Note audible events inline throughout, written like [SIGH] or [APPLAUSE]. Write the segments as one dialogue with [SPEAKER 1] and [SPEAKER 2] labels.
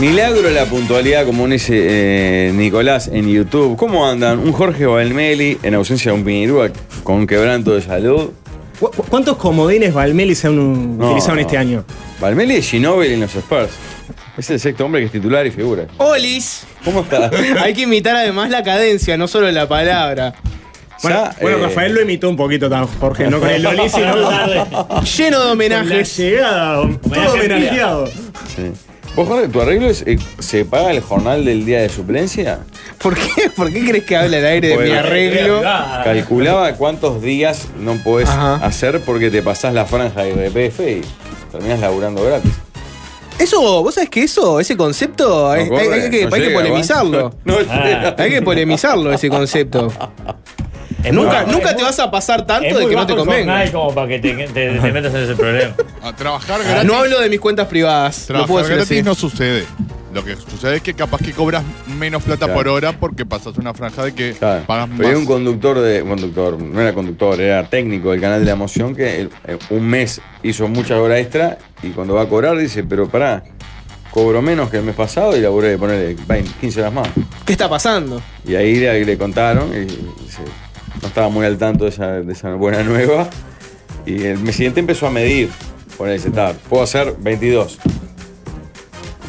[SPEAKER 1] Milagro la puntualidad, como un ese, eh, Nicolás en YouTube. ¿Cómo andan? Un Jorge Valmeli en ausencia de un Pinirúa con un quebranto de salud.
[SPEAKER 2] ¿Cu- cu- ¿Cuántos comodines Valmeli se han um,
[SPEAKER 1] No,
[SPEAKER 2] utilizado
[SPEAKER 1] no.
[SPEAKER 2] en este año?
[SPEAKER 1] Valmeli es Ginobili en los Spurs. Es el sexto hombre que es titular y figura.
[SPEAKER 3] ¡Olis!
[SPEAKER 1] ¿Cómo está?
[SPEAKER 3] [LAUGHS] Hay que imitar además la cadencia, no solo la palabra.
[SPEAKER 2] Bueno,
[SPEAKER 1] Ya,
[SPEAKER 2] bueno,
[SPEAKER 1] eh,
[SPEAKER 2] Rafael lo imitó un poquito, tan- Jorge, no con el Loli, sino tarde.
[SPEAKER 3] Lleno de
[SPEAKER 2] Con la
[SPEAKER 3] homenajes.
[SPEAKER 2] llegada, todo homenajeado.
[SPEAKER 1] sí. ¿Vos, Jorge, tu arreglo es, eh, se paga el jornal del día de suplencia?
[SPEAKER 3] ¿Por qué? ¿Por qué crees que habla el aire de mi
[SPEAKER 1] Bueno,
[SPEAKER 3] arreglo?
[SPEAKER 1] Calculaba cuántos días no podés
[SPEAKER 3] Ajá.
[SPEAKER 1] hacer porque te pasás la franja de IRPF y terminás laburando gratis.
[SPEAKER 3] Eso, vos sabés que eso, ese concepto,
[SPEAKER 1] No
[SPEAKER 3] hay, hay- hay
[SPEAKER 1] corre,
[SPEAKER 3] que,
[SPEAKER 1] no
[SPEAKER 3] hay que
[SPEAKER 1] llega, ¿va? [LAUGHS]
[SPEAKER 3] polemizarlo.
[SPEAKER 1] No
[SPEAKER 2] Ah.
[SPEAKER 1] llega.
[SPEAKER 3] Hay que polemizarlo ese concepto. Nunca,
[SPEAKER 4] muy-
[SPEAKER 3] nunca te
[SPEAKER 4] es muy-
[SPEAKER 3] vas a pasar
[SPEAKER 4] Ah, Es
[SPEAKER 3] tanto de
[SPEAKER 4] muy
[SPEAKER 3] que no
[SPEAKER 4] bajo
[SPEAKER 3] te
[SPEAKER 4] el
[SPEAKER 3] convenga.
[SPEAKER 4] Fortnite como para que te, te-
[SPEAKER 3] [LAUGHS]
[SPEAKER 4] te metas en ese problema.
[SPEAKER 5] A trabajar gratis.
[SPEAKER 3] No hablo de mis cuentas privadas. No puedo
[SPEAKER 5] trabajar gratis
[SPEAKER 3] decir así.
[SPEAKER 5] no sucede. Lo que sucede es que capaz que cobras menos plata
[SPEAKER 1] Claro.
[SPEAKER 5] por hora porque pasas una franja de que
[SPEAKER 1] Claro.
[SPEAKER 5] pagas más.
[SPEAKER 1] Pero había un conductor de. Conductor, no era conductor, era técnico del canal de la emoción que el- eh, un mes hizo muchas horas extra y cuando va a cobrar dice, pero pará, cobro menos que el mes pasado y laburé de ponerle 20, 15 horas más.
[SPEAKER 3] ¿Qué está pasando?
[SPEAKER 1] Y ahí le, le contaron y dice, no estaba muy al tanto de esa, de esa buena nueva. Y el presidente empezó a medir. Por ahí dice, "Ta, puedo hacer 22.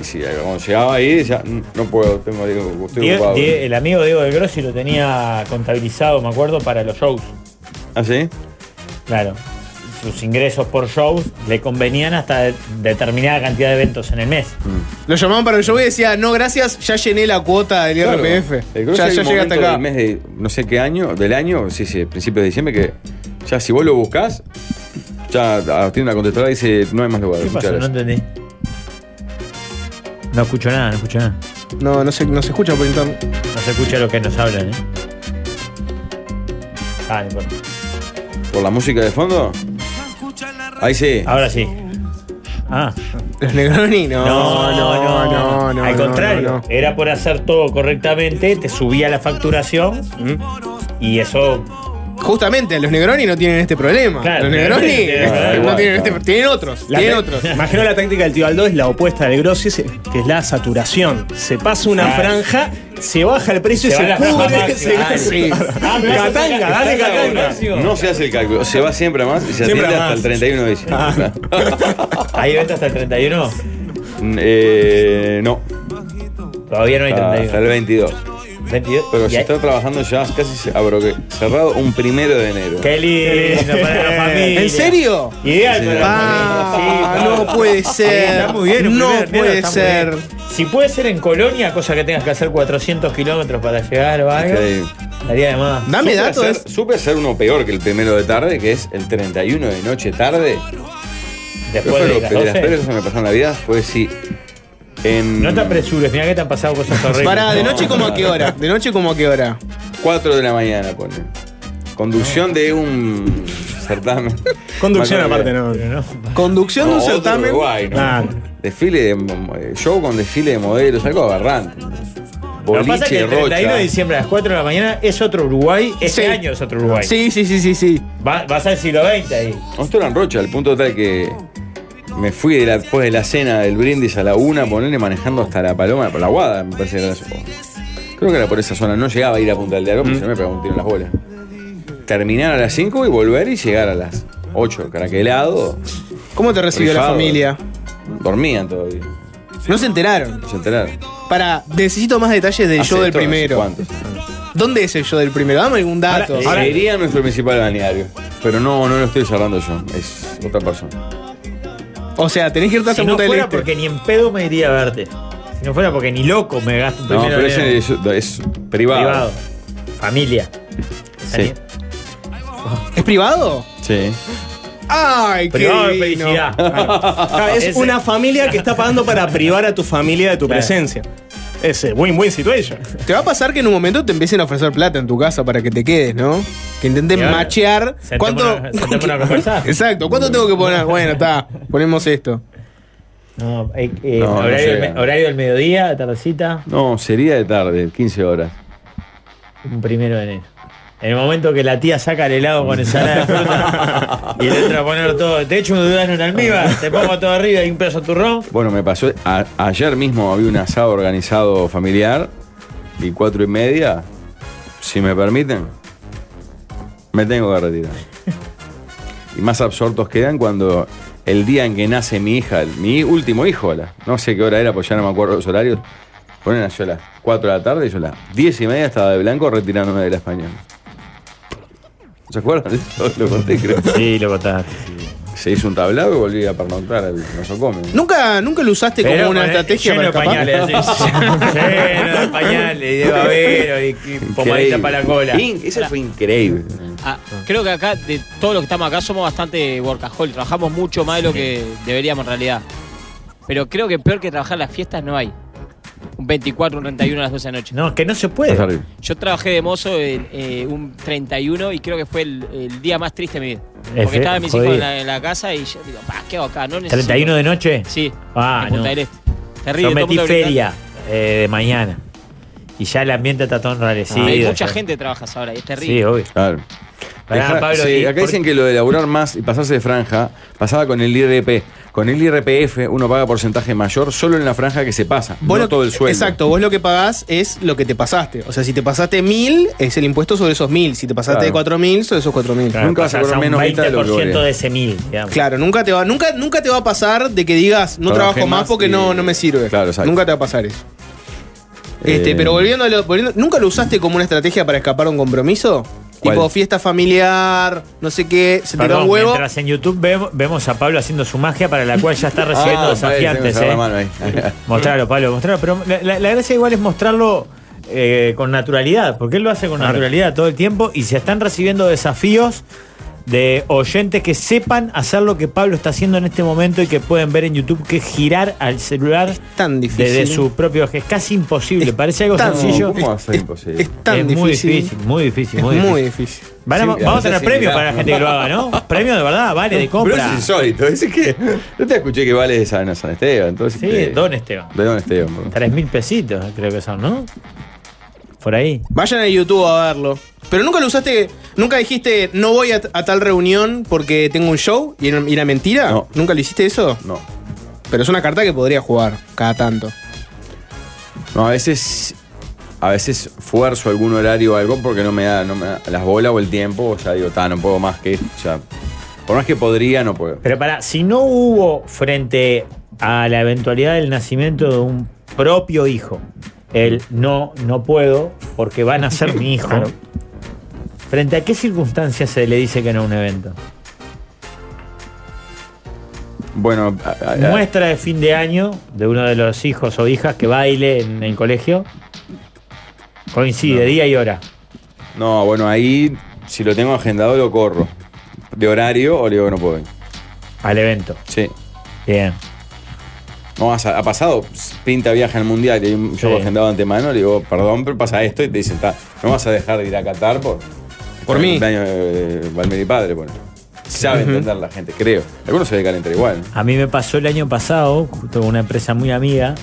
[SPEAKER 1] Y si cuando llegaba ahí, decía, "Mm, no puedo, tengo, digo, estoy
[SPEAKER 4] Diego-
[SPEAKER 1] ocupado.
[SPEAKER 4] Die- el amigo Diego del Grossi lo tenía contabilizado, me acuerdo, para los shows.
[SPEAKER 1] ¿Ah, sí?
[SPEAKER 4] Claro. Sus ingresos por shows le convenían hasta de- determinada cantidad de eventos en el mes.
[SPEAKER 3] Mm. Lo llamaban para el show y decía, no, gracias, ya llené la cuota del
[SPEAKER 1] Claro. Eh,
[SPEAKER 3] IRPF.
[SPEAKER 1] El grosso
[SPEAKER 3] Ya,
[SPEAKER 1] hay
[SPEAKER 3] ya
[SPEAKER 1] un
[SPEAKER 3] llega hasta
[SPEAKER 1] momento
[SPEAKER 3] acá.
[SPEAKER 1] Del mes de no sé qué año, del año, sí, sí, principios de diciembre, que ya si vos lo buscás, ya ah, tiene una contestadora y dice, no hay más lugar.
[SPEAKER 4] ¿Qué
[SPEAKER 1] muchas
[SPEAKER 4] pasó? No
[SPEAKER 1] gracias".
[SPEAKER 4] entendí. No escucho nada, no escucho nada.
[SPEAKER 3] No, no se, no se escucha por internet.
[SPEAKER 1] Ah,
[SPEAKER 4] No se escucha lo que nos hablan, ¿eh? Ah, no importa.
[SPEAKER 1] ¿Por la música de fondo? Ahí sí.
[SPEAKER 4] Ahora sí. Ah.
[SPEAKER 3] Los Negroni, no.
[SPEAKER 4] Al
[SPEAKER 3] no,
[SPEAKER 4] contrario,
[SPEAKER 3] no, no.
[SPEAKER 4] era por hacer todo correctamente, te subía la facturación y eso.
[SPEAKER 3] Justamente, los Negroni no tienen este problema.
[SPEAKER 4] Claro,
[SPEAKER 3] los Negroni
[SPEAKER 4] claro,
[SPEAKER 3] no,
[SPEAKER 1] igual,
[SPEAKER 3] tienen este
[SPEAKER 1] claro.
[SPEAKER 3] Tienen otros,
[SPEAKER 2] La
[SPEAKER 3] tienen
[SPEAKER 2] te-
[SPEAKER 3] otros.
[SPEAKER 2] Imagino la táctica del tío Aldo es la opuesta del Grossi, se- que es la saturación. Se pasa una
[SPEAKER 4] Ah.
[SPEAKER 2] franja, se baja el precio
[SPEAKER 4] Se
[SPEAKER 2] y
[SPEAKER 4] va
[SPEAKER 2] se
[SPEAKER 4] la franja
[SPEAKER 2] cubre.
[SPEAKER 4] máxima.
[SPEAKER 2] se-
[SPEAKER 4] Ah,
[SPEAKER 3] sí.
[SPEAKER 4] [LAUGHS] Ah, me vas a
[SPEAKER 2] Catanga,
[SPEAKER 4] sacar- me
[SPEAKER 2] dale
[SPEAKER 4] vas a sacar
[SPEAKER 2] catanga.
[SPEAKER 4] precio.
[SPEAKER 1] No se hace el cálculo, se va siempre a más y se
[SPEAKER 2] Siempre a
[SPEAKER 1] atiende hasta
[SPEAKER 2] más.
[SPEAKER 1] el 31 de diciembre.
[SPEAKER 4] Ah. ¿Hay eventos hasta el 31?
[SPEAKER 1] Mm, eh, no,
[SPEAKER 4] Todavía no hay
[SPEAKER 1] hasta, hasta el
[SPEAKER 4] 31.
[SPEAKER 1] 22.
[SPEAKER 4] 22.
[SPEAKER 1] Pero
[SPEAKER 4] Y
[SPEAKER 1] se
[SPEAKER 4] hay-
[SPEAKER 1] está trabajando ya casi se- abro que- cerrado un primero de enero.
[SPEAKER 4] Qué lindo para la familia.
[SPEAKER 3] Eh, [LAUGHS] ¿En serio?
[SPEAKER 4] Ideal para la familia.
[SPEAKER 3] Ah,
[SPEAKER 4] Sí, claro.
[SPEAKER 3] no puede ser.
[SPEAKER 2] Está muy bien, un
[SPEAKER 3] no
[SPEAKER 2] primer enero
[SPEAKER 3] puede
[SPEAKER 2] está muy
[SPEAKER 3] ser.
[SPEAKER 4] Si puede ser en Colonia, cosa que tengas que hacer 400 kilómetros para llegar o algo,
[SPEAKER 1] Increíble.
[SPEAKER 4] estaría de más.
[SPEAKER 3] Dame
[SPEAKER 1] Supe
[SPEAKER 3] datos.
[SPEAKER 1] hacer- Supe hacer uno peor que el primero de tarde, que es el 31 de noche tarde.
[SPEAKER 4] Después de
[SPEAKER 1] Eso es lo
[SPEAKER 4] las
[SPEAKER 1] que- de las
[SPEAKER 4] 12.
[SPEAKER 1] peores cosas que me pasó en la vida fue si. En
[SPEAKER 4] No te apresures, mira que te han
[SPEAKER 3] [LAUGHS]
[SPEAKER 4] pasado cosas horribles.
[SPEAKER 3] Pará, ¿de
[SPEAKER 1] No,
[SPEAKER 3] noche como a qué hora? ¿De noche como a qué hora?
[SPEAKER 1] 4 de la mañana, pone. Conducción de un certamen.
[SPEAKER 2] Conducción
[SPEAKER 1] Me
[SPEAKER 2] aparte,
[SPEAKER 1] acuerdo
[SPEAKER 2] no. Ah.
[SPEAKER 4] Pero no.
[SPEAKER 3] Conducción de
[SPEAKER 1] No,
[SPEAKER 3] un
[SPEAKER 1] otro
[SPEAKER 3] certamen. Ah.
[SPEAKER 1] Uruguay, ¿no?
[SPEAKER 2] Nah.
[SPEAKER 1] Desfile de mo- eh, show con desfile de modelos, algo aberrante.
[SPEAKER 4] Lo que pasa es que
[SPEAKER 1] Boliche,
[SPEAKER 4] el 31
[SPEAKER 1] rocha.
[SPEAKER 4] de diciembre a las 4 de la mañana es otro Uruguay. Este
[SPEAKER 3] Sí.
[SPEAKER 4] año es otro Uruguay.
[SPEAKER 3] Sí, sí, sí, sí, sí.
[SPEAKER 4] Va- vas al siglo XX ahí.
[SPEAKER 1] Nosotros en rocha, al punto tal que me fui de la- después de la cena del brindis a la una, ponerle manejando hasta la paloma, por la guada, me parece que era eso. Creo que era por esa zona, no llegaba a ir a Punta del Diablo, porque
[SPEAKER 3] Mm.
[SPEAKER 1] se me pegó un tiro en las bolas. Terminar a las 5 y volver y llegar a las 8, craquelado.
[SPEAKER 3] ¿Cómo te recibió la
[SPEAKER 1] Rifado.
[SPEAKER 3] familia?
[SPEAKER 1] Dormían todavía.
[SPEAKER 3] No se enteraron.
[SPEAKER 1] No se enteraron.
[SPEAKER 3] Para, necesito más detalles del
[SPEAKER 1] Hace
[SPEAKER 3] yo del
[SPEAKER 1] todo, no sé
[SPEAKER 3] primero.
[SPEAKER 1] cuántos.
[SPEAKER 3] ¿Dónde es el yo del primero? Dame algún dato.
[SPEAKER 4] Ahora-
[SPEAKER 1] Ahora iría a nuestro principal balneario. Pero no, no lo estoy cerrando yo. Es otra persona.
[SPEAKER 3] o sea, tenés que irte a
[SPEAKER 4] Si
[SPEAKER 3] San
[SPEAKER 4] no
[SPEAKER 3] Punta del
[SPEAKER 4] fuera
[SPEAKER 3] Este.
[SPEAKER 4] porque ni en pedo me iría a verte. Si no fuera porque ni loco me gasto un
[SPEAKER 1] No,
[SPEAKER 4] primero
[SPEAKER 1] pero
[SPEAKER 4] de enero.
[SPEAKER 1] ese es, es privado.
[SPEAKER 4] privado. Familia.
[SPEAKER 1] Sí.
[SPEAKER 3] ¿Es privado?
[SPEAKER 1] Sí.
[SPEAKER 3] ¡Ay, qué
[SPEAKER 4] Privado de
[SPEAKER 3] divino.
[SPEAKER 4] felicidad.
[SPEAKER 2] Ah, es
[SPEAKER 4] Ese.
[SPEAKER 2] una familia que está pagando para privar a tu familia de tu
[SPEAKER 4] Claro.
[SPEAKER 2] presencia. Ese win-win situation.
[SPEAKER 3] Te va a pasar que en un momento te empiecen a ofrecer plata en tu casa para que te quedes, ¿no? Que intenten
[SPEAKER 4] Y ahora,
[SPEAKER 3] machear.
[SPEAKER 4] sentemos
[SPEAKER 3] ¿Cuánto?
[SPEAKER 4] una- sentemos una conversa.
[SPEAKER 3] [LAUGHS] Exacto. ¿Cuánto tengo que poner? Bueno, está. Ponemos esto.
[SPEAKER 4] No, eh, eh,
[SPEAKER 1] No, no
[SPEAKER 4] horario, del
[SPEAKER 1] llega.
[SPEAKER 4] me- horario del mediodía, tardecita,
[SPEAKER 1] No, sería de tarde, 15 horas.
[SPEAKER 4] un primero de enero. En el momento que la tía saca el helado con
[SPEAKER 3] [LAUGHS]
[SPEAKER 4] ensalada de fruta y le entra a poner todo, te echo un durazno en almíbar, te pongo todo arriba y un pedazo de turrón.
[SPEAKER 1] Bueno, me pasó. a- ayer mismo había un asado organizado familiar y cuatro y media. Si me permiten, me tengo que
[SPEAKER 4] [LAUGHS]
[SPEAKER 1] retirar. Y más absortos quedan cuando el día en que nace mi hija, mi último hijo, a la- no sé qué hora era, porque ya no me acuerdo los horarios. Ponen a yo a las 4 de la tarde y yo a las 10 y media estaba de blanco retirándome de la española. ¿Se acuerdan? [LAUGHS] Lo- Lo conté, creo.
[SPEAKER 4] Sí, lo botaste.
[SPEAKER 1] Se hizo un tablado y volví a pernoctar al nosocomio.
[SPEAKER 3] ¿Nunca, nunca lo usaste como una estrategia para
[SPEAKER 4] eh, lleno
[SPEAKER 3] escapar?
[SPEAKER 4] de
[SPEAKER 3] [LAUGHS]
[SPEAKER 4] pañales, así, lleno de pañales, y de babero, y, y pomadita
[SPEAKER 1] Increíble.
[SPEAKER 4] para la cola.
[SPEAKER 1] In- eso fue increíble.
[SPEAKER 6] Ah, creo que acá, de todos los que estamos acá, somos bastante workaholic. Trabajamos mucho más de lo que deberíamos en realidad. Pero creo que peor que trabajar las fiestas no hay. Un 24, un 31 a las 12 de la noche.
[SPEAKER 4] No, es que no se
[SPEAKER 1] Es
[SPEAKER 4] puede.
[SPEAKER 1] horrible.
[SPEAKER 6] Yo trabajé de mozo en, eh, un 31 y creo que fue el, el día más triste de mi vida.
[SPEAKER 4] Es fe-
[SPEAKER 6] Porque estaban mis
[SPEAKER 4] jodido.
[SPEAKER 6] hijos en la, en la casa y yo digo, pa, ¿qué hago acá? No necesito.
[SPEAKER 4] 31 de noche.
[SPEAKER 6] Sí,
[SPEAKER 4] Ah,
[SPEAKER 6] en Punta
[SPEAKER 4] no.
[SPEAKER 6] del Este. Terrible. todo
[SPEAKER 4] Yo
[SPEAKER 6] el
[SPEAKER 4] metí
[SPEAKER 6] mundo gritando.
[SPEAKER 4] feria eh, de mañana. Y ya el ambiente está todo
[SPEAKER 3] Ah,
[SPEAKER 4] enrarecido.
[SPEAKER 6] Ah, Hay mucha
[SPEAKER 4] ya.
[SPEAKER 6] gente que trabaja ahora y es terrible.
[SPEAKER 4] Sí, obvio.
[SPEAKER 1] Claro.
[SPEAKER 4] Pará,
[SPEAKER 1] Dejar-
[SPEAKER 4] Pablo,
[SPEAKER 1] sí,
[SPEAKER 4] ¿y
[SPEAKER 1] acá
[SPEAKER 4] por-
[SPEAKER 1] dicen que lo de laburar más y pasarse de franja pasaba con el IRP. Con el IRPF uno paga porcentaje mayor solo en la franja que se pasa,
[SPEAKER 3] Vos
[SPEAKER 1] no
[SPEAKER 3] lo-
[SPEAKER 1] todo el sueldo.
[SPEAKER 3] Exacto, vos lo que pagás es lo que te pasaste. O sea, si te pasaste mil, es el impuesto sobre esos mil. Si te pasaste
[SPEAKER 1] Claro.
[SPEAKER 3] de cuatro mil, sobre esos cuatro mil.
[SPEAKER 1] Claro. Nunca vas a
[SPEAKER 4] pasás
[SPEAKER 1] cobrar menos
[SPEAKER 4] un
[SPEAKER 1] guita de lo que
[SPEAKER 4] 20%
[SPEAKER 1] volvés.
[SPEAKER 4] de ese mil, digamos.
[SPEAKER 3] Claro, nunca te va, nunca, nunca te va a pasar de que digas no
[SPEAKER 1] Trabajé
[SPEAKER 3] trabajo más
[SPEAKER 1] más
[SPEAKER 3] porque
[SPEAKER 1] y-
[SPEAKER 3] no, no me sirve.
[SPEAKER 1] Claro, exacto.
[SPEAKER 3] Nunca te va a pasar eso. Este,
[SPEAKER 1] Eh,
[SPEAKER 3] pero volviendo a lo, volviendo- ¿nunca lo usaste como una estrategia para escapar a un compromiso?
[SPEAKER 1] ¿Cuál?
[SPEAKER 3] Tipo fiesta familiar, no sé qué, se te da
[SPEAKER 4] Perdón,
[SPEAKER 3] un huevo.
[SPEAKER 4] mientras en YouTube vemos, vemos a Pablo haciendo su magia para la cual ya está
[SPEAKER 1] Ah,
[SPEAKER 4] recibiendo
[SPEAKER 1] parece, tengo que
[SPEAKER 4] desafiantes.
[SPEAKER 1] usar la
[SPEAKER 4] eh.
[SPEAKER 1] mano ahí.
[SPEAKER 4] Mostrarlo, Pablo, mostrarlo. Pero la, la- la gracia igual es mostrarlo eh, con naturalidad, porque él lo hace con naturalidad todo el tiempo y se están recibiendo desafíos de oyentes que sepan hacer lo que Pablo está haciendo en este momento y que pueden ver en YouTube, que es girar al celular
[SPEAKER 3] Tan difícil.
[SPEAKER 4] desde su propio... Es casi imposible,
[SPEAKER 3] Es
[SPEAKER 4] parece algo
[SPEAKER 3] tan-
[SPEAKER 4] sencillo.
[SPEAKER 1] ¿Cómo va a ser
[SPEAKER 3] es,
[SPEAKER 1] imposible?
[SPEAKER 3] tan
[SPEAKER 4] es muy
[SPEAKER 3] difícil.
[SPEAKER 4] difícil, muy difícil,
[SPEAKER 3] Es
[SPEAKER 4] muy
[SPEAKER 3] muy
[SPEAKER 4] difícil.
[SPEAKER 3] difícil.
[SPEAKER 4] Van a-
[SPEAKER 1] Sí, a
[SPEAKER 4] vamos a
[SPEAKER 1] veces
[SPEAKER 4] tener
[SPEAKER 1] sí,
[SPEAKER 4] premios
[SPEAKER 1] mirá.
[SPEAKER 4] para la gente que lo haga, ¿no? Premios de verdad, vale, de
[SPEAKER 1] Pero eso
[SPEAKER 4] compra.
[SPEAKER 1] es insólito, es que no te escuché que vale esa en San Esteban.
[SPEAKER 4] [LAUGHS]
[SPEAKER 1] Entonces,
[SPEAKER 4] Sí,
[SPEAKER 1] eh,
[SPEAKER 4] Don Esteban.
[SPEAKER 1] De Don Esteban. perdón.
[SPEAKER 4] Tres mil pesitos, creo que son, ¿no? Por ahí.
[SPEAKER 3] Vayan a YouTube a verlo. Pero nunca lo usaste, nunca dijiste no voy a, a tal reunión porque tengo un show y era, y era mentira.
[SPEAKER 1] No.
[SPEAKER 3] ¿Nunca lo hiciste eso?
[SPEAKER 1] No.
[SPEAKER 3] Pero es una carta que podría jugar cada tanto.
[SPEAKER 1] No, a veces. A veces fuerzo algún horario o algo porque no me da, no me da las bolas o el tiempo. O sea, digo, ta, no puedo más que. O sea, por más que podría, no puedo.
[SPEAKER 4] Pero para, si no hubo frente a la eventualidad del nacimiento de un propio hijo, el no, no puedo porque van a ser mi hijo. ¿Frente a qué circunstancias se le dice que no a un evento?
[SPEAKER 1] Bueno, a- a- a-
[SPEAKER 4] Muestra de fin de año de uno de los hijos o hijas que baile en el colegio. Coincide día y hora.
[SPEAKER 1] no, bueno, ahí si lo tengo agendado lo corro. De horario o le digo que no puedo ir.
[SPEAKER 4] Al evento.
[SPEAKER 1] Sí.
[SPEAKER 4] Bien.
[SPEAKER 1] No, ha, ha pasado, pinta viaje al mundial y hay un show
[SPEAKER 4] Sí.
[SPEAKER 1] agendado de antemano, le digo, perdón, pero pasa esto y te dicen, ta, no vas a dejar de ir a Qatar por.
[SPEAKER 3] Por mí.
[SPEAKER 1] El año de Valmeri Padre, bueno. Sabe entender la gente, creo. Algunos se deben calentar igual. ¿no?
[SPEAKER 4] A mí me pasó el año pasado, justo con una empresa muy amiga,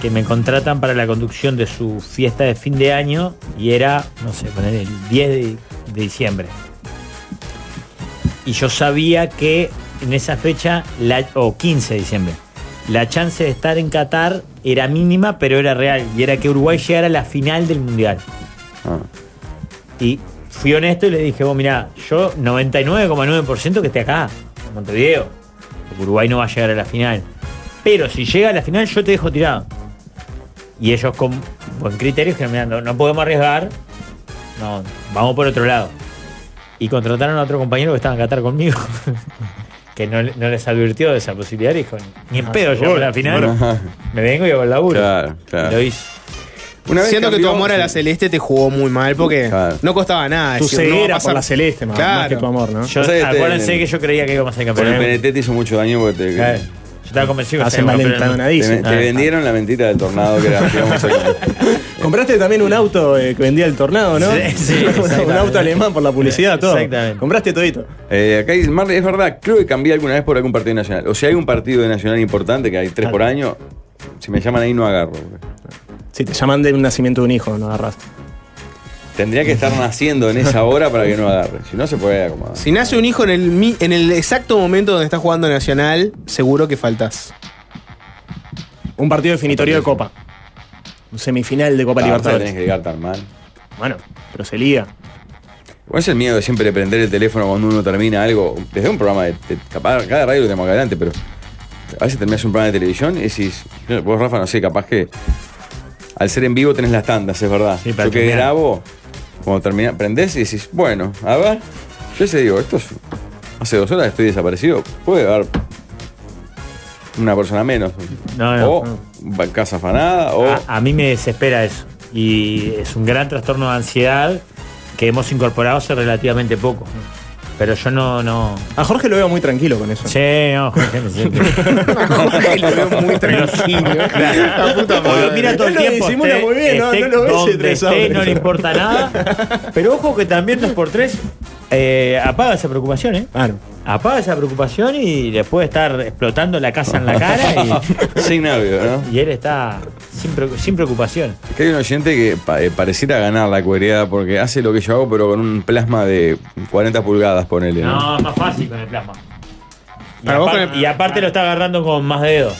[SPEAKER 4] que me contratan para la conducción de su fiesta de fin de año y era, no sé, poner el 10 de, de diciembre. Y yo sabía que en esa fecha, la- o 15 de diciembre, la chance de estar en Qatar era mínima, pero era real. Y era que Uruguay llegara a la final del Mundial.
[SPEAKER 1] Ah.
[SPEAKER 4] Y fui honesto y le dije, vos mirá, yo 99,9% que esté acá, en Montevideo. Porque Uruguay no va a llegar a la final. Pero si llega a la final, yo te dejo tirado. Y ellos con buen criterio dijeron, mirá, no, no podemos arriesgar. No, vamos por otro lado. Y contrataron a otro compañero que estaba en Qatar conmigo. [LAUGHS] que no, le- no les advirtió de esa posibilidad. y Dijo, ni en pedo llegamos a la final.
[SPEAKER 1] [LAUGHS] Ajá.
[SPEAKER 4] Me vengo y hago el laburo.
[SPEAKER 1] Claro, claro.
[SPEAKER 4] Y Lo hice.
[SPEAKER 1] Una vez
[SPEAKER 3] Siento que tu
[SPEAKER 1] cambió-
[SPEAKER 3] amor a la celeste te jugó muy mal porque
[SPEAKER 1] Claro.
[SPEAKER 3] no costaba nada.
[SPEAKER 2] Tu
[SPEAKER 3] decir, no va a
[SPEAKER 2] ceguera por
[SPEAKER 3] pasar.
[SPEAKER 2] la celeste, más,
[SPEAKER 3] Claro.
[SPEAKER 2] más que tu amor, ¿no?
[SPEAKER 4] Yo,
[SPEAKER 1] O sea, este-
[SPEAKER 4] acuérdense que yo creía que íbamos a ser
[SPEAKER 1] Con el
[SPEAKER 4] campeones.
[SPEAKER 1] PNT te hizo mucho daño porque te,
[SPEAKER 4] Claro. Yo estaba convencido que
[SPEAKER 2] Hace
[SPEAKER 4] estaba
[SPEAKER 2] mal
[SPEAKER 4] campeón.
[SPEAKER 1] te-
[SPEAKER 2] entanadísimo.
[SPEAKER 1] te vendieron la mentira del
[SPEAKER 4] [LAUGHS]
[SPEAKER 1] tornado que era. que íbamos a ganar.
[SPEAKER 2] Compraste también un auto eh, que vendía el tornado, ¿no?
[SPEAKER 4] Sí, sí,
[SPEAKER 2] un
[SPEAKER 4] exactamente.
[SPEAKER 2] auto alemán por la publicidad, todo.
[SPEAKER 4] Exactamente.
[SPEAKER 2] Compraste todito.
[SPEAKER 1] Eh, acá dice, Marley, es verdad, creo que cambié alguna vez por algún partido nacional. O si hay un partido de nacional importante, que hay tres por año, si me llaman ahí no agarro.
[SPEAKER 2] Si te llaman del nacimiento de un hijo, no agarras.
[SPEAKER 1] Tendría que estar naciendo en esa hora para que no agarre. Si no, se puede acomodar.
[SPEAKER 3] Si nace un hijo en el, mi- en el exacto momento donde está jugando Nacional, seguro que faltás.
[SPEAKER 2] Un partido definitorio de Copa. Un semifinal de Copa
[SPEAKER 1] Ah,
[SPEAKER 2] Libertadores.
[SPEAKER 1] Tenés que ligar tan mal.
[SPEAKER 2] Bueno, pero se liga.
[SPEAKER 1] ¿Cuál es el miedo de siempre prender el teléfono cuando uno termina algo? Desde un programa de. de- capaz, cada radio lo tenemos acá adelante, pero. A veces terminas un programa de televisión y decís. "No, Vos, Rafa, no sé, capaz que. Al ser en vivo tenés las tandas, es verdad.
[SPEAKER 4] Sí, para
[SPEAKER 1] Yo que
[SPEAKER 4] terminar.
[SPEAKER 1] grabo, cuando termina, prendés y decís, bueno, a ver. Yo se digo, esto es- Hace dos horas estoy desaparecido. Puede haber. Una persona menos.
[SPEAKER 4] No, no,
[SPEAKER 1] o casa afanada, o.
[SPEAKER 4] A, a mí me desespera eso. Y es un gran trastorno de ansiedad que hemos incorporado hace relativamente poco. Pero yo no. no...
[SPEAKER 2] A Jorge lo veo muy tranquilo con eso.
[SPEAKER 4] Che, no, Jorge, me siento.
[SPEAKER 3] [LAUGHS] lo veo muy tranquilo.
[SPEAKER 4] [LAUGHS]
[SPEAKER 3] La puta
[SPEAKER 4] O lo
[SPEAKER 3] madre.
[SPEAKER 4] mira todo el
[SPEAKER 2] Él lo
[SPEAKER 4] tiempo.
[SPEAKER 2] disimula
[SPEAKER 4] esté-
[SPEAKER 2] muy bien, no-
[SPEAKER 4] esté
[SPEAKER 2] no lo ves
[SPEAKER 4] donde
[SPEAKER 2] estresado.
[SPEAKER 4] esté, no le importa nada. Pero ojo que también 2x3 eh, apaga esa preocupación, ¿eh?
[SPEAKER 2] Claro.
[SPEAKER 4] Apaga esa preocupación y le puede estar explotando la casa en la cara
[SPEAKER 1] [LAUGHS] Sin nervio, ¿no?
[SPEAKER 4] y, y él está sin, preocu- sin preocupación.
[SPEAKER 1] Que hay un oyente que pa- eh, pareciera ganar la cuereada porque hace lo que yo hago, pero con un plasma de 40 pulgadas, ponele. ¿no?
[SPEAKER 4] No, es más fácil con el plasma. Y,
[SPEAKER 3] Para vos
[SPEAKER 4] apar-
[SPEAKER 3] con el-
[SPEAKER 4] y aparte lo está agarrando con más dedos.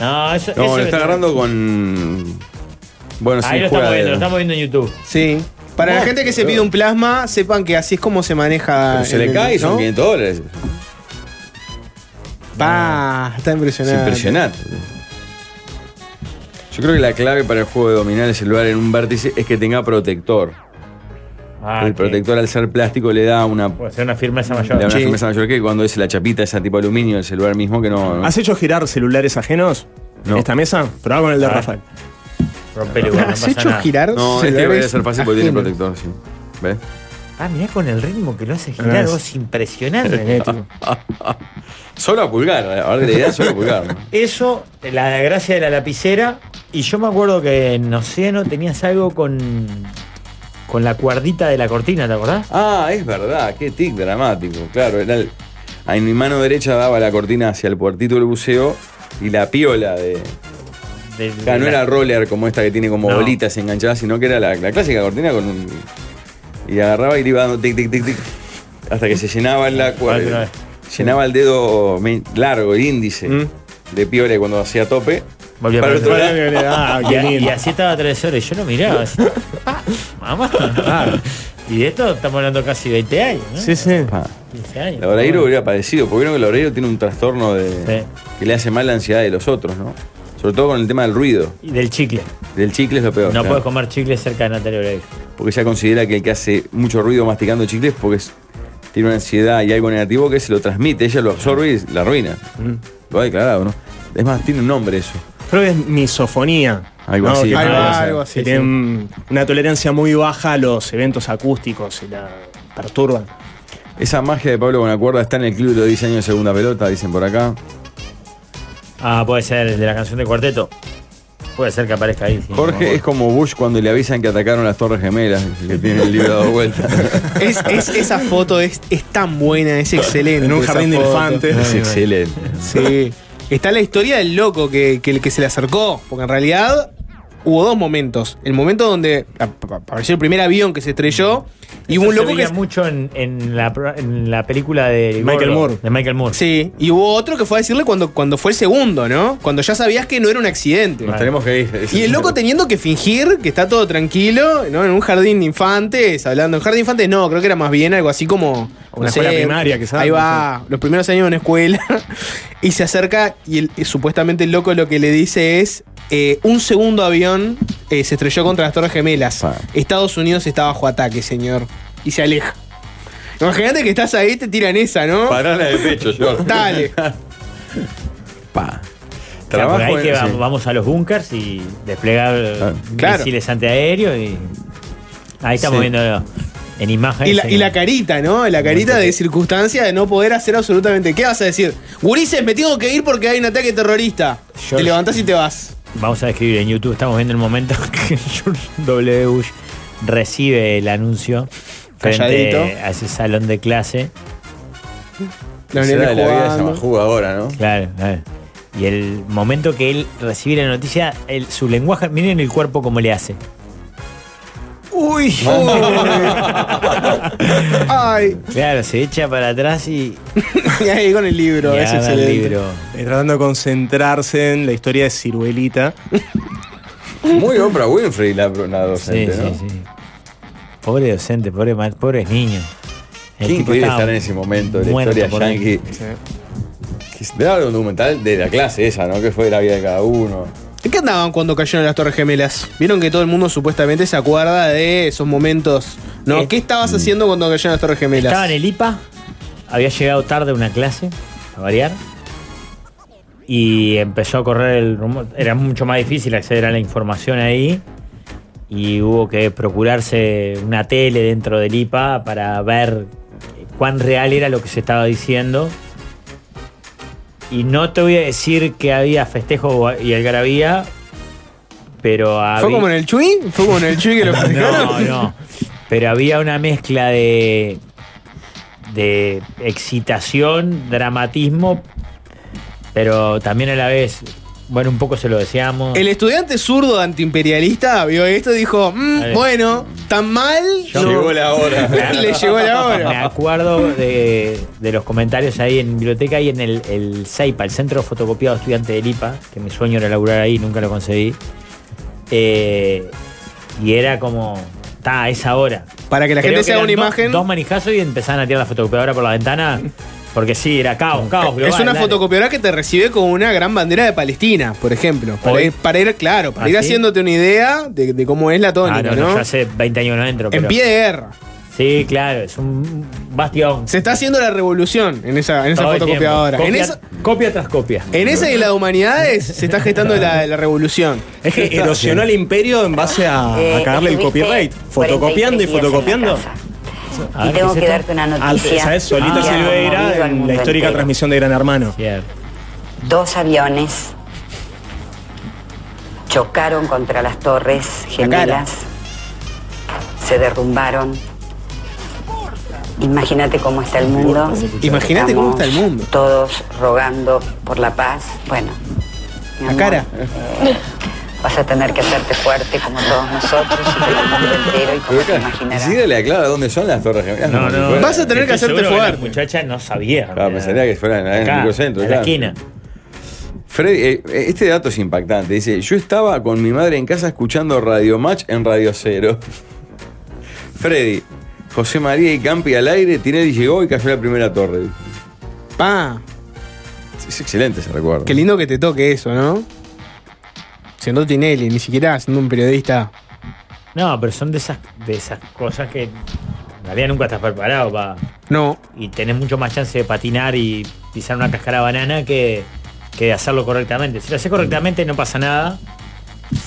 [SPEAKER 4] No, eso,
[SPEAKER 1] No,
[SPEAKER 4] eso-
[SPEAKER 1] lo está agarrando con. Bueno,
[SPEAKER 4] Ahí
[SPEAKER 1] sin
[SPEAKER 4] lo estamos
[SPEAKER 1] juega
[SPEAKER 4] viendo, lo
[SPEAKER 1] dedo.
[SPEAKER 4] estamos viendo en YouTube.
[SPEAKER 3] Sí. Para la gente que se pide un plasma, sepan que así es como se maneja.
[SPEAKER 1] Pero se
[SPEAKER 3] el-
[SPEAKER 1] le cae y son
[SPEAKER 3] ¿no?
[SPEAKER 1] 500 dólares.
[SPEAKER 3] Pa, está
[SPEAKER 1] Es
[SPEAKER 3] impresionante.
[SPEAKER 1] impresionante. Yo creo que la clave para el juego de dominar el celular en un vértice es que tenga protector.
[SPEAKER 4] Ah,
[SPEAKER 1] el
[SPEAKER 4] que
[SPEAKER 1] protector al ser plástico le da una,
[SPEAKER 4] Puede ser una firmeza
[SPEAKER 1] le da
[SPEAKER 4] mayor.
[SPEAKER 1] una
[SPEAKER 3] Sí.
[SPEAKER 1] firmeza mayor que cuando es la chapita esa tipo aluminio del celular mismo que no. no-
[SPEAKER 2] ¿Has hecho girar celulares ajenos
[SPEAKER 1] No.
[SPEAKER 2] en esta mesa? Probá con el de
[SPEAKER 4] A ver.
[SPEAKER 2] Rafael.
[SPEAKER 4] Rompele, igual, no
[SPEAKER 3] ¿Has
[SPEAKER 4] pasa
[SPEAKER 3] hecho
[SPEAKER 4] nada.
[SPEAKER 3] girar?
[SPEAKER 1] No, este voy a
[SPEAKER 3] celulares
[SPEAKER 1] ser fácil porque tiene
[SPEAKER 3] ajenos?
[SPEAKER 1] protector, sí. ¿Ves?
[SPEAKER 4] Ah, mirá con el ritmo que lo hace girar,
[SPEAKER 2] es-
[SPEAKER 4] vos
[SPEAKER 1] [LAUGHS]
[SPEAKER 4] impresionante.
[SPEAKER 2] Frenético.
[SPEAKER 1] Solo a pulgar, ahora la idea es solo a pulgar. ¿no?
[SPEAKER 4] Eso, la gracia de la lapicera. Y yo me acuerdo que en Océano tenías algo con, con la cuerdita de la cortina, ¿te acordás?
[SPEAKER 1] Ah, es verdad, qué tic dramático. Claro, era el- en mi mano derecha daba la cortina hacia el puertito del buceo y la piola de.
[SPEAKER 4] De-
[SPEAKER 1] Claro, no
[SPEAKER 4] de
[SPEAKER 1] era
[SPEAKER 4] la-
[SPEAKER 1] roller como esta que tiene como
[SPEAKER 4] No.
[SPEAKER 1] bolitas enganchadas, sino que era la, la clásica cortina con un. Y agarraba y le iba dando tic, tic, tic, tic. Hasta que se
[SPEAKER 4] [LAUGHS]
[SPEAKER 1] llenaba la
[SPEAKER 4] Alguna vez.
[SPEAKER 1] cuerda. Llenaba el dedo me- largo, el índice
[SPEAKER 2] Mm.
[SPEAKER 1] de piola y cuando hacía tope.
[SPEAKER 4] Volvía
[SPEAKER 1] para
[SPEAKER 4] para
[SPEAKER 1] el otro
[SPEAKER 2] Hola,
[SPEAKER 1] lado.
[SPEAKER 2] Violeta. Ah,
[SPEAKER 4] Y,
[SPEAKER 2] qué
[SPEAKER 4] a- y
[SPEAKER 2] lindo.
[SPEAKER 4] así estaba tres horas. y Yo no miraba.
[SPEAKER 1] [LAUGHS]
[SPEAKER 4] así, pa, Mamá. Y de esto estamos hablando casi 20 años, ¿no?
[SPEAKER 2] Sí, sí.
[SPEAKER 1] Pa.
[SPEAKER 4] 15 años.
[SPEAKER 1] Laureiro hubiera padecido, porque vieron que Laureiro tiene un trastorno de,
[SPEAKER 4] Sí.
[SPEAKER 1] que le hace mal la ansiedad de los otros, ¿no? Sobre todo con el tema del ruido.
[SPEAKER 4] Y del chicle.
[SPEAKER 1] Del chicle es lo peor.
[SPEAKER 4] No
[SPEAKER 1] ¿no?
[SPEAKER 4] puedes comer chicle cerca de Natalia Oreiro.
[SPEAKER 1] Porque ella considera que el que hace mucho ruido masticando chicles porque es- tiene una ansiedad y algo negativo que se lo transmite, ella lo absorbe y la arruina.
[SPEAKER 4] Mm.
[SPEAKER 1] Lo ha declarado, ¿no? Es más, tiene un nombre eso.
[SPEAKER 2] Creo que es misofonía.
[SPEAKER 1] Algo
[SPEAKER 2] ¿no?
[SPEAKER 1] así.
[SPEAKER 2] Que
[SPEAKER 1] Algo-
[SPEAKER 2] tiene-
[SPEAKER 3] algo así,
[SPEAKER 2] que tiene un- una tolerancia muy baja a los eventos acústicos y la perturban.
[SPEAKER 1] Esa magia de Pablo Bonacuerda está en el club de los 10 años de segunda pelota, dicen por acá.
[SPEAKER 4] Ah, puede ser de la canción de cuarteto. Puede ser que aparezca ahí. sí, no me
[SPEAKER 1] Jorge
[SPEAKER 4] acuerdo.
[SPEAKER 1] es como Bush cuando le avisan que atacaron las Torres Gemelas, el que tiene el libro dado vuelta.
[SPEAKER 3] Es, es- esa foto es, es tan buena, es excelente.
[SPEAKER 2] En un
[SPEAKER 3] esa
[SPEAKER 2] jardín de
[SPEAKER 3] foto.
[SPEAKER 2] infantes.
[SPEAKER 1] es excelente.
[SPEAKER 3] Sí. Está la historia del loco que, que, que se le acercó. Porque en realidad hubo dos momentos. El momento donde ap- ap- apareció el primer avión que se estrelló. Y hubo
[SPEAKER 4] Eso
[SPEAKER 3] un
[SPEAKER 4] se
[SPEAKER 3] loco que.
[SPEAKER 4] veía mucho en, en la, pro- en la película de
[SPEAKER 2] Michael
[SPEAKER 4] Gordo,
[SPEAKER 2] Moore.
[SPEAKER 4] De Michael Moore.
[SPEAKER 3] Sí. Y hubo otro que fue a decirle cuando, cuando fue el segundo, ¿no? Cuando ya sabías que no era un accidente.
[SPEAKER 1] Nos tenemos
[SPEAKER 2] [LAUGHS]
[SPEAKER 1] que ir.
[SPEAKER 3] Y el loco teniendo que fingir que está todo tranquilo, ¿no? En un jardín de infantes, hablando en jardín de infantes, no, creo que era más bien algo así como.
[SPEAKER 2] Una
[SPEAKER 3] no
[SPEAKER 2] escuela primaria, quizás,
[SPEAKER 3] Ahí
[SPEAKER 2] no
[SPEAKER 3] va, los primeros años de una escuela. [LAUGHS] y se acerca y, el- y supuestamente el loco lo que le dice es: eh, un segundo avión eh, se estrelló contra las Torres Gemelas.
[SPEAKER 1] Ah.
[SPEAKER 3] Estados Unidos está bajo ataque, señor. Y se aleja. Imagínate que estás ahí, te tiran esa, ¿no?
[SPEAKER 1] Parala de pecho, Jorge.
[SPEAKER 2] [LAUGHS]
[SPEAKER 3] Dale.
[SPEAKER 1] Pa.
[SPEAKER 4] O sea, por ahí
[SPEAKER 1] en-
[SPEAKER 4] que va-
[SPEAKER 1] sí.
[SPEAKER 4] vamos a los bunkers y desplegar eh,
[SPEAKER 3] Claro.
[SPEAKER 4] misiles antiaéreos y. Ahí estamos
[SPEAKER 1] Sí.
[SPEAKER 4] viendo en imagen.
[SPEAKER 3] Y la, y la carita, ¿no? La carita de circunstancia de no poder hacer absolutamente. ¿Qué vas a decir? Gurises, me tengo que ir porque hay un ataque terrorista.
[SPEAKER 4] Yo-
[SPEAKER 3] te levantás y te
[SPEAKER 4] [LAUGHS]
[SPEAKER 3] vas.
[SPEAKER 4] Vamos a describir en YouTube, estamos viendo el momento [LAUGHS] que George W. Bush recibe el anuncio frente
[SPEAKER 3] Calladito.
[SPEAKER 4] a ese salón de clase.
[SPEAKER 3] Los
[SPEAKER 1] Será
[SPEAKER 3] nenes
[SPEAKER 1] de la vida se
[SPEAKER 3] jugando.
[SPEAKER 1] jugadora, ahora, ¿no?
[SPEAKER 4] Claro, claro. Y el momento que él recibe la noticia, el- su lenguaje, miren el cuerpo como le hace. Uy.
[SPEAKER 3] Ay,
[SPEAKER 4] Claro, se echa para atrás y.
[SPEAKER 3] y ahí con el libro,
[SPEAKER 4] y
[SPEAKER 3] es
[SPEAKER 4] agarra el
[SPEAKER 3] excelente.
[SPEAKER 4] libro.
[SPEAKER 2] Eh, tratando de concentrarse en la historia de Ciruelita.
[SPEAKER 1] [LAUGHS] Muy Oprah Winfrey la, la
[SPEAKER 4] Sí,
[SPEAKER 1] docente, ¿no?
[SPEAKER 4] sí, sí. Pobre docente, pobre mal, pobres niños. El
[SPEAKER 1] ¿Quién
[SPEAKER 4] tipo
[SPEAKER 1] pudiera
[SPEAKER 4] estaba
[SPEAKER 1] estar en ese momento de la
[SPEAKER 4] muerto
[SPEAKER 1] historia
[SPEAKER 4] por ahí.
[SPEAKER 1] yankee? Que se- Debe haber un documental de la clase esa, ¿no? Que fue de la vida de cada uno.
[SPEAKER 3] ¿En qué andaban cuando cayeron las Torres Gemelas? Vieron que todo el mundo supuestamente se acuerda de esos momentos. ¿No?
[SPEAKER 4] Eh,
[SPEAKER 3] ¿Qué estabas haciendo cuando cayeron las Torres Gemelas?
[SPEAKER 4] Estaba en el IPA, había llegado tarde a una clase, a variar, y empezó a correr el rumor. Era mucho más difícil acceder a la información ahí, y hubo que procurarse una tele dentro del IPA para ver cuán real era lo que se estaba diciendo. Y no te voy a decir que había festejo y algarabía, pero había...
[SPEAKER 3] ¿Fue como en el Chuy? ¿Fue como en el Chuy que lo
[SPEAKER 4] [LAUGHS] No,
[SPEAKER 3] festejaron?
[SPEAKER 4] no. Pero había una mezcla de. de excitación, dramatismo, pero también a la vez. Bueno, un poco se lo decíamos.
[SPEAKER 3] El estudiante zurdo antiimperialista vio esto y dijo, "Mm,
[SPEAKER 4] Ahí.
[SPEAKER 3] bueno, tan mal,
[SPEAKER 4] Yo-
[SPEAKER 3] no".
[SPEAKER 1] Llegó la hora.
[SPEAKER 3] [LAUGHS] le llegó la
[SPEAKER 4] Me
[SPEAKER 3] hora.
[SPEAKER 4] acuerdo de, de los comentarios ahí en biblioteca y en el, el CEIPA, el Centro Fotocopiado Estudiante del IPA, que mi sueño era laburar ahí, nunca lo conseguí. Eh, y era como, está, a esa hora.
[SPEAKER 3] Para que la
[SPEAKER 4] Creo
[SPEAKER 3] gente
[SPEAKER 4] que
[SPEAKER 3] se haga
[SPEAKER 4] eran
[SPEAKER 3] una
[SPEAKER 4] dos-
[SPEAKER 3] imagen,
[SPEAKER 4] Dos manijazos y empezaban a tirar la fotocopiadora por la ventana. Porque sí, era caos, caos. global,
[SPEAKER 3] Mm. es una
[SPEAKER 4] dale.
[SPEAKER 3] fotocopiadora que te recibe con una gran bandera de Palestina, por ejemplo. Para,
[SPEAKER 4] Hoy.
[SPEAKER 3] ir, para ir- claro, para
[SPEAKER 4] ¿Ah,
[SPEAKER 3] ir
[SPEAKER 4] sí?
[SPEAKER 3] haciéndote una idea de, de cómo es la
[SPEAKER 4] Ah,
[SPEAKER 3] tónica,
[SPEAKER 4] no, no,
[SPEAKER 3] ¿no?
[SPEAKER 4] yo hace 20 años que no entro.
[SPEAKER 3] en
[SPEAKER 4] pero-
[SPEAKER 3] pie de guerra.
[SPEAKER 4] Sí, claro, es un bastión.
[SPEAKER 3] Se está haciendo la revolución en esa, en esa
[SPEAKER 4] Todo el tiempo.
[SPEAKER 3] fotocopiadora.
[SPEAKER 4] Copia,
[SPEAKER 3] En esa,
[SPEAKER 4] copia tras copia.
[SPEAKER 3] en esa y en la de humanidades se está gestando la, la revolución.
[SPEAKER 2] Es que erosionó al imperio en base a, a
[SPEAKER 7] Eh,
[SPEAKER 2] cagarle el
[SPEAKER 7] estuviste
[SPEAKER 2] copyright. Fotocopiando
[SPEAKER 7] 43
[SPEAKER 2] y
[SPEAKER 7] días en la
[SPEAKER 2] fotocopiando. Ah,
[SPEAKER 7] casa.
[SPEAKER 4] A
[SPEAKER 7] Y
[SPEAKER 4] ver,
[SPEAKER 7] tengo que
[SPEAKER 4] ¿qué es esto?
[SPEAKER 7] darte una
[SPEAKER 2] Antes,
[SPEAKER 7] noticia.
[SPEAKER 2] ¿sabes? Solita
[SPEAKER 7] que ha conmovido
[SPEAKER 2] Silveira
[SPEAKER 7] al
[SPEAKER 2] en
[SPEAKER 7] mundo
[SPEAKER 2] la histórica
[SPEAKER 7] entero.
[SPEAKER 2] transmisión de Gran Hermano.
[SPEAKER 4] Cierto.
[SPEAKER 7] Dos aviones chocaron contra las torres gemelas, se derrumbaron. Imagínate cómo está el mundo.
[SPEAKER 3] Imagínate cómo está el
[SPEAKER 7] Estamos
[SPEAKER 3] mundo.
[SPEAKER 7] Todos rogando por la paz. Bueno. mi
[SPEAKER 3] La
[SPEAKER 7] amor, eh,
[SPEAKER 3] cara.
[SPEAKER 7] Vas a tener que hacerte fuerte como todos nosotros y como el mundo entero y como
[SPEAKER 1] Pero
[SPEAKER 7] te
[SPEAKER 1] acá,
[SPEAKER 7] imaginarás.
[SPEAKER 1] Ni siquiera le aclara dónde son las torres gemelas.
[SPEAKER 4] No, no.
[SPEAKER 1] Fuera.
[SPEAKER 3] Vas a tener que
[SPEAKER 4] Estoy
[SPEAKER 3] hacerte
[SPEAKER 4] seguro que Ah,
[SPEAKER 3] fuerte.
[SPEAKER 4] La muchacha no sabía.
[SPEAKER 1] Claro, pensaría que fuera en el
[SPEAKER 4] Acá,
[SPEAKER 1] microcentro,
[SPEAKER 4] en la
[SPEAKER 1] claro.
[SPEAKER 4] esquina.
[SPEAKER 1] Freddy, eh, este dato es impactante. Dice, yo estaba con mi madre en casa escuchando Radio Match en Radio Cero. [LAUGHS] Freddy, José María y Campi al aire, Tinelli llegó y cayó la primera torre.
[SPEAKER 3] Pa,
[SPEAKER 1] Es excelente ese recuerdo.
[SPEAKER 3] qué lindo que te toque eso, ¿no? Siendo Tinelli, ni siquiera siendo un periodista.
[SPEAKER 4] No, pero son de esas, de esas cosas que en realidad nunca estás preparado para.
[SPEAKER 3] No.
[SPEAKER 4] y tenés mucho más chance de patinar y pisar una cáscara de banana que, que de hacerlo correctamente. Si lo haces correctamente no pasa nada.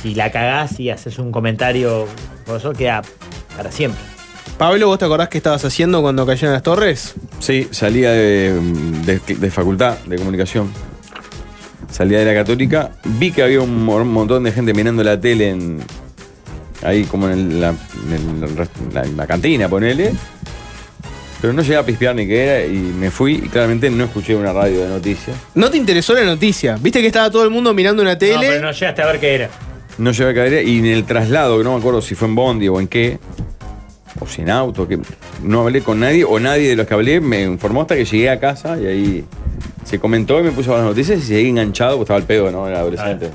[SPEAKER 4] Si la cagás y haces un comentario, por eso queda para siempre.
[SPEAKER 3] Pablo, ¿vos te acordás qué estabas haciendo cuando cayeron las torres?
[SPEAKER 1] Sí, salía de, de- de facultad de comunicación. Salía de la católica. Vi que había un mo- montón de gente mirando la tele en. Ahí como en, el- la, en el rest- la- en la cantina, ponele. Pero no llegué a pispear ni qué era y me fui y claramente no escuché una radio de noticias.
[SPEAKER 3] No te interesó la noticia. Viste que estaba todo el mundo mirando una
[SPEAKER 4] No,
[SPEAKER 3] tele.
[SPEAKER 4] pero no llegaste a ver qué era.
[SPEAKER 1] No llegué a caer y en el traslado, que no me acuerdo si fue en Bondi o en qué, o si en auto, que no hablé con nadie o nadie de los que hablé me informó hasta que llegué a casa y ahí se comentó y me puso a ver las noticias y seguí enganchado porque estaba el pedo, ¿no? Era adolescente.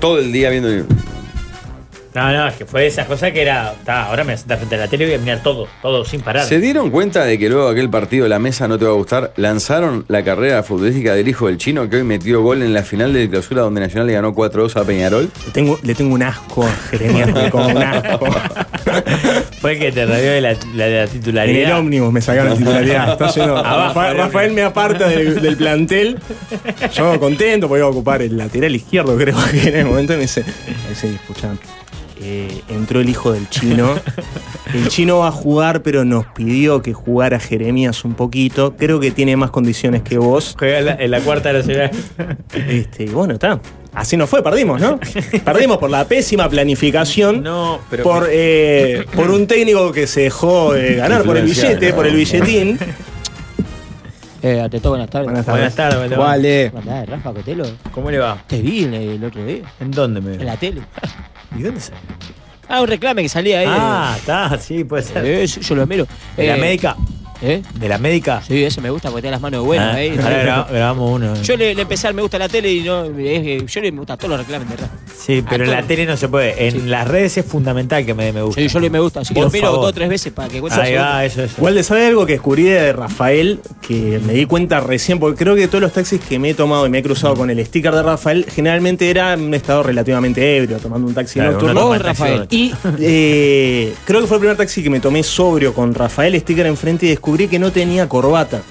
[SPEAKER 1] Todo el día viendo. el-
[SPEAKER 4] No, no, es que fue de esas cosas que era. "Ta, ahora me voy a sentar frente a la tele y voy a mirar todo, todo sin parar.
[SPEAKER 1] ¿Se dieron cuenta de que luego aquel partido La Mesa no te va a gustar? Lanzaron la carrera futbolística del hijo del chino que hoy metió gol en la final de clausura donde Nacional le ganó 4-2 a Peñarol.
[SPEAKER 2] Le tengo, le tengo un asco a Jeremías, como un asco.
[SPEAKER 4] Fue el que te rodeó de la, la- la
[SPEAKER 2] En el
[SPEAKER 4] titularidad.
[SPEAKER 2] ómnibus me sacaron
[SPEAKER 4] [LAUGHS]
[SPEAKER 2] titularidad. Está yendo-
[SPEAKER 4] Abajo,
[SPEAKER 2] Rafael,
[SPEAKER 4] del
[SPEAKER 2] Rafael me aparta del, del plantel. Yo contento porque iba a ocupar el lateral izquierdo, creo que en el momento. Y me dice, me dice, escuchá, eh, entró el hijo del chino. El chino va a jugar, pero nos pidió que jugara Jeremías un poquito. Creo que tiene más condiciones que vos.
[SPEAKER 4] Juega en la, en la cuarta de la ciudad.
[SPEAKER 2] Este, y bueno, está. Así nos fue, perdimos,
[SPEAKER 4] [LAUGHS]
[SPEAKER 2] ¿no? Perdimos por la pésima planificación.
[SPEAKER 4] No, pero.
[SPEAKER 2] por,
[SPEAKER 4] [CLEARS THROAT]
[SPEAKER 2] eh, por
[SPEAKER 6] [CLEARS THROAT]
[SPEAKER 2] un técnico que se dejó eh, ganar por el
[SPEAKER 1] Influenciado.
[SPEAKER 2] billete, por el billetín.
[SPEAKER 6] [LAUGHS] Eh, ante todo, buenas tardes.
[SPEAKER 2] Buenas
[SPEAKER 4] Buenas tardes, Balón.
[SPEAKER 3] Vale.
[SPEAKER 6] Hola, Rafa Cotelo.
[SPEAKER 4] ¿Cómo le va?
[SPEAKER 6] Te vi el, el otro día,
[SPEAKER 4] ¿En dónde me
[SPEAKER 6] en la tele.
[SPEAKER 4] [LAUGHS] ¿Y dónde sale?
[SPEAKER 6] Ah, Ah, un reclame que salía ahí.
[SPEAKER 4] Ah, está, sí, puede ser.
[SPEAKER 6] Eh, yo, yo lo miro.
[SPEAKER 4] De la
[SPEAKER 6] Eh,
[SPEAKER 4] médica.
[SPEAKER 6] ¿Eh?
[SPEAKER 4] De la médica.
[SPEAKER 6] Sí, eso me gusta porque tiene las manos buenas.
[SPEAKER 4] Ah, [LAUGHS]
[SPEAKER 6] ahí.
[SPEAKER 4] ahora gra- grabamos uno.
[SPEAKER 6] Yo le, le empecé al me gusta la tele y no. eh, eh, yo le me gusta todos los reclames, de ¿verdad?
[SPEAKER 4] sí, pero en
[SPEAKER 6] actor.
[SPEAKER 4] la tele no se puede. En
[SPEAKER 6] Sí.
[SPEAKER 4] las redes es fundamental que me dé me gusta.
[SPEAKER 6] Sí, yo le me gusta. Así que
[SPEAKER 4] Por
[SPEAKER 6] lo miro
[SPEAKER 4] favor.
[SPEAKER 6] dos o tres veces para que cuente.
[SPEAKER 4] Ahí va, eso, eso.
[SPEAKER 2] Igual de saber algo que descubrí de Rafael, que me di cuenta recién, porque creo que todos los taxis que me he tomado y me he cruzado con el sticker de Rafael, generalmente era en un estado relativamente ebrio, tomando un taxi
[SPEAKER 4] Claro, uno
[SPEAKER 2] nocturno.
[SPEAKER 4] toma
[SPEAKER 6] Vos,
[SPEAKER 4] el taxi
[SPEAKER 6] Rafael.
[SPEAKER 4] nocturno.
[SPEAKER 2] Y eh, creo que fue el primer taxi que me tomé sobrio con Rafael Sticker enfrente y descubrí que no tenía corbata.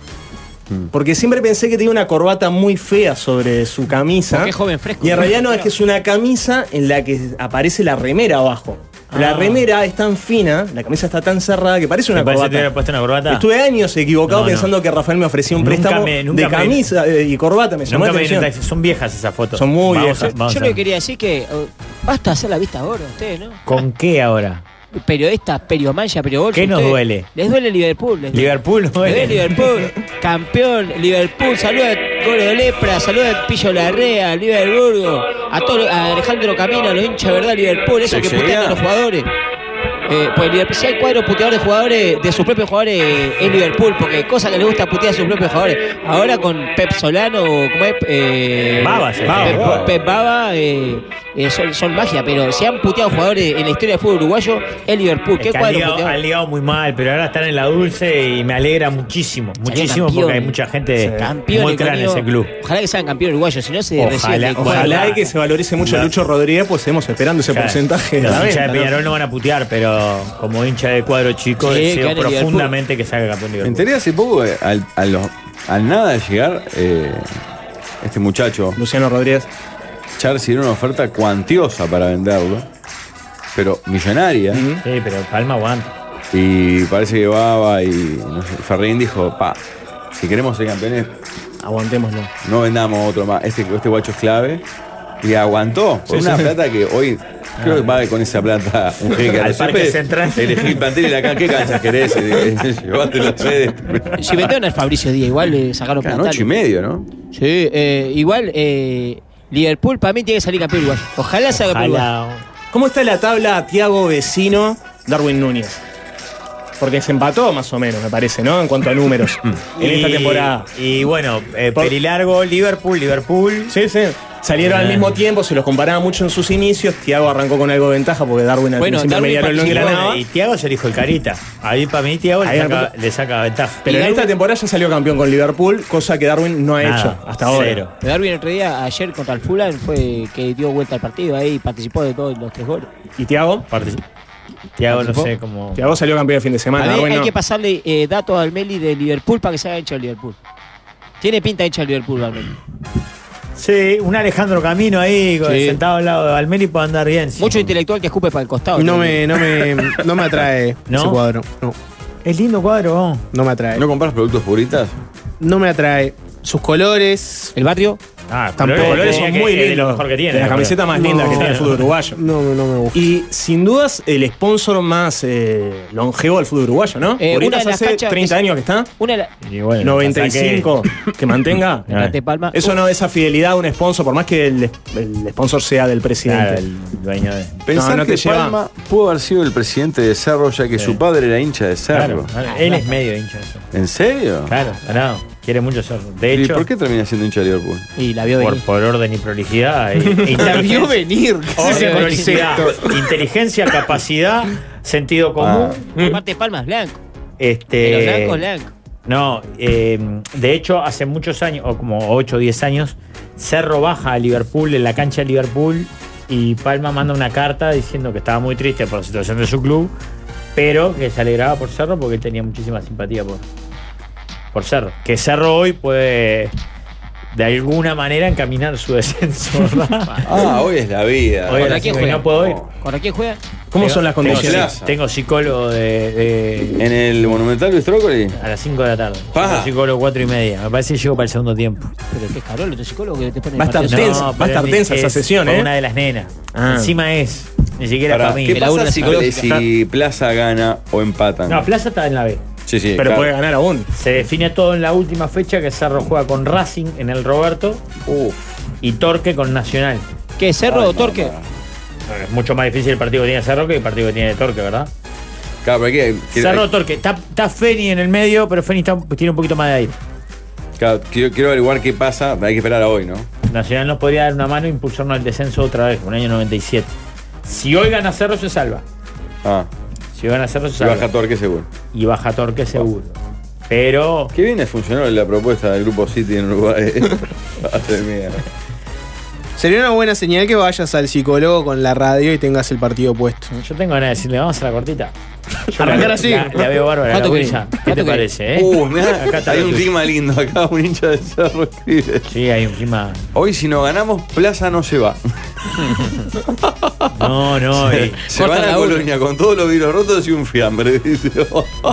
[SPEAKER 6] Mm.
[SPEAKER 2] Porque siempre pensé que tenía una corbata muy fea sobre su camisa.
[SPEAKER 6] Porque es joven fresco.
[SPEAKER 2] Y en realidad no, es que es una camisa en la que aparece la remera abajo. La
[SPEAKER 4] Ah.
[SPEAKER 2] remera es tan fina, la camisa está tan cerrada que parece una
[SPEAKER 4] ¿Te parece que te
[SPEAKER 2] corbata.
[SPEAKER 4] hubiera puesto una corbata?
[SPEAKER 2] Estuve años equivocado
[SPEAKER 4] No, no.
[SPEAKER 2] pensando que Rafael me ofrecía un
[SPEAKER 4] Nunca
[SPEAKER 2] préstamo
[SPEAKER 4] me- nunca
[SPEAKER 2] de
[SPEAKER 4] me-
[SPEAKER 2] camisa eh, y corbata. Me llamó la
[SPEAKER 4] Nunca me vienen
[SPEAKER 2] atención.
[SPEAKER 4] taxis. Son viejas esas fotos.
[SPEAKER 2] Son muy
[SPEAKER 4] Vamos
[SPEAKER 2] viejas.
[SPEAKER 4] a- vamos
[SPEAKER 6] Yo
[SPEAKER 4] a-
[SPEAKER 6] le quería decir que eh, basta hacer la vista ahora ustedes, ¿no?
[SPEAKER 4] ¿Con qué ahora?
[SPEAKER 6] Periodistas, periomancha, periodolfo.
[SPEAKER 4] ¿Qué nos
[SPEAKER 6] ustedes.
[SPEAKER 4] duele?
[SPEAKER 6] Les duele Liverpool. Les duele.
[SPEAKER 4] Liverpool, ¿no?
[SPEAKER 6] Les duele Liverpool. Campeón, Liverpool. Saluda a Goro de Lepra, saluda a Pillo Larrea, a Liverburgo, a, todo, a Alejandro Camino, a los hinchas, de ¿verdad? Liverpool, esos que
[SPEAKER 1] Sí, sí.
[SPEAKER 6] putean a los jugadores. Eh, pues Liverpool, si hay cuadro puteador de jugadores, de sus propios jugadores, eh, es Liverpool, porque cosa que le gusta putear a sus propios jugadores. Ahora con Pep Solano, ¿cómo es? Eh,
[SPEAKER 4] Baba, se
[SPEAKER 6] Pep,
[SPEAKER 4] llama.
[SPEAKER 6] Pep- Pep Baba, eh, eh, son, son magia, pero si han puteado jugadores en la historia del fútbol uruguayo, es Liverpool.
[SPEAKER 4] Es
[SPEAKER 6] ¿Qué
[SPEAKER 4] que han
[SPEAKER 6] cuadro
[SPEAKER 4] ligado,
[SPEAKER 6] puteador?
[SPEAKER 4] han ligado muy mal, pero ahora están en la dulce y me alegra muchísimo. Muchísimo
[SPEAKER 6] campeón.
[SPEAKER 4] porque hay mucha gente
[SPEAKER 6] Campeón
[SPEAKER 4] muy clara en ese club.
[SPEAKER 6] Ojalá que sean campeón uruguayo, si no se
[SPEAKER 4] Ojalá,
[SPEAKER 6] recibe.
[SPEAKER 2] Ojalá y que se valorice mucho a
[SPEAKER 4] Claro.
[SPEAKER 2] Lucho Rodríguez, pues seguimos esperando ese
[SPEAKER 4] Claro,
[SPEAKER 2] porcentaje. de
[SPEAKER 4] Los
[SPEAKER 2] la
[SPEAKER 4] hinchas
[SPEAKER 2] venta,
[SPEAKER 4] de
[SPEAKER 2] ¿no?
[SPEAKER 4] Peñarol no van a putear, pero como hincha de cuadro chico,
[SPEAKER 6] Sí, que
[SPEAKER 4] deseo
[SPEAKER 6] gane Liverpool.
[SPEAKER 4] profundamente que salga campeón
[SPEAKER 1] Me
[SPEAKER 4] Liverpool.
[SPEAKER 1] enteré hace poco, eh, al, a los- al nada de llegar, eh, este muchacho,
[SPEAKER 2] Luciano Rodríguez.
[SPEAKER 1] Charles tiene una oferta cuantiosa para venderlo, pero millonaria.
[SPEAKER 4] Sí, pero Palma aguanta.
[SPEAKER 1] Y parece que Baba y no sé, Ferrín dijo, pa, si queremos ser campeones,
[SPEAKER 2] Aguantémoslo.
[SPEAKER 1] no vendamos otro más. Este, este guacho es clave. Y aguantó por
[SPEAKER 2] Sí,
[SPEAKER 1] una
[SPEAKER 2] sí.
[SPEAKER 1] plata que hoy creo que va con esa plata un jeque a
[SPEAKER 4] Al
[SPEAKER 1] los
[SPEAKER 4] Parque
[SPEAKER 1] Cepes,
[SPEAKER 4] Central.
[SPEAKER 1] Elegí infantil y la can- ¿qué canchas
[SPEAKER 4] [LAUGHS]
[SPEAKER 1] querés? Eh, Llevate las redes.
[SPEAKER 6] Si vendieron al Fabricio Díaz, igual le sacaron plata.
[SPEAKER 1] Noche y medio, ¿no?
[SPEAKER 6] Sí, eh, igual eh, Liverpool para mí tiene que salir campeón uruguayo. Ojalá salga campeón uruguayo.
[SPEAKER 4] Ojalá.
[SPEAKER 2] ¿Cómo está la tabla Tiago Vecino, Darwin Núñez? Porque se empató más o menos, me parece, ¿no? En cuanto a
[SPEAKER 4] [LAUGHS]
[SPEAKER 2] números. en esta
[SPEAKER 4] Y-
[SPEAKER 2] temporada.
[SPEAKER 4] Y bueno, eh,
[SPEAKER 2] Por-
[SPEAKER 4] Perilargo, Liverpool, Liverpool. Eh.
[SPEAKER 2] Sí, sí. Salieron al mismo tiempo, se los comparaba mucho en sus inicios. Tiago arrancó con algo de ventaja porque Darwin al
[SPEAKER 6] Bueno,
[SPEAKER 2] principio
[SPEAKER 6] Darwin
[SPEAKER 2] Mediarol lo
[SPEAKER 6] participó
[SPEAKER 2] engranaba.
[SPEAKER 4] Y Tiago se dijo el carita. Ahí para mí Tiago le
[SPEAKER 2] Ahí
[SPEAKER 4] saca,
[SPEAKER 2] arrancó.
[SPEAKER 4] le saca ventaja.
[SPEAKER 2] Pero
[SPEAKER 6] y
[SPEAKER 2] en
[SPEAKER 6] Darwin-
[SPEAKER 2] esta temporada ya salió campeón con Liverpool, cosa que Darwin no ha
[SPEAKER 4] Nada,
[SPEAKER 2] hecho hasta ahora.
[SPEAKER 4] cero.
[SPEAKER 6] Darwin el otro día, ayer contra el Fulham, fue que dio vuelta al partido ahí participó de todos los tres goles.
[SPEAKER 2] ¿Y Tiago?
[SPEAKER 4] Partici- Tiago no
[SPEAKER 6] ¿Participó?
[SPEAKER 4] sé cómo.
[SPEAKER 2] Tiago salió campeón el fin de semana.
[SPEAKER 6] A ver,
[SPEAKER 2] Darwin
[SPEAKER 6] hay
[SPEAKER 2] no.
[SPEAKER 6] que pasarle eh, datos al Meli de Liverpool para que se haga hincha de Liverpool. Tiene pinta de hincha de Liverpool, Darwin.
[SPEAKER 4] Sí, un Alejandro Camino ahí con-
[SPEAKER 6] Sí.
[SPEAKER 4] sentado al lado de Valmeri puede andar bien. sí.
[SPEAKER 6] Mucho intelectual que escupe para el costado.
[SPEAKER 3] No
[SPEAKER 6] Darwin.
[SPEAKER 3] me, no me, no me
[SPEAKER 4] [LAUGHS]
[SPEAKER 3] atrae
[SPEAKER 4] Ah, ¿No?
[SPEAKER 3] ese cuadro. No,
[SPEAKER 4] Es lindo cuadro, vamos.
[SPEAKER 3] no me atrae.
[SPEAKER 1] ¿No
[SPEAKER 3] No,
[SPEAKER 1] compras productos puritas?
[SPEAKER 3] me atrae. Sus colores.
[SPEAKER 6] ¿El barrio?
[SPEAKER 4] Ah,
[SPEAKER 2] Tampoco, los colores son muy
[SPEAKER 4] lindo.
[SPEAKER 2] lindos.
[SPEAKER 4] mejor que tiene.
[SPEAKER 2] de la
[SPEAKER 4] creo.
[SPEAKER 2] camiseta más linda que tiene el fútbol uruguayo.
[SPEAKER 3] No, no me gusta.
[SPEAKER 2] Y sin dudas el sponsor más eh, longevo del fútbol uruguayo, ¿no?
[SPEAKER 6] Eh,
[SPEAKER 2] Por
[SPEAKER 6] una de las
[SPEAKER 2] hace
[SPEAKER 6] canchas
[SPEAKER 2] 30
[SPEAKER 6] es-
[SPEAKER 2] años que está.
[SPEAKER 6] Una de la-
[SPEAKER 4] Y bueno,
[SPEAKER 2] 95
[SPEAKER 4] [LAUGHS]
[SPEAKER 2] que mantenga.
[SPEAKER 4] Ah.
[SPEAKER 6] la de Palma.
[SPEAKER 2] Eso no, esa fidelidad a un sponsor, por más que el, el sponsor sea del
[SPEAKER 4] Claro,
[SPEAKER 2] presidente.
[SPEAKER 4] el dueño de.
[SPEAKER 1] Pensar
[SPEAKER 2] no
[SPEAKER 1] que
[SPEAKER 2] te lleva.
[SPEAKER 1] Palma pudo haber sido el presidente de Cerro, ya que su padre era hincha de
[SPEAKER 4] Claro,
[SPEAKER 1] Cerro.
[SPEAKER 4] claro. Él es medio hincha de eso.
[SPEAKER 1] ¿En serio?
[SPEAKER 4] Claro, parado. Quiere mucho [LAUGHS] Cerro. De
[SPEAKER 1] ¿Y
[SPEAKER 4] hecho,
[SPEAKER 1] por qué termina siendo hincha de Liverpool?
[SPEAKER 6] Y la vio
[SPEAKER 4] por,
[SPEAKER 6] venir.
[SPEAKER 4] por orden y [LAUGHS] prolijidad. e- e
[SPEAKER 3] La vio
[SPEAKER 4] inteligencia-
[SPEAKER 3] venir. ¿Qué es ese
[SPEAKER 4] orden, prolijidad,
[SPEAKER 3] concepto?
[SPEAKER 4] inteligencia, capacidad, sentido común.
[SPEAKER 6] Ah. Aparte, Palma es blanco. Pero
[SPEAKER 4] Este,
[SPEAKER 2] Eh,
[SPEAKER 6] blanco, blanco.
[SPEAKER 4] No, eh, de hecho, hace muchos años, o como 8 o 10 años, Cerro baja a Liverpool en la cancha de Liverpool y Palma manda una carta diciendo que estaba muy triste por la situación de su club, pero que se alegraba por Cerro porque él tenía muchísima simpatía por, por Cerro. Que Cerro hoy puede, de alguna manera, encaminar su [LAUGHS] descenso, ¿verdad?
[SPEAKER 1] Ah, hoy es la vida.
[SPEAKER 4] Hoy a
[SPEAKER 6] ¿Contra
[SPEAKER 4] las
[SPEAKER 6] quién
[SPEAKER 4] cinco y
[SPEAKER 6] juega?
[SPEAKER 4] no puedo ir.
[SPEAKER 6] ¿Contra quién juega?
[SPEAKER 2] ¿Cómo son las
[SPEAKER 4] Tengo-
[SPEAKER 2] condiciones?
[SPEAKER 1] clase.
[SPEAKER 4] Tengo psicólogo de- de
[SPEAKER 1] ¿En el Monumental Luis Trócoli?
[SPEAKER 4] A las 5 de la tarde.
[SPEAKER 1] Pa.
[SPEAKER 4] Yo llego a las 4 y media. Me parece que llego para el segundo tiempo.
[SPEAKER 6] Pero qué es Carol, tu psicólogo que te pone
[SPEAKER 2] Va a estar
[SPEAKER 6] partido.
[SPEAKER 2] tenso. va a
[SPEAKER 4] pero
[SPEAKER 2] estar
[SPEAKER 4] es-
[SPEAKER 2] tensa esa
[SPEAKER 4] es
[SPEAKER 2] sesión,
[SPEAKER 4] para
[SPEAKER 2] ¿eh?
[SPEAKER 4] Una de las nenas.
[SPEAKER 2] Ah.
[SPEAKER 4] Encima es. Ni siquiera
[SPEAKER 1] Pará,
[SPEAKER 4] para mí.
[SPEAKER 1] ¿Qué
[SPEAKER 6] Me la
[SPEAKER 1] pasa
[SPEAKER 6] una
[SPEAKER 1] si,
[SPEAKER 6] psicológica.
[SPEAKER 1] si Plaza gana o empatan?
[SPEAKER 4] No, Plaza está en la B.
[SPEAKER 1] sí, sí,
[SPEAKER 2] Pero
[SPEAKER 1] claro.
[SPEAKER 2] puede ganar aún.
[SPEAKER 4] Se define todo en la última fecha que Cerro juega con Racing en el Roberto
[SPEAKER 1] Uh,
[SPEAKER 4] y Torque con Nacional.
[SPEAKER 6] ¿Qué, Cerro o Torque?
[SPEAKER 4] Es mucho más difícil el partido que tiene Cerro que el partido que tiene Torque, ¿verdad?
[SPEAKER 1] Claro, pero aquí hay- que-
[SPEAKER 4] Cerro
[SPEAKER 1] hay-
[SPEAKER 4] Torque. Está, está Feni en el medio, pero Feni está- tiene un poquito más de aire.
[SPEAKER 1] claro, quiero, quiero averiguar qué pasa, hay que esperar a hoy, ¿no?
[SPEAKER 4] Nacional nos podría dar una mano e impulsarnos al descenso otra vez, como en el año 97. Si hoy gana Cerro, se salva.
[SPEAKER 1] Ah,
[SPEAKER 4] Si hoy gana Cerro, se
[SPEAKER 1] si
[SPEAKER 4] salva.
[SPEAKER 1] baja Torque seguro.
[SPEAKER 4] Y baja Torque seguro. Pero
[SPEAKER 1] Qué bien le funcionó la propuesta del grupo City en Uruguay. [LAUGHS] Hace mierda.
[SPEAKER 3] Sería una buena señal que vayas al psicólogo con la radio y tengas el partido puesto.
[SPEAKER 4] yo tengo ganas de decirle, vamos a la cortita. Yo
[SPEAKER 3] Arrancar
[SPEAKER 4] la-
[SPEAKER 3] así.
[SPEAKER 4] La, la veo bárbara, la
[SPEAKER 6] ¿Cuánto querés?
[SPEAKER 4] gurisa. ¿Qué te
[SPEAKER 6] ¿Cuánto querés?
[SPEAKER 4] parece, eh?
[SPEAKER 1] Uh, mirá,
[SPEAKER 4] Acá está
[SPEAKER 1] hay
[SPEAKER 4] lo
[SPEAKER 1] un
[SPEAKER 4] tuyo.
[SPEAKER 1] clima lindo acá, un hincha de cerro escribe.
[SPEAKER 4] Sí, hay un clima.
[SPEAKER 1] Hoy si no ganamos, Plaza no se va.
[SPEAKER 4] No, no, eh. y-
[SPEAKER 1] Se va a la
[SPEAKER 6] la uno.
[SPEAKER 1] Colonia con todos los vidrios rotos y un fiambre. [LAUGHS] dice.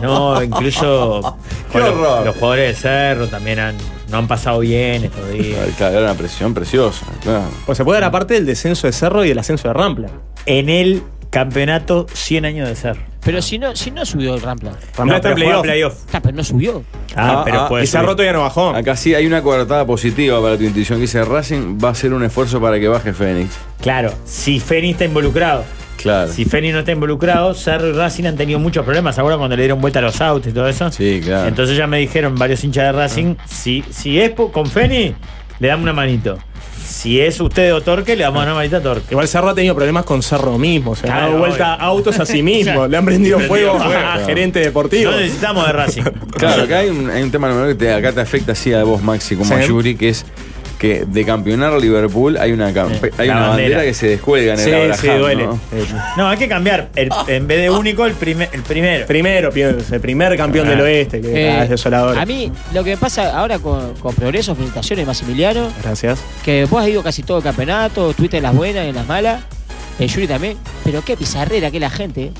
[SPEAKER 4] no, [LAUGHS] incluso
[SPEAKER 1] Qué
[SPEAKER 4] bueno,
[SPEAKER 1] horror.
[SPEAKER 4] los, jugadores de Cerro también han, no han pasado bien estos días.
[SPEAKER 1] Claro, era una presión preciosa. claro.
[SPEAKER 2] Pues se puede dar aparte del descenso de Cerro y el ascenso de Rampla.
[SPEAKER 4] En el campeonato 100 años de Cerro.
[SPEAKER 6] Pero si no, si no subió el Rampla.
[SPEAKER 2] Rampla
[SPEAKER 4] No,
[SPEAKER 2] está
[SPEAKER 4] pero
[SPEAKER 2] en playoff.
[SPEAKER 4] juega playoff.
[SPEAKER 6] Está, pero no subió.
[SPEAKER 4] Ah,
[SPEAKER 1] Ah,
[SPEAKER 4] pero
[SPEAKER 1] ah,
[SPEAKER 4] puede
[SPEAKER 2] Y
[SPEAKER 4] ser.
[SPEAKER 2] Cerro todavía no bajó.
[SPEAKER 1] Acá sí hay una coartada positiva para tu intuición que dice Racing va a hacer un esfuerzo para que baje Fénix.
[SPEAKER 4] Claro, si Feni está involucrado.
[SPEAKER 1] Claro.
[SPEAKER 4] Si Feni no está involucrado, Cerro y Racing han tenido muchos problemas. Ahora cuando le dieron vuelta a los autos y todo eso.
[SPEAKER 1] Sí, claro.
[SPEAKER 4] Entonces ya me dijeron varios hinchas de Racing, si, si es po- con Feni, le damos una manito. Si es usted o Torque, le damos una manita a Torque.
[SPEAKER 2] Igual Cerro ha tenido problemas con Cerro mismo. Se han
[SPEAKER 4] Claro,
[SPEAKER 2] dado vuelta
[SPEAKER 4] obvio.
[SPEAKER 2] autos a sí
[SPEAKER 4] [LAUGHS]
[SPEAKER 2] mismo. Le han prendido
[SPEAKER 4] Prendido
[SPEAKER 2] fuego
[SPEAKER 4] fuego,
[SPEAKER 2] a
[SPEAKER 4] claro.
[SPEAKER 2] gerente deportivo.
[SPEAKER 4] No necesitamos de Racing.
[SPEAKER 1] Claro, acá hay un, hay un tema número que te- acá te afecta así a vos, Maxi, como
[SPEAKER 2] Sí.
[SPEAKER 1] a Yuri, que es que de campeonar Liverpool hay una, campe-
[SPEAKER 4] Sí,
[SPEAKER 1] hay
[SPEAKER 4] la
[SPEAKER 1] una bandera.
[SPEAKER 4] bandera.
[SPEAKER 1] que se descuelga en
[SPEAKER 2] Sí,
[SPEAKER 1] el Abraham,
[SPEAKER 2] sí, duele.
[SPEAKER 1] ¿no?
[SPEAKER 2] Eh,
[SPEAKER 4] No, hay que cambiar. El- en vez de único, el, prime- el primero.
[SPEAKER 2] Primero, pienso, el primer campeón del oeste, que
[SPEAKER 6] Eh,
[SPEAKER 2] ah, es desolador.
[SPEAKER 6] a mí, lo que pasa ahora con, con Progreso, felicitaciones, Maximiliano,
[SPEAKER 2] Gracias.
[SPEAKER 6] que vos has ido casi todo el campeonato, tuviste en las buenas y en las malas, el Yuri también, pero qué pizarrera que la gente, eh.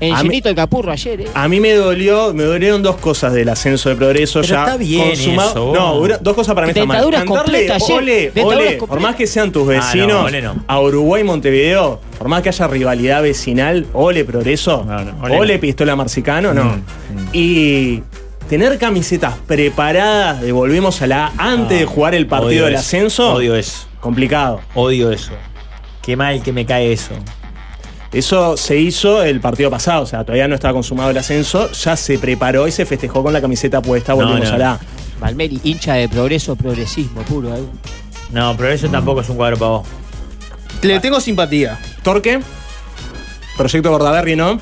[SPEAKER 6] El
[SPEAKER 2] A mí-
[SPEAKER 6] llenito del capurro ayer, eh.
[SPEAKER 2] A mí me dolió, me dolieron dos cosas del ascenso de progreso
[SPEAKER 4] Pero
[SPEAKER 2] ya
[SPEAKER 4] está bien
[SPEAKER 2] consumado.
[SPEAKER 4] eso.
[SPEAKER 2] No, una- dos cosas para mí está mal.
[SPEAKER 6] Dictaduras
[SPEAKER 2] Cantarle
[SPEAKER 6] completas, Jeff.
[SPEAKER 2] ole,
[SPEAKER 6] Dictaduras
[SPEAKER 2] ole, por
[SPEAKER 6] completas.
[SPEAKER 2] más que sean tus
[SPEAKER 4] Ah,
[SPEAKER 2] vecinos
[SPEAKER 4] no, ole no.
[SPEAKER 2] a Uruguay y Montevideo, por más que haya rivalidad vecinal, ole progreso,
[SPEAKER 4] No, no, ole
[SPEAKER 2] ole,
[SPEAKER 4] no.
[SPEAKER 2] pistola marcicano, no.
[SPEAKER 4] Mm, mm.
[SPEAKER 2] Y tener camisetas preparadas de volvemos a la A antes de jugar el
[SPEAKER 4] Ah, Odio
[SPEAKER 2] partido del
[SPEAKER 4] eso.
[SPEAKER 2] ascenso,
[SPEAKER 4] Odio eso.
[SPEAKER 2] complicado.
[SPEAKER 4] Odio eso. Qué mal que me cae eso.
[SPEAKER 2] Eso se hizo el partido pasado, o sea, todavía no estaba consumado el ascenso, ya se preparó y se festejó con la camiseta puesta,
[SPEAKER 4] No,
[SPEAKER 2] volvimos
[SPEAKER 4] no.
[SPEAKER 2] a la.
[SPEAKER 6] Valmeri, hincha de progreso, progresismo puro, eh.
[SPEAKER 4] No, pero eso tampoco es un cuadro para vos.
[SPEAKER 3] Le tengo simpatía.
[SPEAKER 2] Torque, Proyecto Bordaberry, ¿no?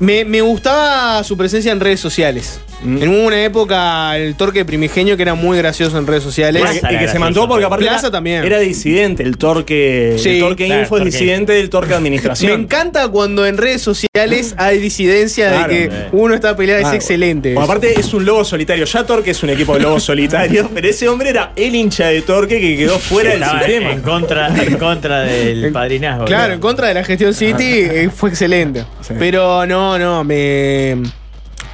[SPEAKER 3] Me, me gustaba su presencia en redes sociales.
[SPEAKER 2] Mm.
[SPEAKER 3] En una época, el torque primigenio que era muy gracioso en redes sociales.
[SPEAKER 4] Plaza
[SPEAKER 2] y que- y que
[SPEAKER 4] era
[SPEAKER 2] se mantuvo
[SPEAKER 4] gracioso,
[SPEAKER 2] porque
[SPEAKER 4] pero-
[SPEAKER 2] aparte
[SPEAKER 3] Plaza
[SPEAKER 2] era,
[SPEAKER 3] también.
[SPEAKER 2] era disidente, el Torque,
[SPEAKER 3] Sí,
[SPEAKER 2] el Torque
[SPEAKER 4] claro,
[SPEAKER 2] Info es
[SPEAKER 4] Torque.
[SPEAKER 2] disidente del Torque
[SPEAKER 3] Me
[SPEAKER 2] [LAUGHS] Administración.
[SPEAKER 3] encanta cuando en redes
[SPEAKER 2] [LAUGHS]
[SPEAKER 3] sociales hay disidencia
[SPEAKER 2] Claro,
[SPEAKER 3] de que
[SPEAKER 4] eh.
[SPEAKER 3] uno está peleado,
[SPEAKER 2] Ah,
[SPEAKER 3] es excelente.
[SPEAKER 2] Bueno, aparte es un lobo solitario. Ya Torque es un equipo de [LAUGHS] lobos solitarios, pero ese hombre era el hincha de Torque que [LAUGHS] quedó fuera del
[SPEAKER 4] Estaba
[SPEAKER 2] sistema.
[SPEAKER 4] en contra, en contra del
[SPEAKER 3] En-
[SPEAKER 4] padrinazgo.
[SPEAKER 3] Claro, en contra de la gestión City eh, fue excelente.
[SPEAKER 2] Sí.
[SPEAKER 3] Pero no, no, me.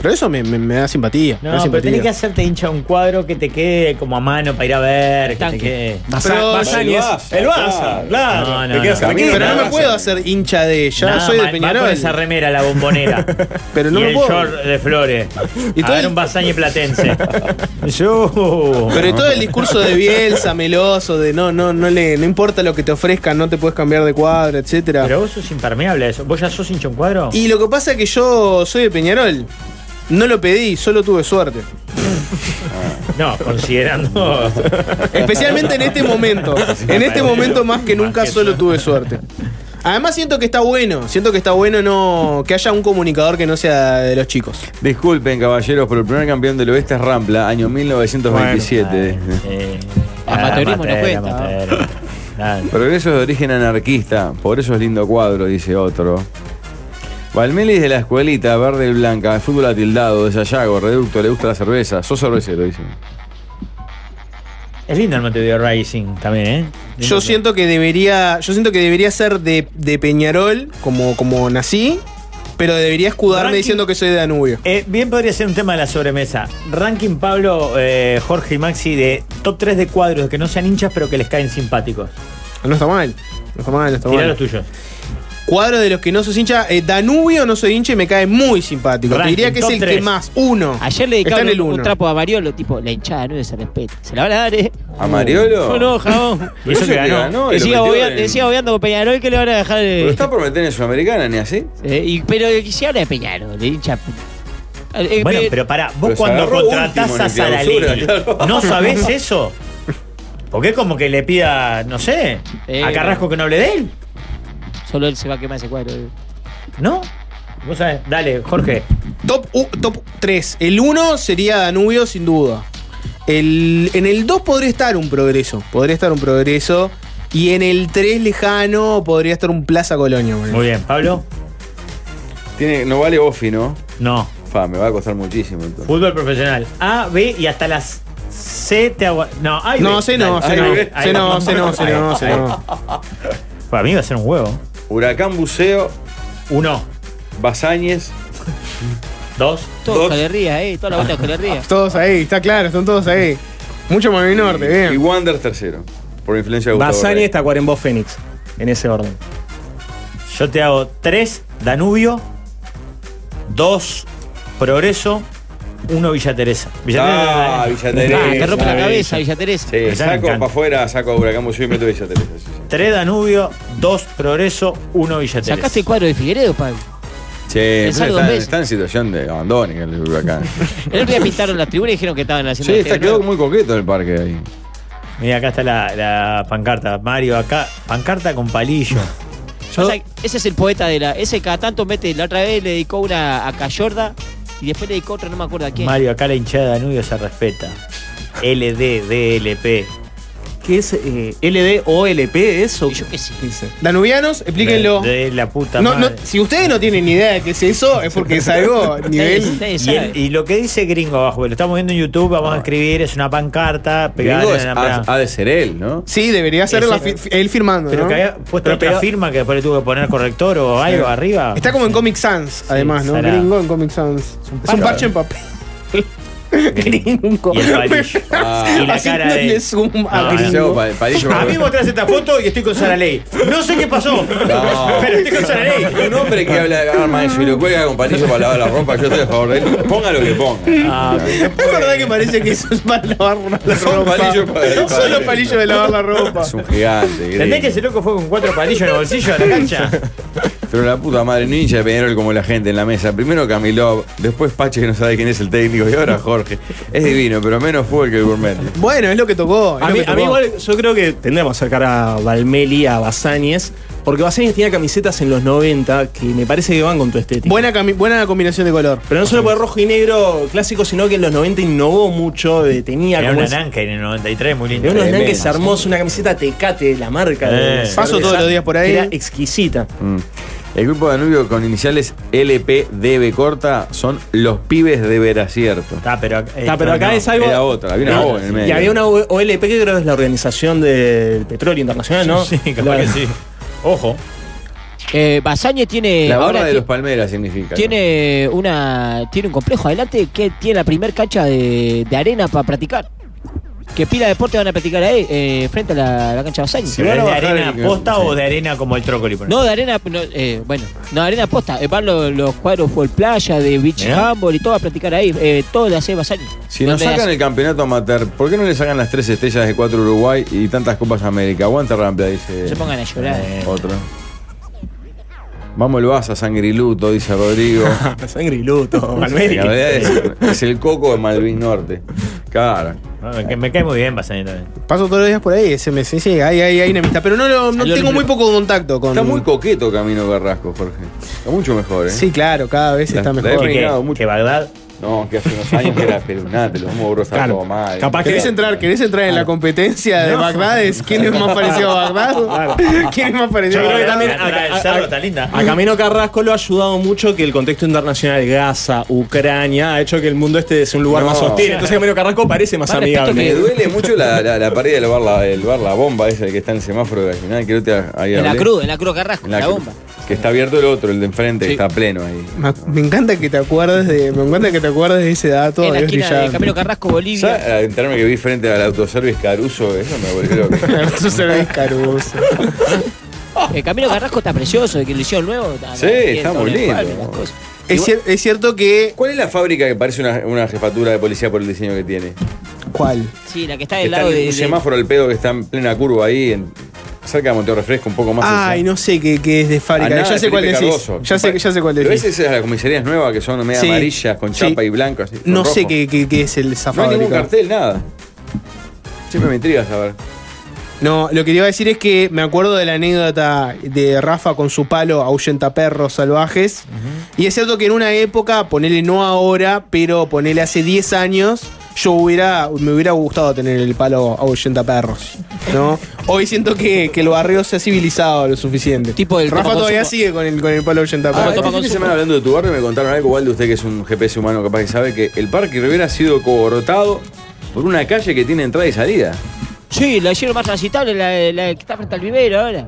[SPEAKER 3] Pero eso me, me- me da simpatía. me
[SPEAKER 4] No,
[SPEAKER 3] da
[SPEAKER 4] pero
[SPEAKER 3] simpatía.
[SPEAKER 4] tenés que hacerte hincha un cuadro que te quede como a mano para ir a ver, que
[SPEAKER 6] Tanque.
[SPEAKER 4] te quede.
[SPEAKER 2] Baza-
[SPEAKER 3] Pero- Ah.
[SPEAKER 2] Bazañez.
[SPEAKER 1] El Baza,
[SPEAKER 2] El Baza,
[SPEAKER 1] claro.
[SPEAKER 2] claro.
[SPEAKER 4] No, no,
[SPEAKER 2] Te quedas
[SPEAKER 4] no.
[SPEAKER 2] tranquilo,
[SPEAKER 3] Pero no me
[SPEAKER 2] Baza.
[SPEAKER 3] puedo hacer hincha de ella.
[SPEAKER 4] Nada,
[SPEAKER 3] soy de
[SPEAKER 4] va- va
[SPEAKER 3] Peñarol.
[SPEAKER 4] con esa remera, la bombonera.
[SPEAKER 3] [LAUGHS] Pero no
[SPEAKER 4] y
[SPEAKER 3] me
[SPEAKER 4] el
[SPEAKER 3] puedo.
[SPEAKER 4] short de flores.
[SPEAKER 3] Y
[SPEAKER 4] Y a
[SPEAKER 3] todo
[SPEAKER 4] ver
[SPEAKER 3] el-
[SPEAKER 4] un basañe platense.
[SPEAKER 2] [LAUGHS]
[SPEAKER 4] Yo.
[SPEAKER 3] Pero todo el discurso de
[SPEAKER 4] [LAUGHS]
[SPEAKER 3] Bielsa, meloso, de no, no, no le, no importa lo que te ofrezcan, no te puedes cambiar de cuadro, etcétera.
[SPEAKER 4] Pero vos sos impermeable a eso. ¿Vos ya sos hincha un cuadro?
[SPEAKER 3] Y lo que pasa es que yo soy de Peñarol. No lo pedí, solo tuve suerte.
[SPEAKER 4] No, considerando.
[SPEAKER 3] Especialmente en este momento. En este momento más que nunca solo tuve suerte. Además siento que está bueno, siento que está bueno no que haya un comunicador que no sea de los chicos.
[SPEAKER 1] Disculpen, caballeros, pero el primer campeón del oeste es Rampla, año 1927. [LAUGHS]
[SPEAKER 4] Eh,
[SPEAKER 6] Amateurismo no
[SPEAKER 4] amateur,
[SPEAKER 6] cuesta.
[SPEAKER 4] amateur. Nada.
[SPEAKER 1] Progreso de origen anarquista, por eso es lindo cuadro, dice otro. Valmelis de la escuelita, verde y blanca, fútbol atildado, de Sayago, reducto, le gusta la cerveza, sos cervecero, dice.
[SPEAKER 4] Es lindo el Montevideo Rising también, ¿eh?
[SPEAKER 3] Yo siento que debería, yo siento que debería ser de, de Peñarol como como nací, pero debería escudarme
[SPEAKER 4] Ranking.
[SPEAKER 3] diciendo que soy de Danubio.
[SPEAKER 4] Eh, bien podría ser un tema de la sobremesa. Ranking Pablo, eh, Jorge y Maxi de top 3 de cuadros que no sean hinchas pero que les caen simpáticos.
[SPEAKER 3] No está mal. No está mal, no está
[SPEAKER 4] Tirá los
[SPEAKER 3] mal.
[SPEAKER 4] tuyos.
[SPEAKER 3] Cuadro de los que no sos hincha. eh, Danubio no soy hincha y me cae muy simpático. Te
[SPEAKER 4] Ranking,
[SPEAKER 3] diría que es
[SPEAKER 4] top
[SPEAKER 3] el que
[SPEAKER 4] tres.
[SPEAKER 3] más. Uno.
[SPEAKER 6] Ayer le
[SPEAKER 3] Está en el
[SPEAKER 6] dedicaron un,
[SPEAKER 3] uno.
[SPEAKER 6] trapo a Mariolo, tipo, la hinchada no se respeta. Se la van a dar, ¿eh?
[SPEAKER 1] ¿A Mariolo?
[SPEAKER 6] No, no, jabón.
[SPEAKER 1] [LAUGHS] Pero
[SPEAKER 4] Eso
[SPEAKER 1] ese
[SPEAKER 4] que
[SPEAKER 1] que
[SPEAKER 4] ganó.
[SPEAKER 1] ganó y
[SPEAKER 6] que
[SPEAKER 1] lo
[SPEAKER 6] siga
[SPEAKER 1] metió
[SPEAKER 6] bobeando,
[SPEAKER 1] en-
[SPEAKER 6] que siga bobeando con Peñarol, que le van a dejar de-
[SPEAKER 1] Pero está por meter en Sudamericana, ni así.
[SPEAKER 6] Eh, y- pero que se habla de Peñarol, de hincha. Eh,
[SPEAKER 4] Bueno,
[SPEAKER 6] eh,
[SPEAKER 4] pero pará, vos
[SPEAKER 1] Pero se
[SPEAKER 4] cuando
[SPEAKER 1] Pues agarró último
[SPEAKER 4] contratás
[SPEAKER 1] en
[SPEAKER 4] a
[SPEAKER 1] el
[SPEAKER 4] Saralini,
[SPEAKER 1] clausura, [LAUGHS] claro.
[SPEAKER 4] ¿no sabés eso? Porque es como que le pida, no sé,
[SPEAKER 6] Eh,
[SPEAKER 4] a Carrasco que no hable de él,
[SPEAKER 6] Solo él se va a quemar ese cuadro. eh.
[SPEAKER 4] ¿no? Vos sabés, dale, Jorge.
[SPEAKER 3] Top, u- top 3. El 1 sería Danubio, sin duda. El- en el 2 podría estar un progreso. Podría estar un progreso. Y en el 3 lejano podría estar un Plaza Colonia. bueno.
[SPEAKER 4] Muy bien, Pablo.
[SPEAKER 1] Tiene, no vale Ofi, ¿no?
[SPEAKER 4] No.
[SPEAKER 1] Fa, me va a costar muchísimo entonces.
[SPEAKER 4] Fútbol profesional. A, B y hasta las C te agua. No, A y B.
[SPEAKER 3] No, se no,
[SPEAKER 4] Dale,
[SPEAKER 3] se
[SPEAKER 4] ahí
[SPEAKER 3] no.
[SPEAKER 4] ve, ahí
[SPEAKER 3] Se
[SPEAKER 4] ve.
[SPEAKER 3] no, se no, se
[SPEAKER 4] Ahí
[SPEAKER 3] no,
[SPEAKER 4] ve,
[SPEAKER 3] se
[SPEAKER 4] ahí
[SPEAKER 3] no.
[SPEAKER 4] [LAUGHS] ve. Para mí va a ser un huevo.
[SPEAKER 1] Huracán Buceo,
[SPEAKER 4] Uno,
[SPEAKER 1] Basáñez,
[SPEAKER 4] dos.
[SPEAKER 1] Dos.
[SPEAKER 6] Todo Jolería, eh. Toda la vuelta de Jolería.
[SPEAKER 3] Todos ahí, está claro, están todos ahí. Mucho más norte,
[SPEAKER 1] y
[SPEAKER 3] bien.
[SPEAKER 1] Wander tercero. Por influencia de Gustavo
[SPEAKER 2] Basani
[SPEAKER 1] Rey.
[SPEAKER 2] está Cuarembó Fénix. En ese orden.
[SPEAKER 4] Yo te hago tres, Danubio. Dos, Progreso. Uno, Villa Teresa. Villa
[SPEAKER 1] Ah,
[SPEAKER 4] Teresa.
[SPEAKER 1] Villa Teresa.
[SPEAKER 6] Ah, te rompe la
[SPEAKER 1] Villa
[SPEAKER 6] cabeza, Villa Teresa.
[SPEAKER 1] Sí,
[SPEAKER 4] Esa eh. me
[SPEAKER 1] saco
[SPEAKER 4] encanta.
[SPEAKER 1] para afuera, saco Huracán Buceo y meto Villa Teresa. sí, sí.
[SPEAKER 4] Tres, Danubio. Dos, Progreso. Uno, Villa Teresa.
[SPEAKER 6] Sacaste el cuadro de Figueredo, Pablo.
[SPEAKER 1] Che,
[SPEAKER 6] Pensá
[SPEAKER 1] pero
[SPEAKER 6] dos
[SPEAKER 1] está,
[SPEAKER 6] veces.
[SPEAKER 1] está en situación de abandono el
[SPEAKER 6] [LAUGHS]
[SPEAKER 1] huracán.
[SPEAKER 6] El otro día pintaron las tribunas y dijeron que estaban haciendo.
[SPEAKER 1] sí,
[SPEAKER 6] la
[SPEAKER 1] está,
[SPEAKER 6] tele
[SPEAKER 1] quedó
[SPEAKER 6] nueva.
[SPEAKER 1] muy coqueto el parque ahí.
[SPEAKER 4] Mira, acá está la, la pancarta. Mario, acá. Pancarta con palillo.
[SPEAKER 6] O sea, ese es el poeta de la. Ese cada tanto mete. La otra vez le dedicó una a Cayorda y después le dedicó otra, no me acuerdo a quién.
[SPEAKER 4] Mario, acá la hinchada de Danubio se respeta. LD, DLP.
[SPEAKER 2] ¿Qué es eh, LD o LP eso?
[SPEAKER 6] Y yo qué sé.
[SPEAKER 2] Dice.
[SPEAKER 3] Danubianos, explíquenlo.
[SPEAKER 4] De, de la puta
[SPEAKER 3] No, no,
[SPEAKER 4] madre.
[SPEAKER 3] si ustedes no tienen ni idea de qué es eso, es porque es [LAUGHS]
[SPEAKER 1] [LAUGHS]
[SPEAKER 3] algo nivel.
[SPEAKER 6] Nadie- nadie
[SPEAKER 4] Y, el-
[SPEAKER 6] sabe.
[SPEAKER 4] y lo que dice Gringo abajo, lo estamos viendo en YouTube,
[SPEAKER 3] Ah.
[SPEAKER 4] vamos a escribir, es una pancarta pegada
[SPEAKER 1] Gringo
[SPEAKER 4] en
[SPEAKER 1] es-
[SPEAKER 4] la
[SPEAKER 1] ha,
[SPEAKER 4] plana.
[SPEAKER 1] ha de ser él, ¿no?
[SPEAKER 3] Sí, debería ser
[SPEAKER 4] Eso.
[SPEAKER 3] la fi- fi- él firmando.
[SPEAKER 4] Pero
[SPEAKER 3] ¿no?
[SPEAKER 4] que había puesto
[SPEAKER 2] Pero
[SPEAKER 4] otra
[SPEAKER 2] pegado-
[SPEAKER 4] firma que después le tuve que poner corrector o algo arriba.
[SPEAKER 3] Está [LAUGHS] como en Comic Sans, además, ¿no?
[SPEAKER 4] será.
[SPEAKER 3] Gringo en Comic Sans. Es un
[SPEAKER 4] parche.
[SPEAKER 3] parche en papel. Gringo.
[SPEAKER 4] Y el palillo.
[SPEAKER 1] Ah.
[SPEAKER 4] y la cara de.
[SPEAKER 3] Haciéndole zoom a
[SPEAKER 4] No,
[SPEAKER 1] Paseo
[SPEAKER 3] Gringo.
[SPEAKER 1] pa- palillo
[SPEAKER 4] A
[SPEAKER 1] para-
[SPEAKER 4] mí me mostrás esta foto y estoy con Sara Ley. No sé qué pasó, [LAUGHS] pero estoy con Sara Ley.
[SPEAKER 1] Un hombre que habla de arma eso y lo cuelga con palillo para lavar la ropa, yo estoy a favor de él. Ponga lo que ponga.
[SPEAKER 3] [LAUGHS]
[SPEAKER 4] Ah,
[SPEAKER 3] Es verdad que parece que eso es para lavar
[SPEAKER 1] [LAUGHS]
[SPEAKER 3] la
[SPEAKER 1] Son
[SPEAKER 3] ropa.
[SPEAKER 1] palillos para-
[SPEAKER 3] No [LAUGHS]
[SPEAKER 1] para-
[SPEAKER 3] solo palillo de lavar la ropa.
[SPEAKER 1] Es un gigante.
[SPEAKER 4] ¿Entendés que
[SPEAKER 1] Gringo.
[SPEAKER 4] ese loco fue con cuatro palillos en el bolsillo de la
[SPEAKER 1] [LAUGHS]
[SPEAKER 4] cancha?
[SPEAKER 1] Pero la puta madre, un hincha de Peñarol como la gente en la mesa. Primero Camilo, después Pache que no sabe quién es el técnico y ahora Jorge. Es divino, pero menos fútbol que el gourmet.
[SPEAKER 3] Bueno, es lo que tocó. es
[SPEAKER 2] A
[SPEAKER 3] lo
[SPEAKER 2] mí,
[SPEAKER 3] que
[SPEAKER 2] a mí
[SPEAKER 3] tocó.
[SPEAKER 2] igual yo creo que tendríamos que sacar a Valmeli, a Basáñez, porque Basáñez tenía camisetas en los 90 que me parece que van con tu estética.
[SPEAKER 3] buena, cami- buena combinación de color.
[SPEAKER 2] Pero no solo por el rojo y negro clásico, sino que en los 90 innovó mucho, de- tenía
[SPEAKER 4] Era
[SPEAKER 2] como...
[SPEAKER 4] una
[SPEAKER 2] ese-
[SPEAKER 4] nanca en el 93, muy lindo.
[SPEAKER 2] de unos
[SPEAKER 1] Tremendo.
[SPEAKER 2] nanques hermosos, una camiseta tecate de la marca. de-
[SPEAKER 4] Eh.
[SPEAKER 3] Paso todos los días por ahí.
[SPEAKER 2] Era exquisita.
[SPEAKER 1] Mm. El grupo Danubio con iniciales LPDB corta son los pibes de Veracierto.
[SPEAKER 4] Está, pero, acá-
[SPEAKER 2] Ah, pero acá
[SPEAKER 4] no.
[SPEAKER 2] es algo.
[SPEAKER 1] Era otra, había una
[SPEAKER 2] No,
[SPEAKER 1] O en el medio.
[SPEAKER 2] Y había una O- OLP que creo que es la Organización del Petróleo Internacional, ¿no?
[SPEAKER 4] Sí, capaz
[SPEAKER 2] La-
[SPEAKER 4] que
[SPEAKER 2] [LAUGHS]
[SPEAKER 4] sí. Ojo.
[SPEAKER 6] Eh, Basañe tiene.
[SPEAKER 1] La
[SPEAKER 6] ahora
[SPEAKER 1] barra de
[SPEAKER 6] ti-
[SPEAKER 1] los palmeras significa. ¿no?
[SPEAKER 6] tiene una. Tiene un complejo adelante que tiene la primer cancha de, de arena para practicar. Que pila de deporte van a practicar ahí, eh, frente a la, la cancha de Basañe.
[SPEAKER 1] Sí.
[SPEAKER 4] ¿Pero
[SPEAKER 1] van
[SPEAKER 4] es
[SPEAKER 1] a
[SPEAKER 4] de
[SPEAKER 1] bajar
[SPEAKER 4] arena
[SPEAKER 1] el-
[SPEAKER 4] posta
[SPEAKER 1] sí.
[SPEAKER 4] o de arena como el trócoli? por
[SPEAKER 6] No,
[SPEAKER 4] ejemplo?
[SPEAKER 6] de arena, no, eh, bueno, no, de arena posta. Eh, van los, los cuadros full playa, de beach
[SPEAKER 4] Mirá.
[SPEAKER 6] handball y todo a practicar ahí. Eh, todo lo hace Basani.
[SPEAKER 1] Si nos
[SPEAKER 6] Donde
[SPEAKER 1] sacan
[SPEAKER 6] hace-
[SPEAKER 1] el campeonato amateur, ¿por qué no le sacan las tres estrellas de cuatro Uruguay y tantas Copas América? Aguanta Rampla, dice
[SPEAKER 6] Se pongan a llorar.
[SPEAKER 4] Eh,
[SPEAKER 1] otro. Vamos el Baza, sangriluto, dice
[SPEAKER 4] [LAUGHS]
[SPEAKER 1] Rodrigo.
[SPEAKER 2] Sangriluto. Valmeli.
[SPEAKER 1] La verdad es, es el coco de Malvin Norte. Claro.
[SPEAKER 4] no, que me cae muy bien Basani también.
[SPEAKER 3] Paso todos los días por ahí. Se me sí, sí, hay, hay, hay enemistad. Pero no, lo- no
[SPEAKER 6] Salió
[SPEAKER 3] tengo
[SPEAKER 6] el-
[SPEAKER 3] muy poco contacto con.
[SPEAKER 1] Está muy coqueto Camino Carrasco, Jorge. Está mucho mejor, ¿eh?
[SPEAKER 3] Sí, claro, cada vez
[SPEAKER 1] La-
[SPEAKER 3] está
[SPEAKER 1] la
[SPEAKER 3] mejor.
[SPEAKER 1] F-
[SPEAKER 4] Que,
[SPEAKER 1] peinado mucho.
[SPEAKER 4] que Bagdad.
[SPEAKER 1] No, que hace unos años
[SPEAKER 4] [LAUGHS]
[SPEAKER 1] que era espeluznante, los hombros estaban todo mal.
[SPEAKER 2] Capaz que
[SPEAKER 3] ¿Querés entrar, querés entrar
[SPEAKER 1] Ah.
[SPEAKER 3] en la competencia de Bagdades? ¿Quién es más parecido a
[SPEAKER 1] [LAUGHS]
[SPEAKER 3] Bagdad?
[SPEAKER 1] Ah.
[SPEAKER 3] [LAUGHS] ¿Quién es más parecido
[SPEAKER 2] Yo creo
[SPEAKER 3] a
[SPEAKER 2] que
[SPEAKER 3] Bagdad?
[SPEAKER 2] también-
[SPEAKER 4] La entrada del
[SPEAKER 2] a- a-
[SPEAKER 4] cerro tan linda.
[SPEAKER 2] A Camino Carrasco lo ha ayudado mucho que el contexto internacional de Gaza, Ucrania, ha hecho que el mundo este sea un lugar
[SPEAKER 1] No.
[SPEAKER 2] más hostil. Entonces Camino Carrasco parece más
[SPEAKER 6] Más respeto
[SPEAKER 2] amigable.
[SPEAKER 1] Me
[SPEAKER 6] [LAUGHS]
[SPEAKER 1] duele mucho la, la, la pared del bar la, el bar la bomba esa que está en el semáforo de la final, creo que ahí
[SPEAKER 6] En la
[SPEAKER 1] hablé.
[SPEAKER 6] cruz, en la cruz Carrasco,
[SPEAKER 1] En
[SPEAKER 6] la,
[SPEAKER 1] cruz.
[SPEAKER 6] bomba.
[SPEAKER 1] Que está abierto el otro, el de enfrente, que
[SPEAKER 6] Sí.
[SPEAKER 1] está pleno ahí.
[SPEAKER 3] Me, me encanta que te acuerdes de. Me encanta que te acuerdes de ese dato.
[SPEAKER 6] en la
[SPEAKER 3] es
[SPEAKER 6] esquina de
[SPEAKER 3] brillante.
[SPEAKER 6] Camilo Carrasco,
[SPEAKER 1] Ya
[SPEAKER 6] Bolivia.
[SPEAKER 1] a Ah, enterarme que
[SPEAKER 6] [LAUGHS]
[SPEAKER 1] vi
[SPEAKER 6] Ah,
[SPEAKER 1] frente al autoservice Caruso, eso me volvió loco.
[SPEAKER 3] Eso se ve escaroso.
[SPEAKER 6] El Camino Carrasco está precioso, de que lo hicieron nuevo. está-
[SPEAKER 1] Sí,
[SPEAKER 6] bien,
[SPEAKER 1] está
[SPEAKER 6] todo
[SPEAKER 1] muy
[SPEAKER 6] en el
[SPEAKER 1] lindo.
[SPEAKER 6] cuadro, las cosas.
[SPEAKER 3] Es, cier- es cierto que.
[SPEAKER 1] ¿Cuál es la fábrica que parece una, una jefatura de policía por el diseño que tiene?
[SPEAKER 3] ¿Cuál?
[SPEAKER 6] Sí, la que está
[SPEAKER 1] Que
[SPEAKER 6] del
[SPEAKER 1] Está
[SPEAKER 6] lado
[SPEAKER 1] en
[SPEAKER 6] de.
[SPEAKER 1] un
[SPEAKER 6] de-
[SPEAKER 1] semáforo al pedo que está en plena curva ahí, en- cerca de Monteo Refresco, un poco más.
[SPEAKER 3] Ay,
[SPEAKER 1] allá.
[SPEAKER 3] no sé qué, qué es de
[SPEAKER 1] A
[SPEAKER 3] fábrica.
[SPEAKER 1] Ah, nada
[SPEAKER 3] ya
[SPEAKER 1] de
[SPEAKER 3] sé cuál
[SPEAKER 1] Felipe
[SPEAKER 3] decís.
[SPEAKER 1] Cardoso.
[SPEAKER 3] Ya sé, ya sé cuál
[SPEAKER 1] Pero
[SPEAKER 3] decís.
[SPEAKER 1] esa es las comisarías nuevas que son medio
[SPEAKER 3] Sí.
[SPEAKER 1] amarillas, con
[SPEAKER 3] Sí.
[SPEAKER 1] chapa y blanco. así, con
[SPEAKER 3] No
[SPEAKER 1] rojo.
[SPEAKER 3] sé qué, qué- qué es el esa
[SPEAKER 1] No hay ningún
[SPEAKER 3] fábrica.
[SPEAKER 1] cartel, nada. Siempre me intriga saber.
[SPEAKER 3] No, lo que te iba a decir es que me acuerdo de la anécdota de Rafa con su palo ahuyenta perros salvajes. Y es cierto que en una época, ponele no ahora, pero ponele hace 10 años, yo hubiera, me hubiera gustado tener el palo ahuyenta perros. ¿no? Hoy siento que, que el barrio se ha civilizado lo suficiente.
[SPEAKER 6] Tipo el
[SPEAKER 3] Rafa
[SPEAKER 6] Topaconsumo.
[SPEAKER 3] todavía sigue con el, con el palo ahuyenta
[SPEAKER 1] Ah,
[SPEAKER 3] perros.
[SPEAKER 1] este
[SPEAKER 6] toma
[SPEAKER 1] fin de
[SPEAKER 6] consumo.
[SPEAKER 1] semana hablando de tu barrio me contaron algo, igual de usted que es un GPS humano capaz que sabe que el Parque Rivera ha sido coborotado por una calle que tiene entrada y salida.
[SPEAKER 6] Sí, la hicieron más transitable, la, la que está frente al vivero ahora.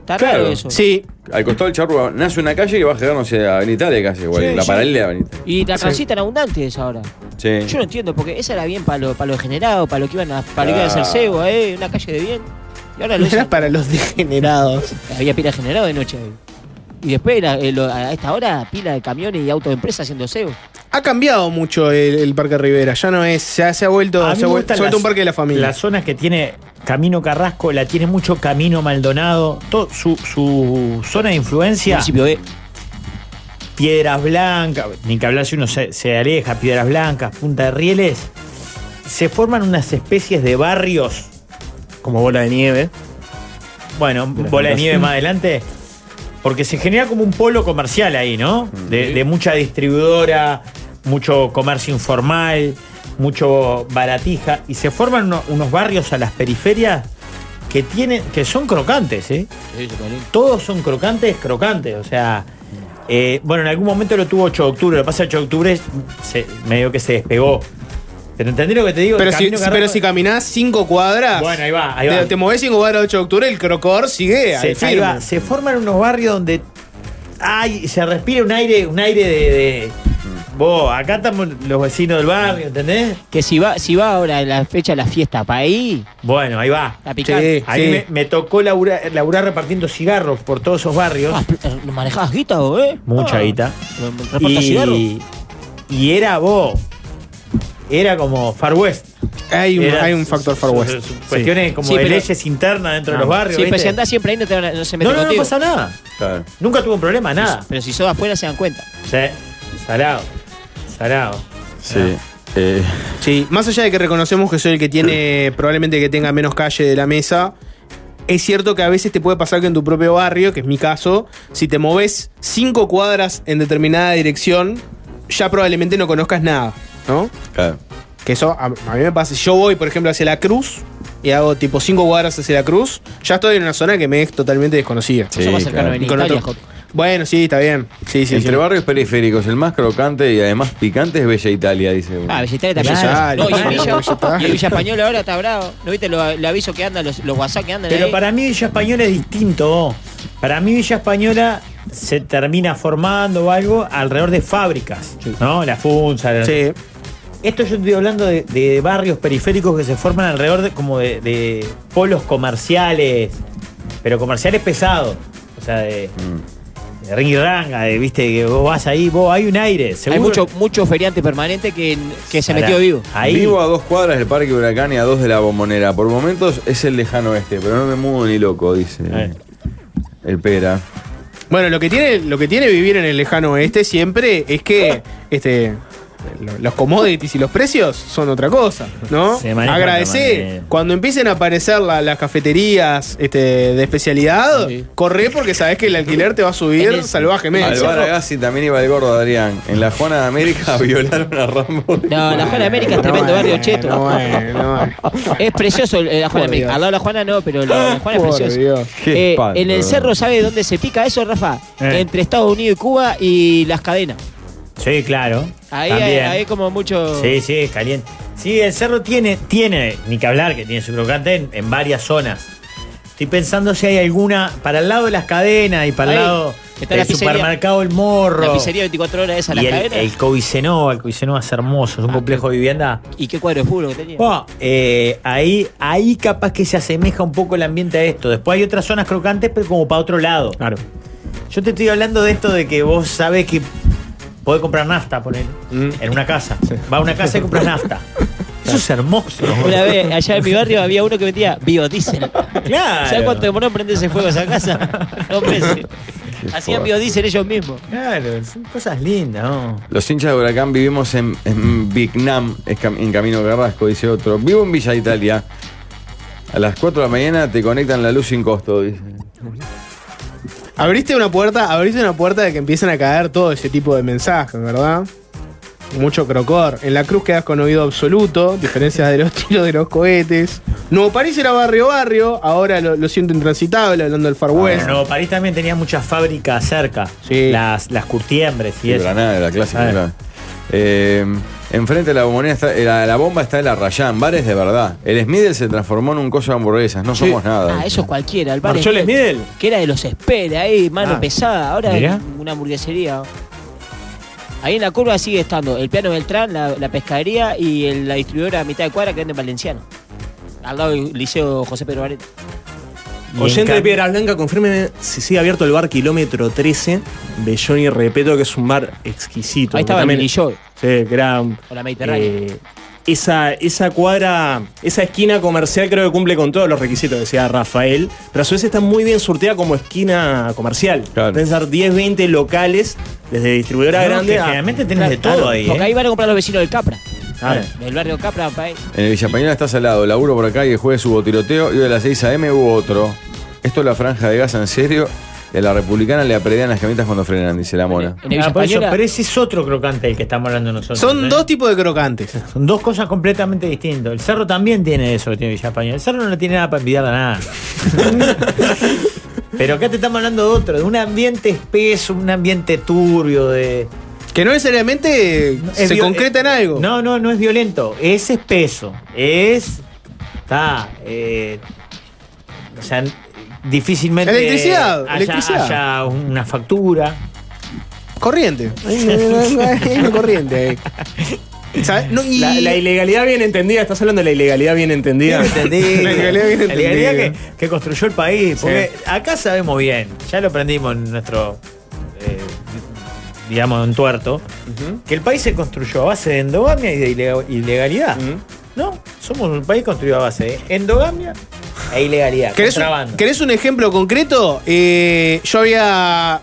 [SPEAKER 6] Está
[SPEAKER 1] Claro.
[SPEAKER 6] raro eso.
[SPEAKER 3] Sí,
[SPEAKER 1] Al costado del charrúa nace una calle que va a llegar, no sé, a Avenida Italia casi, igual,
[SPEAKER 6] Sí,
[SPEAKER 1] la
[SPEAKER 6] sí.
[SPEAKER 1] paralela de Avenida Italia.
[SPEAKER 6] Y la transitan abundantes ahora.
[SPEAKER 1] Sí.
[SPEAKER 6] Yo no entiendo, porque esa era bien para lo, para lo degenerado, para lo que iban a, para lo que iban a hacer
[SPEAKER 1] Ah.
[SPEAKER 6] cebo, eh, una calle de bien. Y ahora lo
[SPEAKER 3] no era
[SPEAKER 6] usan-
[SPEAKER 3] para los degenerados.
[SPEAKER 6] Había pila generado de noche. eh. Y después la- eh, lo- a esta hora, pila de camiones y autos de empresa haciendo cebo.
[SPEAKER 3] Ha cambiado mucho el, el Parque Rivera, ya no es, ya se ha vuelto,
[SPEAKER 4] A mí
[SPEAKER 3] se ha
[SPEAKER 4] me
[SPEAKER 3] vuel-
[SPEAKER 4] gustan
[SPEAKER 3] se ha vuelto
[SPEAKER 4] las-
[SPEAKER 3] un parque de la familia.
[SPEAKER 4] Las zonas que tiene Camino Carrasco, la tiene mucho Camino Maldonado, todo, su, su zona de influencia,
[SPEAKER 6] Municipio de.
[SPEAKER 4] Piedras Blancas, ni que hablar si uno se, se aleja, Piedras Blancas, Punta de Rieles, se forman unas especies de barrios,
[SPEAKER 2] Como bola de nieve.
[SPEAKER 4] bueno, bola de nieve más adelante, porque se genera como un polo comercial ahí, ¿no?
[SPEAKER 3] Mm.
[SPEAKER 4] De, de mucha distribuidora, mucho comercio informal, mucho baratija, y se forman uno- unos barrios a las periferias que tienen, que son crocantes, ¿eh? todos son crocantes, crocantes. O sea, eh, bueno, en algún momento lo tuvo 8 de octubre. Lo que pasa es que 8 de octubre se, medio que se despegó. ¿Pero entendés lo que te digo?
[SPEAKER 3] Pero
[SPEAKER 4] El
[SPEAKER 3] si,
[SPEAKER 4] Camino
[SPEAKER 3] si-
[SPEAKER 4] Carrasco-
[SPEAKER 3] pero si caminás 5 cuadras.
[SPEAKER 4] Bueno, ahí va, ahí va.
[SPEAKER 3] Te, te movés 5 cuadras 8 de octubre, el crocor sigue. ahí
[SPEAKER 4] se, ahí
[SPEAKER 3] firme.
[SPEAKER 4] va. Se forman unos barrios donde hay, se respira un aire, un aire de. de- Vos, acá estamos los vecinos del barrio, ¿entendés?
[SPEAKER 6] Que si va, si va ahora la fecha de la fiesta para ahí,
[SPEAKER 4] Bueno, ahí va.
[SPEAKER 6] la picante.
[SPEAKER 3] Sí.
[SPEAKER 4] Ahí me, me tocó laburar, laburar repartiendo cigarros por todos esos barrios.
[SPEAKER 6] Ah, eh, ¿Manejabas guita vos, eh?
[SPEAKER 4] Mucha
[SPEAKER 6] Ah,
[SPEAKER 4] guita.
[SPEAKER 6] ¿re- ¿Reporta cigarro?
[SPEAKER 4] y, y era vos. Era como Far West.
[SPEAKER 3] Hay un,
[SPEAKER 4] Era
[SPEAKER 3] hay un factor far
[SPEAKER 4] su-
[SPEAKER 3] west.
[SPEAKER 4] su- su- Cuestiones como
[SPEAKER 6] Sí,
[SPEAKER 4] de
[SPEAKER 6] pero-
[SPEAKER 4] leyes internas dentro de los barrios.
[SPEAKER 6] Ah. Sí, pero
[SPEAKER 4] ¿viste?
[SPEAKER 6] si andás siempre ahí no, te van a- no se mete
[SPEAKER 4] no, no, no
[SPEAKER 6] contigo.
[SPEAKER 4] pasa nada.
[SPEAKER 1] Claro.
[SPEAKER 4] Nunca tuvo un problema, nada.
[SPEAKER 6] Pero si sos de afuera se dan cuenta.
[SPEAKER 4] Sí. Salado. Salado.
[SPEAKER 1] Sí. Eh,
[SPEAKER 3] Sí, más allá de que reconocemos que soy el que tiene, probablemente que tenga menos calle de la mesa, es cierto que a veces te puede pasar que en tu propio barrio, que es mi caso, si te moves 5 cuadras en determinada dirección, ya probablemente no conozcas nada, ¿no?
[SPEAKER 1] claro.
[SPEAKER 3] Que eso a, a mí me pasa. Si Yo voy, por ejemplo, hacia la cruz y hago tipo 5 cuadras hacia la cruz, ya estoy en una zona que me es totalmente desconocida.
[SPEAKER 1] Sí,
[SPEAKER 6] Yo más cercano
[SPEAKER 1] claro.
[SPEAKER 6] a
[SPEAKER 3] Y
[SPEAKER 6] venir
[SPEAKER 3] con
[SPEAKER 6] Italia,
[SPEAKER 3] otro-
[SPEAKER 6] Jorge.
[SPEAKER 3] Bueno, sí, está bien. Sí, sí,
[SPEAKER 1] Entre
[SPEAKER 3] sí.
[SPEAKER 1] barrios periféricos, el más crocante y además picante es Bella Italia, dice uno.
[SPEAKER 6] Ah, Villa Italia
[SPEAKER 3] Villa
[SPEAKER 6] también.
[SPEAKER 3] Italia,
[SPEAKER 6] no, y
[SPEAKER 3] claro,
[SPEAKER 6] en Villa,
[SPEAKER 3] Villa Italia.
[SPEAKER 6] y en Villa Española ahora está bravo. ¿No viste lo- el aviso que andan, los, los WhatsApp que andan
[SPEAKER 4] Pero
[SPEAKER 6] ahí?
[SPEAKER 4] para mí Villa Española es distinto. vos. Para mí Villa Española se termina formando o algo alrededor de fábricas. ¿No? La Funza. la-
[SPEAKER 3] Sí.
[SPEAKER 4] Esto yo estoy hablando de, de barrios periféricos que se forman alrededor de como de, de polos comerciales, pero comerciales pesados. O sea, de, de ring y ranga, de, viste, que vos vas ahí, vos hay un aire.
[SPEAKER 6] Hay
[SPEAKER 4] seguro-
[SPEAKER 6] mucho, mucho feriante permanente que, que se
[SPEAKER 4] Pará,
[SPEAKER 6] metió vivo.
[SPEAKER 4] Ahí,
[SPEAKER 1] Vivo a dos cuadras del Parque Huracán y a dos de la Bombonera. Por momentos es el lejano este, pero no me mudo ni loco, dice
[SPEAKER 4] Eh.
[SPEAKER 1] el Pera.
[SPEAKER 3] Bueno, lo que tiene, lo que tiene vivir en el lejano oeste siempre es que este, lo- los commodities y los precios son otra cosa, ¿no?
[SPEAKER 4] Se maneja de otra
[SPEAKER 3] Agradecer.
[SPEAKER 4] manera.
[SPEAKER 3] Cuando empiecen a aparecer la- las cafeterías este, de especialidad,
[SPEAKER 6] Sí.
[SPEAKER 3] corre porque sabes que el alquiler te va a
[SPEAKER 6] En
[SPEAKER 3] subir
[SPEAKER 6] el-
[SPEAKER 1] Al
[SPEAKER 3] salvajemente.
[SPEAKER 1] bar Agassi también iba el gordo Adrián. En la Juana de América [LAUGHS] violaron a Rambo.
[SPEAKER 6] No, la Juana de América es tremendo barrio cheto.
[SPEAKER 3] No, bueno, no, bueno.
[SPEAKER 6] Es precioso eh, la Juana de
[SPEAKER 3] Por
[SPEAKER 6] América.
[SPEAKER 3] Dios.
[SPEAKER 6] Al lado de la Juana no, pero
[SPEAKER 4] Ah,
[SPEAKER 6] la, la Juana es
[SPEAKER 3] Por
[SPEAKER 6] preciosa.
[SPEAKER 3] Dios.
[SPEAKER 1] Qué
[SPEAKER 6] Eh,
[SPEAKER 1] espanto,
[SPEAKER 6] en el
[SPEAKER 1] ¿verdad?
[SPEAKER 6] cerro, ¿sabe dónde se pica eso, Rafa?
[SPEAKER 4] Eh.
[SPEAKER 6] Entre Estados Unidos y Cuba y las cadenas.
[SPEAKER 4] Sí, claro.
[SPEAKER 6] Ahí hay,
[SPEAKER 4] también.
[SPEAKER 6] hay como mucho.
[SPEAKER 4] Sí, sí, es caliente. Sí, el cerro tiene, tiene, ni que hablar, que tiene su crocante en, en varias zonas. Estoy pensando si hay alguna para el lado de las cadenas y para el
[SPEAKER 6] Ahí,
[SPEAKER 4] lado
[SPEAKER 6] está la
[SPEAKER 4] del
[SPEAKER 6] pizzería.
[SPEAKER 4] supermercado El Morro.
[SPEAKER 6] La pizzería 24 horas esa, la
[SPEAKER 4] y el,
[SPEAKER 6] cadena. Ah,
[SPEAKER 4] el Covicenova, el Covicenova es hermoso, es un complejo de vivienda.
[SPEAKER 6] ¿Y qué cuadro de fútbol que tenía?
[SPEAKER 4] Oh, eh, ahí, ahí capaz que se asemeja un poco el ambiente a esto. Después hay otras zonas crocantes, pero como para otro lado.
[SPEAKER 2] Claro.
[SPEAKER 4] Yo te estoy hablando de esto de que vos sabes que podés comprar nafta, poner
[SPEAKER 1] Mm.
[SPEAKER 4] en una casa. Va a una casa y compras
[SPEAKER 1] [LAUGHS]
[SPEAKER 4] nafta. Eso es hermoso.
[SPEAKER 6] Una vez, allá en mi barrio había uno que vendía biodiesel.
[SPEAKER 4] Claro.
[SPEAKER 6] ¿Sabes cuánto demoró en prenderse fuego esa casa? [LAUGHS] Dos meses. Hacían
[SPEAKER 1] fuerte.
[SPEAKER 6] biodiesel ellos mismos.
[SPEAKER 4] Claro, son cosas lindas, ¿no?
[SPEAKER 1] Los hinchas de Huracán vivimos en, en Vietnam, es cam- en Camino Carrasco, dice otro. Vivo en Villa Italia. A las 4 de la mañana te conectan la luz sin costo, dice.
[SPEAKER 3] Abriste una puerta, abriste una puerta de que empiecen a caer todo ese tipo de mensajes, ¿verdad? Mucho crocor. En la cruz quedas con oído absoluto, diferencias de los tiros de los cohetes. Nuevo París era barrio barrio, ahora lo, lo siento intransitable, hablando del Far West.
[SPEAKER 4] Bueno, Nuevo París también tenía muchas fábricas cerca.
[SPEAKER 3] Sí.
[SPEAKER 4] Las, las curtiembres y
[SPEAKER 1] Sí,
[SPEAKER 4] eso.
[SPEAKER 1] Granada, la clásica.
[SPEAKER 4] Ah.
[SPEAKER 1] claro. Eh, enfrente de la bombonera está, eh, la, la bomba está el Arrayán, bares de verdad. El Smithel se transformó en un coso de hamburguesas, no somos nada.
[SPEAKER 6] Ah, eso es cualquiera. El bar
[SPEAKER 2] ¿Marcholes
[SPEAKER 6] Smith,
[SPEAKER 2] Middle?
[SPEAKER 6] Que era de los Espera, ahí, mano
[SPEAKER 2] Ah.
[SPEAKER 6] pesada. Ahora
[SPEAKER 4] Mirá.
[SPEAKER 6] es una hamburguesería. Ahí en la curva sigue estando el piano Beltrán, la, la pescadería y el- la distribuidora a mitad de cuadra que vende en Valenciano. Al lado del Liceo José Pedro Baret.
[SPEAKER 4] Y en
[SPEAKER 2] Oyente de
[SPEAKER 4] cam-
[SPEAKER 2] Piedra Blanca, confirme si sigue abierto el bar kilómetro 13. Bellón y Repeto, que es un bar exquisito.
[SPEAKER 6] Ahí estaba el
[SPEAKER 2] También-
[SPEAKER 6] Billy Joy,
[SPEAKER 2] Sí, que era,
[SPEAKER 6] o la Mediterránea.
[SPEAKER 2] eh, esa, esa cuadra, esa esquina comercial creo que cumple con todos los requisitos, decía Rafael. Pero a su vez está muy bien surtida como esquina comercial.
[SPEAKER 1] Claro.
[SPEAKER 2] Pueden ser 10, 20 locales, desde distribuidora
[SPEAKER 4] No,
[SPEAKER 2] grande
[SPEAKER 4] que
[SPEAKER 2] a-
[SPEAKER 4] generalmente tenés de
[SPEAKER 6] ah, Claro,
[SPEAKER 4] todo ahí.
[SPEAKER 6] Porque
[SPEAKER 4] ¿eh?
[SPEAKER 6] ahí van a comprar los vecinos del Capra.
[SPEAKER 2] Claro.
[SPEAKER 6] Del barrio Capra, pa' ahí.
[SPEAKER 1] En el Villapañuela está salado, laburo por acá y el jueves hubo tiroteo y hoy a las 6 a.m. hubo otro. Esto es la franja de gas en serio. Y a la republicana le apredean las camionetas cuando frenan, dice la mona.
[SPEAKER 6] En el Villa
[SPEAKER 4] Ah, por eso,
[SPEAKER 6] Española,
[SPEAKER 4] pero ese es otro crocante el que estamos hablando nosotros.
[SPEAKER 3] Son
[SPEAKER 4] ¿eh?
[SPEAKER 3] dos tipos de crocantes.
[SPEAKER 4] [LAUGHS] Son dos cosas completamente distintas. El cerro también tiene eso que tiene Villa Española. El cerro no le tiene nada para envidiar a nada.
[SPEAKER 3] [LAUGHS]
[SPEAKER 4] Pero acá te estamos hablando de otro, de un ambiente espeso, un ambiente turbio, de.
[SPEAKER 3] Que no necesariamente
[SPEAKER 4] Es
[SPEAKER 3] se
[SPEAKER 4] vio-
[SPEAKER 3] concreta en
[SPEAKER 4] eh,
[SPEAKER 3] algo.
[SPEAKER 4] No, no, no es violento. Es espeso. Es. Está. eh, o sea, difícilmente.
[SPEAKER 3] Electricidad,
[SPEAKER 4] haya-
[SPEAKER 3] electricidad.
[SPEAKER 4] haya una factura.
[SPEAKER 3] Corriente. Hay una- hay una corriente ahí. ¿Sabes? No, y-
[SPEAKER 2] La, la ilegalidad bien entendida, estás hablando de la ilegalidad bien entendida. [LAUGHS]
[SPEAKER 3] La ilegalidad bien
[SPEAKER 4] La legalidad que,
[SPEAKER 3] entendida.
[SPEAKER 4] que construyó el país. Porque acá sabemos bien, ya lo aprendimos en nuestro, eh, digamos, en tuerto, que el país se construyó a base de endogamia y de ilega- ilegalidad.
[SPEAKER 2] Ujú.
[SPEAKER 4] No, somos un país construido a base de endogamia e ilegalidad.
[SPEAKER 3] ¿Querés un,
[SPEAKER 4] contrabando.
[SPEAKER 3] querés un ejemplo concreto? Eh, yo había.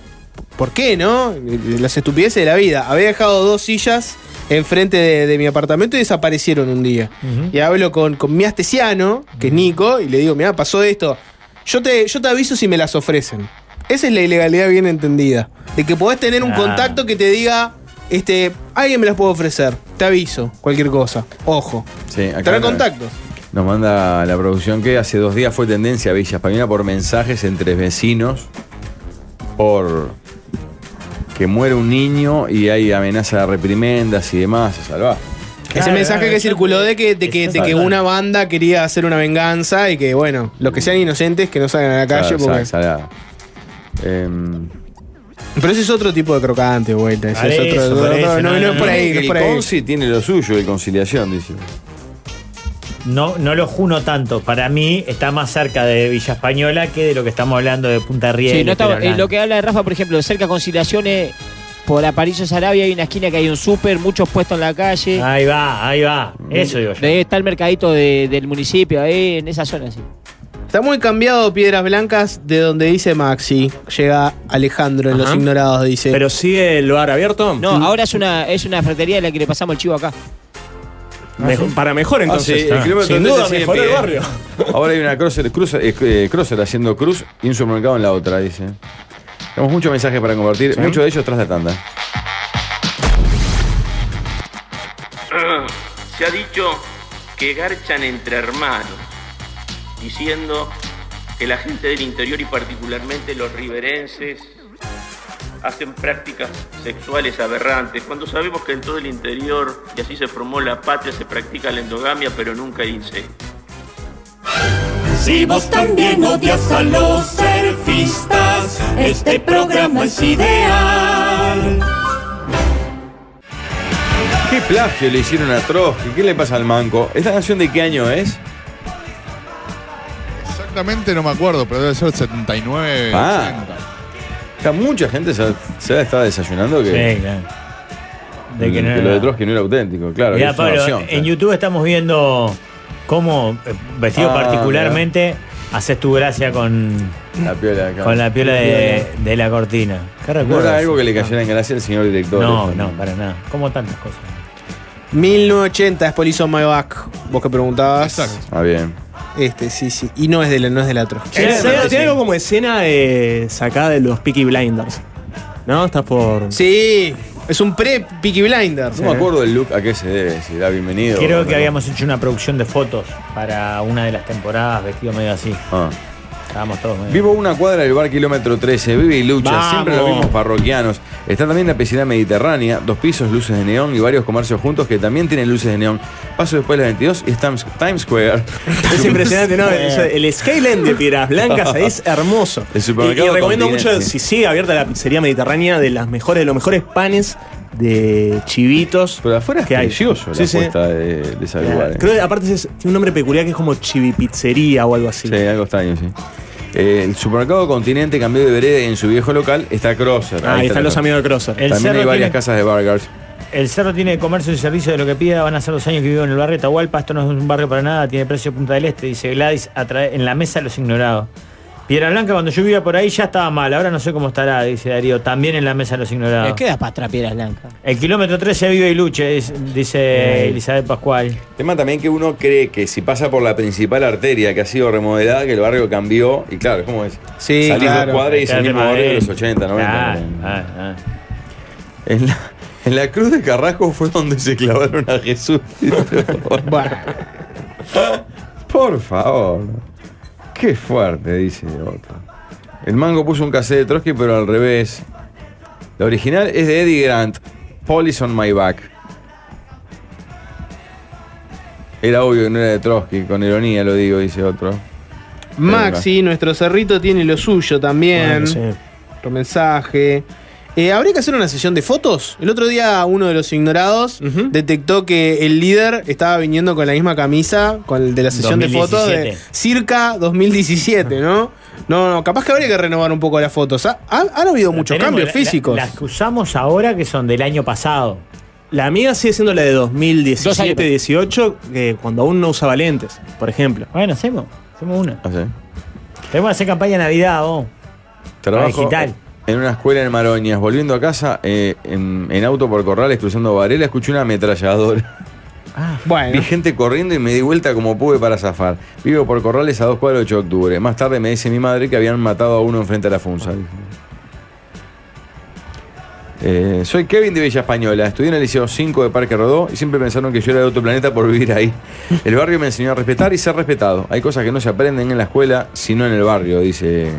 [SPEAKER 3] ¿Por qué, no? Las estupideces de la vida. Había dejado dos sillas enfrente de, de mi apartamento y desaparecieron un día.
[SPEAKER 4] Ujú.
[SPEAKER 3] Y hablo con, con mi astesiano, que es Nico, y le digo: Mirá, pasó esto. Yo te, yo te aviso si me las ofrecen. Esa es la ilegalidad bien entendida. De que podés tener un
[SPEAKER 4] Ah.
[SPEAKER 3] contacto que te diga: este, Alguien me las puede ofrecer. Te aviso, cualquier cosa. Ojo.
[SPEAKER 1] Sí, acá
[SPEAKER 3] Tener
[SPEAKER 1] no-
[SPEAKER 3] contactos.
[SPEAKER 1] Nos manda la producción que hace dos días fue tendencia a Villa Española por mensajes entre vecinos por que muere un niño y hay amenaza de reprimendas y demás, se salva.
[SPEAKER 3] Ese
[SPEAKER 4] Claro,
[SPEAKER 3] mensaje
[SPEAKER 4] claro,
[SPEAKER 3] que
[SPEAKER 4] eso
[SPEAKER 3] circuló
[SPEAKER 4] es-
[SPEAKER 3] de que, de que,
[SPEAKER 4] eso es
[SPEAKER 3] de que
[SPEAKER 4] verdad.
[SPEAKER 3] una banda quería hacer una venganza y que, bueno, los que sean inocentes que no salgan a la calle. porque... Pero ese es otro tipo de crocante, vuelta. Ese
[SPEAKER 4] Por
[SPEAKER 3] es otro,
[SPEAKER 4] eso, por
[SPEAKER 3] no, no, no,
[SPEAKER 4] eso, no,
[SPEAKER 3] no es
[SPEAKER 4] no,
[SPEAKER 3] por ahí, no es
[SPEAKER 1] el
[SPEAKER 3] por ahí.
[SPEAKER 1] Conci tiene lo suyo de conciliación, dice.
[SPEAKER 4] No, no lo juno tanto. Para mí está más cerca de Villa Española que de lo que estamos hablando de Punta Riel.
[SPEAKER 6] Sí, no
[SPEAKER 4] de
[SPEAKER 6] estaba-
[SPEAKER 4] Peralán.
[SPEAKER 6] eh, lo que habla de Rafa, por ejemplo, cerca de conciliaciones por Aparicio Sarabia hay una esquina que hay un súper, muchos puestos en la calle.
[SPEAKER 4] Ahí va, ahí va. Eso digo yo.
[SPEAKER 6] Debe estar el mercadito de- del municipio, ahí en esa zona. Sí.
[SPEAKER 3] Está muy cambiado Piedras Blancas de donde dice Maxi. Llega Alejandro en Los
[SPEAKER 2] Ajá.
[SPEAKER 3] Ignorados, dice.
[SPEAKER 2] Pero sigue el bar abierto.
[SPEAKER 6] No, ahora es una, es una fratería de la que le pasamos el chivo acá.
[SPEAKER 3] Ah,
[SPEAKER 2] Mejo- Para mejor entonces. Ah,
[SPEAKER 1] sí, el kilómetro
[SPEAKER 2] Sin
[SPEAKER 1] 13
[SPEAKER 2] duda,
[SPEAKER 1] sigue en
[SPEAKER 2] mejoró el
[SPEAKER 1] pie.
[SPEAKER 2] barrio.
[SPEAKER 1] Ahora hay una crucer, crucer, eh, eh, crucer haciendo cruz y un supermercado en la otra, dice. Tenemos muchos mensajes para compartir, muchos de ellos tras la tanda.
[SPEAKER 8] [CLEARS THROAT] Se ha dicho que garchan entre hermanos, diciendo que la gente del interior y particularmente los riverenses hacen prácticas sexuales aberrantes, cuando sabemos que en todo el interior, y así se formó la patria, se practica la endogamia, pero nunca el incesto.
[SPEAKER 9] Si vos también odias a los surfistas, este programa es ideal.
[SPEAKER 1] ¿Qué plagio le hicieron a Trotsky? ¿Qué le pasa al manco? ¿Esta canción de qué año es?
[SPEAKER 5] Exactamente no me acuerdo, pero debe ser 79.
[SPEAKER 1] Ah. Está mucha gente se, se la estaba desayunando que,
[SPEAKER 4] Sí, claro. De que
[SPEAKER 1] que
[SPEAKER 4] no
[SPEAKER 1] lo
[SPEAKER 4] era-
[SPEAKER 1] de Trotsky no era auténtico, claro.
[SPEAKER 4] Mirá,
[SPEAKER 1] que es una
[SPEAKER 4] Pablo,
[SPEAKER 1] versión,
[SPEAKER 4] en YouTube estamos viendo cómo, eh, vestido
[SPEAKER 1] Ah,
[SPEAKER 4] particularmente, haces tu gracia con,
[SPEAKER 1] la piola acá.
[SPEAKER 4] con la piola de, de la cortina. ¿Qué
[SPEAKER 1] No
[SPEAKER 4] recuerdas?
[SPEAKER 1] era algo que le cayera en gracia al señor director.
[SPEAKER 4] No,
[SPEAKER 1] Eso,
[SPEAKER 4] no, para nada. Como tantas cosas.
[SPEAKER 3] 1980 es Police on My Back. Vos que preguntabas.
[SPEAKER 5] Exacto.
[SPEAKER 1] Ah, bien.
[SPEAKER 3] Este, sí, sí. Y no es de la, no es de la Trotsky.
[SPEAKER 2] Tiene,
[SPEAKER 4] Sí,
[SPEAKER 2] tiene-
[SPEAKER 4] sí.
[SPEAKER 2] tiene algo como escena de sacada de los Peaky Blinders. ¿No? Estás por.
[SPEAKER 3] Sí, es un pre-Peaky Blinders.
[SPEAKER 1] No me acuerdo el look a qué se debe, si da bienvenido.
[SPEAKER 4] Creo que
[SPEAKER 1] no.
[SPEAKER 4] habíamos hecho una producción de fotos para una de las temporadas vestido medio así.
[SPEAKER 1] Ah.
[SPEAKER 4] Estábamos todos medio.
[SPEAKER 1] Vivo a una cuadra del bar kilómetro 13, vive y lucha,
[SPEAKER 2] Vamos.
[SPEAKER 1] siempre los mismos parroquianos. Está también la piscina mediterránea, dos pisos, luces de neón y varios comercios juntos que también tienen luces de neón. Paso después de las 22 y es Times, Times Square.
[SPEAKER 2] [LAUGHS] Es impresionante,
[SPEAKER 1] [LAUGHS]
[SPEAKER 2] ¿no? El, el skyline de [LAUGHS] Piedras Blancas ahí es hermoso.
[SPEAKER 1] El supermercado
[SPEAKER 2] y, y recomiendo mucho,
[SPEAKER 1] Continente.
[SPEAKER 2] si sigue abierta la pizzería mediterránea, de las mejores, de los mejores panes de chivitos.
[SPEAKER 1] Pero afuera es
[SPEAKER 2] que hay.
[SPEAKER 1] precioso la
[SPEAKER 2] Sí, sí.
[SPEAKER 1] puesta de, de ese lugar. eh.
[SPEAKER 2] Creo que aparte es, tiene un nombre peculiar que es como chivipizzería o algo así.
[SPEAKER 1] Sí, algo extraño, sí. Eh, el supermercado Continente cambió de vereda y en su viejo local está Crosser.
[SPEAKER 2] Ah, ahí están los amigos de Crosser.
[SPEAKER 4] El
[SPEAKER 1] También
[SPEAKER 4] cerro
[SPEAKER 1] hay varias
[SPEAKER 4] tiene-
[SPEAKER 1] casas de burgers.
[SPEAKER 4] El cerro tiene comercio y servicio de lo que pida. Van a ser los años que vivo en el barrio de Tahualpa. Esto no es un barrio para nada. Tiene precio de Punta del Este. Dice Gladys, atrae- en la mesa los ignorados. Piedra Blanca, cuando yo vivía por ahí ya estaba mal. Ahora no sé cómo estará, dice Darío. También en la mesa los ignorados.
[SPEAKER 6] ¿Qué queda para atrás Piedras Blancas?
[SPEAKER 4] El kilómetro 13 vive y luche, es- dice Elizabeth Pascual.
[SPEAKER 1] Tema también que uno cree que si pasa por la principal arteria que ha sido remodelada, que el barrio cambió. Y claro, ¿cómo es?
[SPEAKER 3] Sí,
[SPEAKER 1] Salís
[SPEAKER 3] claro.
[SPEAKER 1] dos cuadras y es el mismo barrio de los 80, 90.
[SPEAKER 4] Ah,
[SPEAKER 1] [LAUGHS] ¿no?
[SPEAKER 4] ah, ah.
[SPEAKER 1] En, la, en la cruz de Carrasco fue donde se clavaron a Jesús.
[SPEAKER 3] [LAUGHS]
[SPEAKER 1] Por favor. Qué fuerte, dice otro. El mango puso un cassette de Trotsky, pero al revés. La original es de Eddie Grant. Police on my back. Era obvio que no era de Trotsky, con ironía lo digo, dice otro.
[SPEAKER 3] Maxi, nuestro cerrito, tiene lo suyo también.
[SPEAKER 2] Bueno, sí.
[SPEAKER 3] Otro mensaje. Eh, ¿Habría que hacer una sesión de fotos? El otro día uno de los ignorados
[SPEAKER 2] Ujú.
[SPEAKER 3] detectó que el líder estaba viniendo con la misma camisa con el de la sesión de fotos de
[SPEAKER 4] 2017.
[SPEAKER 3] circa 2017, ¿no? No, no, capaz que habría que renovar un poco las fotos. Ha- ha- han habido muchos
[SPEAKER 4] Tenemos
[SPEAKER 3] cambios
[SPEAKER 4] la-
[SPEAKER 3] físicos.
[SPEAKER 4] la- las que usamos ahora que son del año pasado.
[SPEAKER 2] La mía sigue siendo la de
[SPEAKER 6] Dos años.
[SPEAKER 2] 2017-18, que cuando aún no usaba lentes, por ejemplo.
[SPEAKER 4] Bueno, pues. hacemos, hacemos una.
[SPEAKER 1] Ah, sí.
[SPEAKER 4] Tenemos que hacer campaña de Navidad, vos.
[SPEAKER 1] Trabajo
[SPEAKER 4] digital.
[SPEAKER 1] en una escuela en Maroñas, volviendo a casa eh, en, en auto por Corrales, cruzando Varela, escuché una ametralladora. Vi
[SPEAKER 4] Ah.
[SPEAKER 3] bueno,
[SPEAKER 1] gente corriendo y me di vuelta como pude para zafar. Vivo por Corrales a dos cuadros de 8 de octubre. Más tarde me dice mi madre que habían matado a uno enfrente a la funza. Eh, soy Kevin de Villa Española, estudié en el Liceo 5 de Parque Rodó y siempre pensaron que yo era de otro planeta por vivir ahí. El barrio me enseñó a respetar y ser respetado. Hay cosas que no se aprenden en la escuela, sino en el barrio, dice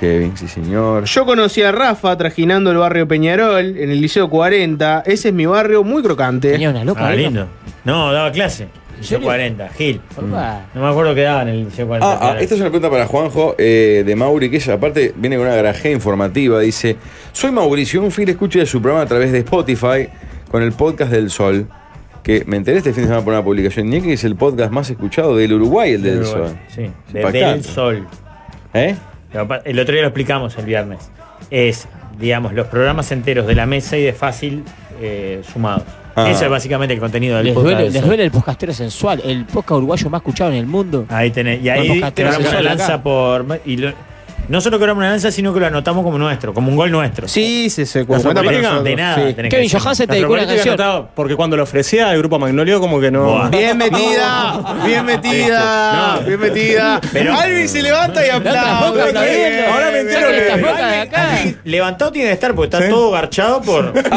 [SPEAKER 1] Kevin, sí señor.
[SPEAKER 3] yo conocí a Rafa trajinando el barrio Peñarol en el Liceo 40. Ese es mi barrio muy crocante.
[SPEAKER 6] Tenía una loca. ¿eh?
[SPEAKER 4] Ah,
[SPEAKER 6] ¿no?
[SPEAKER 4] lindo. No, daba clase. Liceo
[SPEAKER 6] serio?
[SPEAKER 4] 40, Gil.
[SPEAKER 6] Opa.
[SPEAKER 4] No me acuerdo qué daban en el Liceo 40.
[SPEAKER 1] Ah, ah, esta es una pregunta para Juanjo eh, de Mauri, que ella aparte viene con una garajea informativa. Dice: Soy Mauricio, un fiel escucha de su programa a través de Spotify con el podcast del Sol. Que me enteré este fin de semana por una publicación. Ni que es el podcast más escuchado del Uruguay, el del Sol.
[SPEAKER 4] Sí,
[SPEAKER 1] Es
[SPEAKER 4] de Del
[SPEAKER 1] impactante.
[SPEAKER 4] Sol.
[SPEAKER 1] ¿Eh?
[SPEAKER 4] Lo pa- El otro día lo explicamos el viernes. Es, digamos, los programas enteros de la mesa y de fácil eh, sumados.
[SPEAKER 1] Ah.
[SPEAKER 4] Ese es básicamente el contenido del
[SPEAKER 6] Les
[SPEAKER 4] podcast
[SPEAKER 6] duele,
[SPEAKER 4] del
[SPEAKER 6] les
[SPEAKER 4] Sol.
[SPEAKER 6] duele el podcastero sensual, el podcast uruguayo más escuchado en el mundo.
[SPEAKER 4] Ahí tenés. Y ahí
[SPEAKER 6] Vamos, Castro,
[SPEAKER 4] tiramos
[SPEAKER 6] vamos
[SPEAKER 4] una
[SPEAKER 6] acá.
[SPEAKER 4] lanza por. Y lo- no solo cobramos una lanza, sino que lo anotamos como nuestro, como un gol nuestro.
[SPEAKER 3] Sí, sí, se
[SPEAKER 4] Nuestro
[SPEAKER 3] cuenta para
[SPEAKER 4] político,
[SPEAKER 3] nosotros,
[SPEAKER 4] de nada.
[SPEAKER 3] sí.
[SPEAKER 4] tenés que
[SPEAKER 6] Kevin
[SPEAKER 4] decirlo.
[SPEAKER 6] Johansen te
[SPEAKER 2] Nuestro
[SPEAKER 6] dedicó una
[SPEAKER 2] político
[SPEAKER 6] canción.
[SPEAKER 2] anotaba, porque cuando lo ofrecía el grupo Magnolio, como que no.
[SPEAKER 4] Buah.
[SPEAKER 3] Bien metida, bien metida,
[SPEAKER 2] No.
[SPEAKER 3] bien metida.
[SPEAKER 4] Pero-
[SPEAKER 3] Alvin se levanta y
[SPEAKER 6] tampoco
[SPEAKER 3] aplaude.
[SPEAKER 6] aplaudiendo.
[SPEAKER 3] Ahora me entero
[SPEAKER 6] Saquen estas
[SPEAKER 3] que. [LAUGHS]
[SPEAKER 6] fotos de acá.
[SPEAKER 4] Levantado tiene que estar porque está todo garchado por.
[SPEAKER 1] [LAUGHS]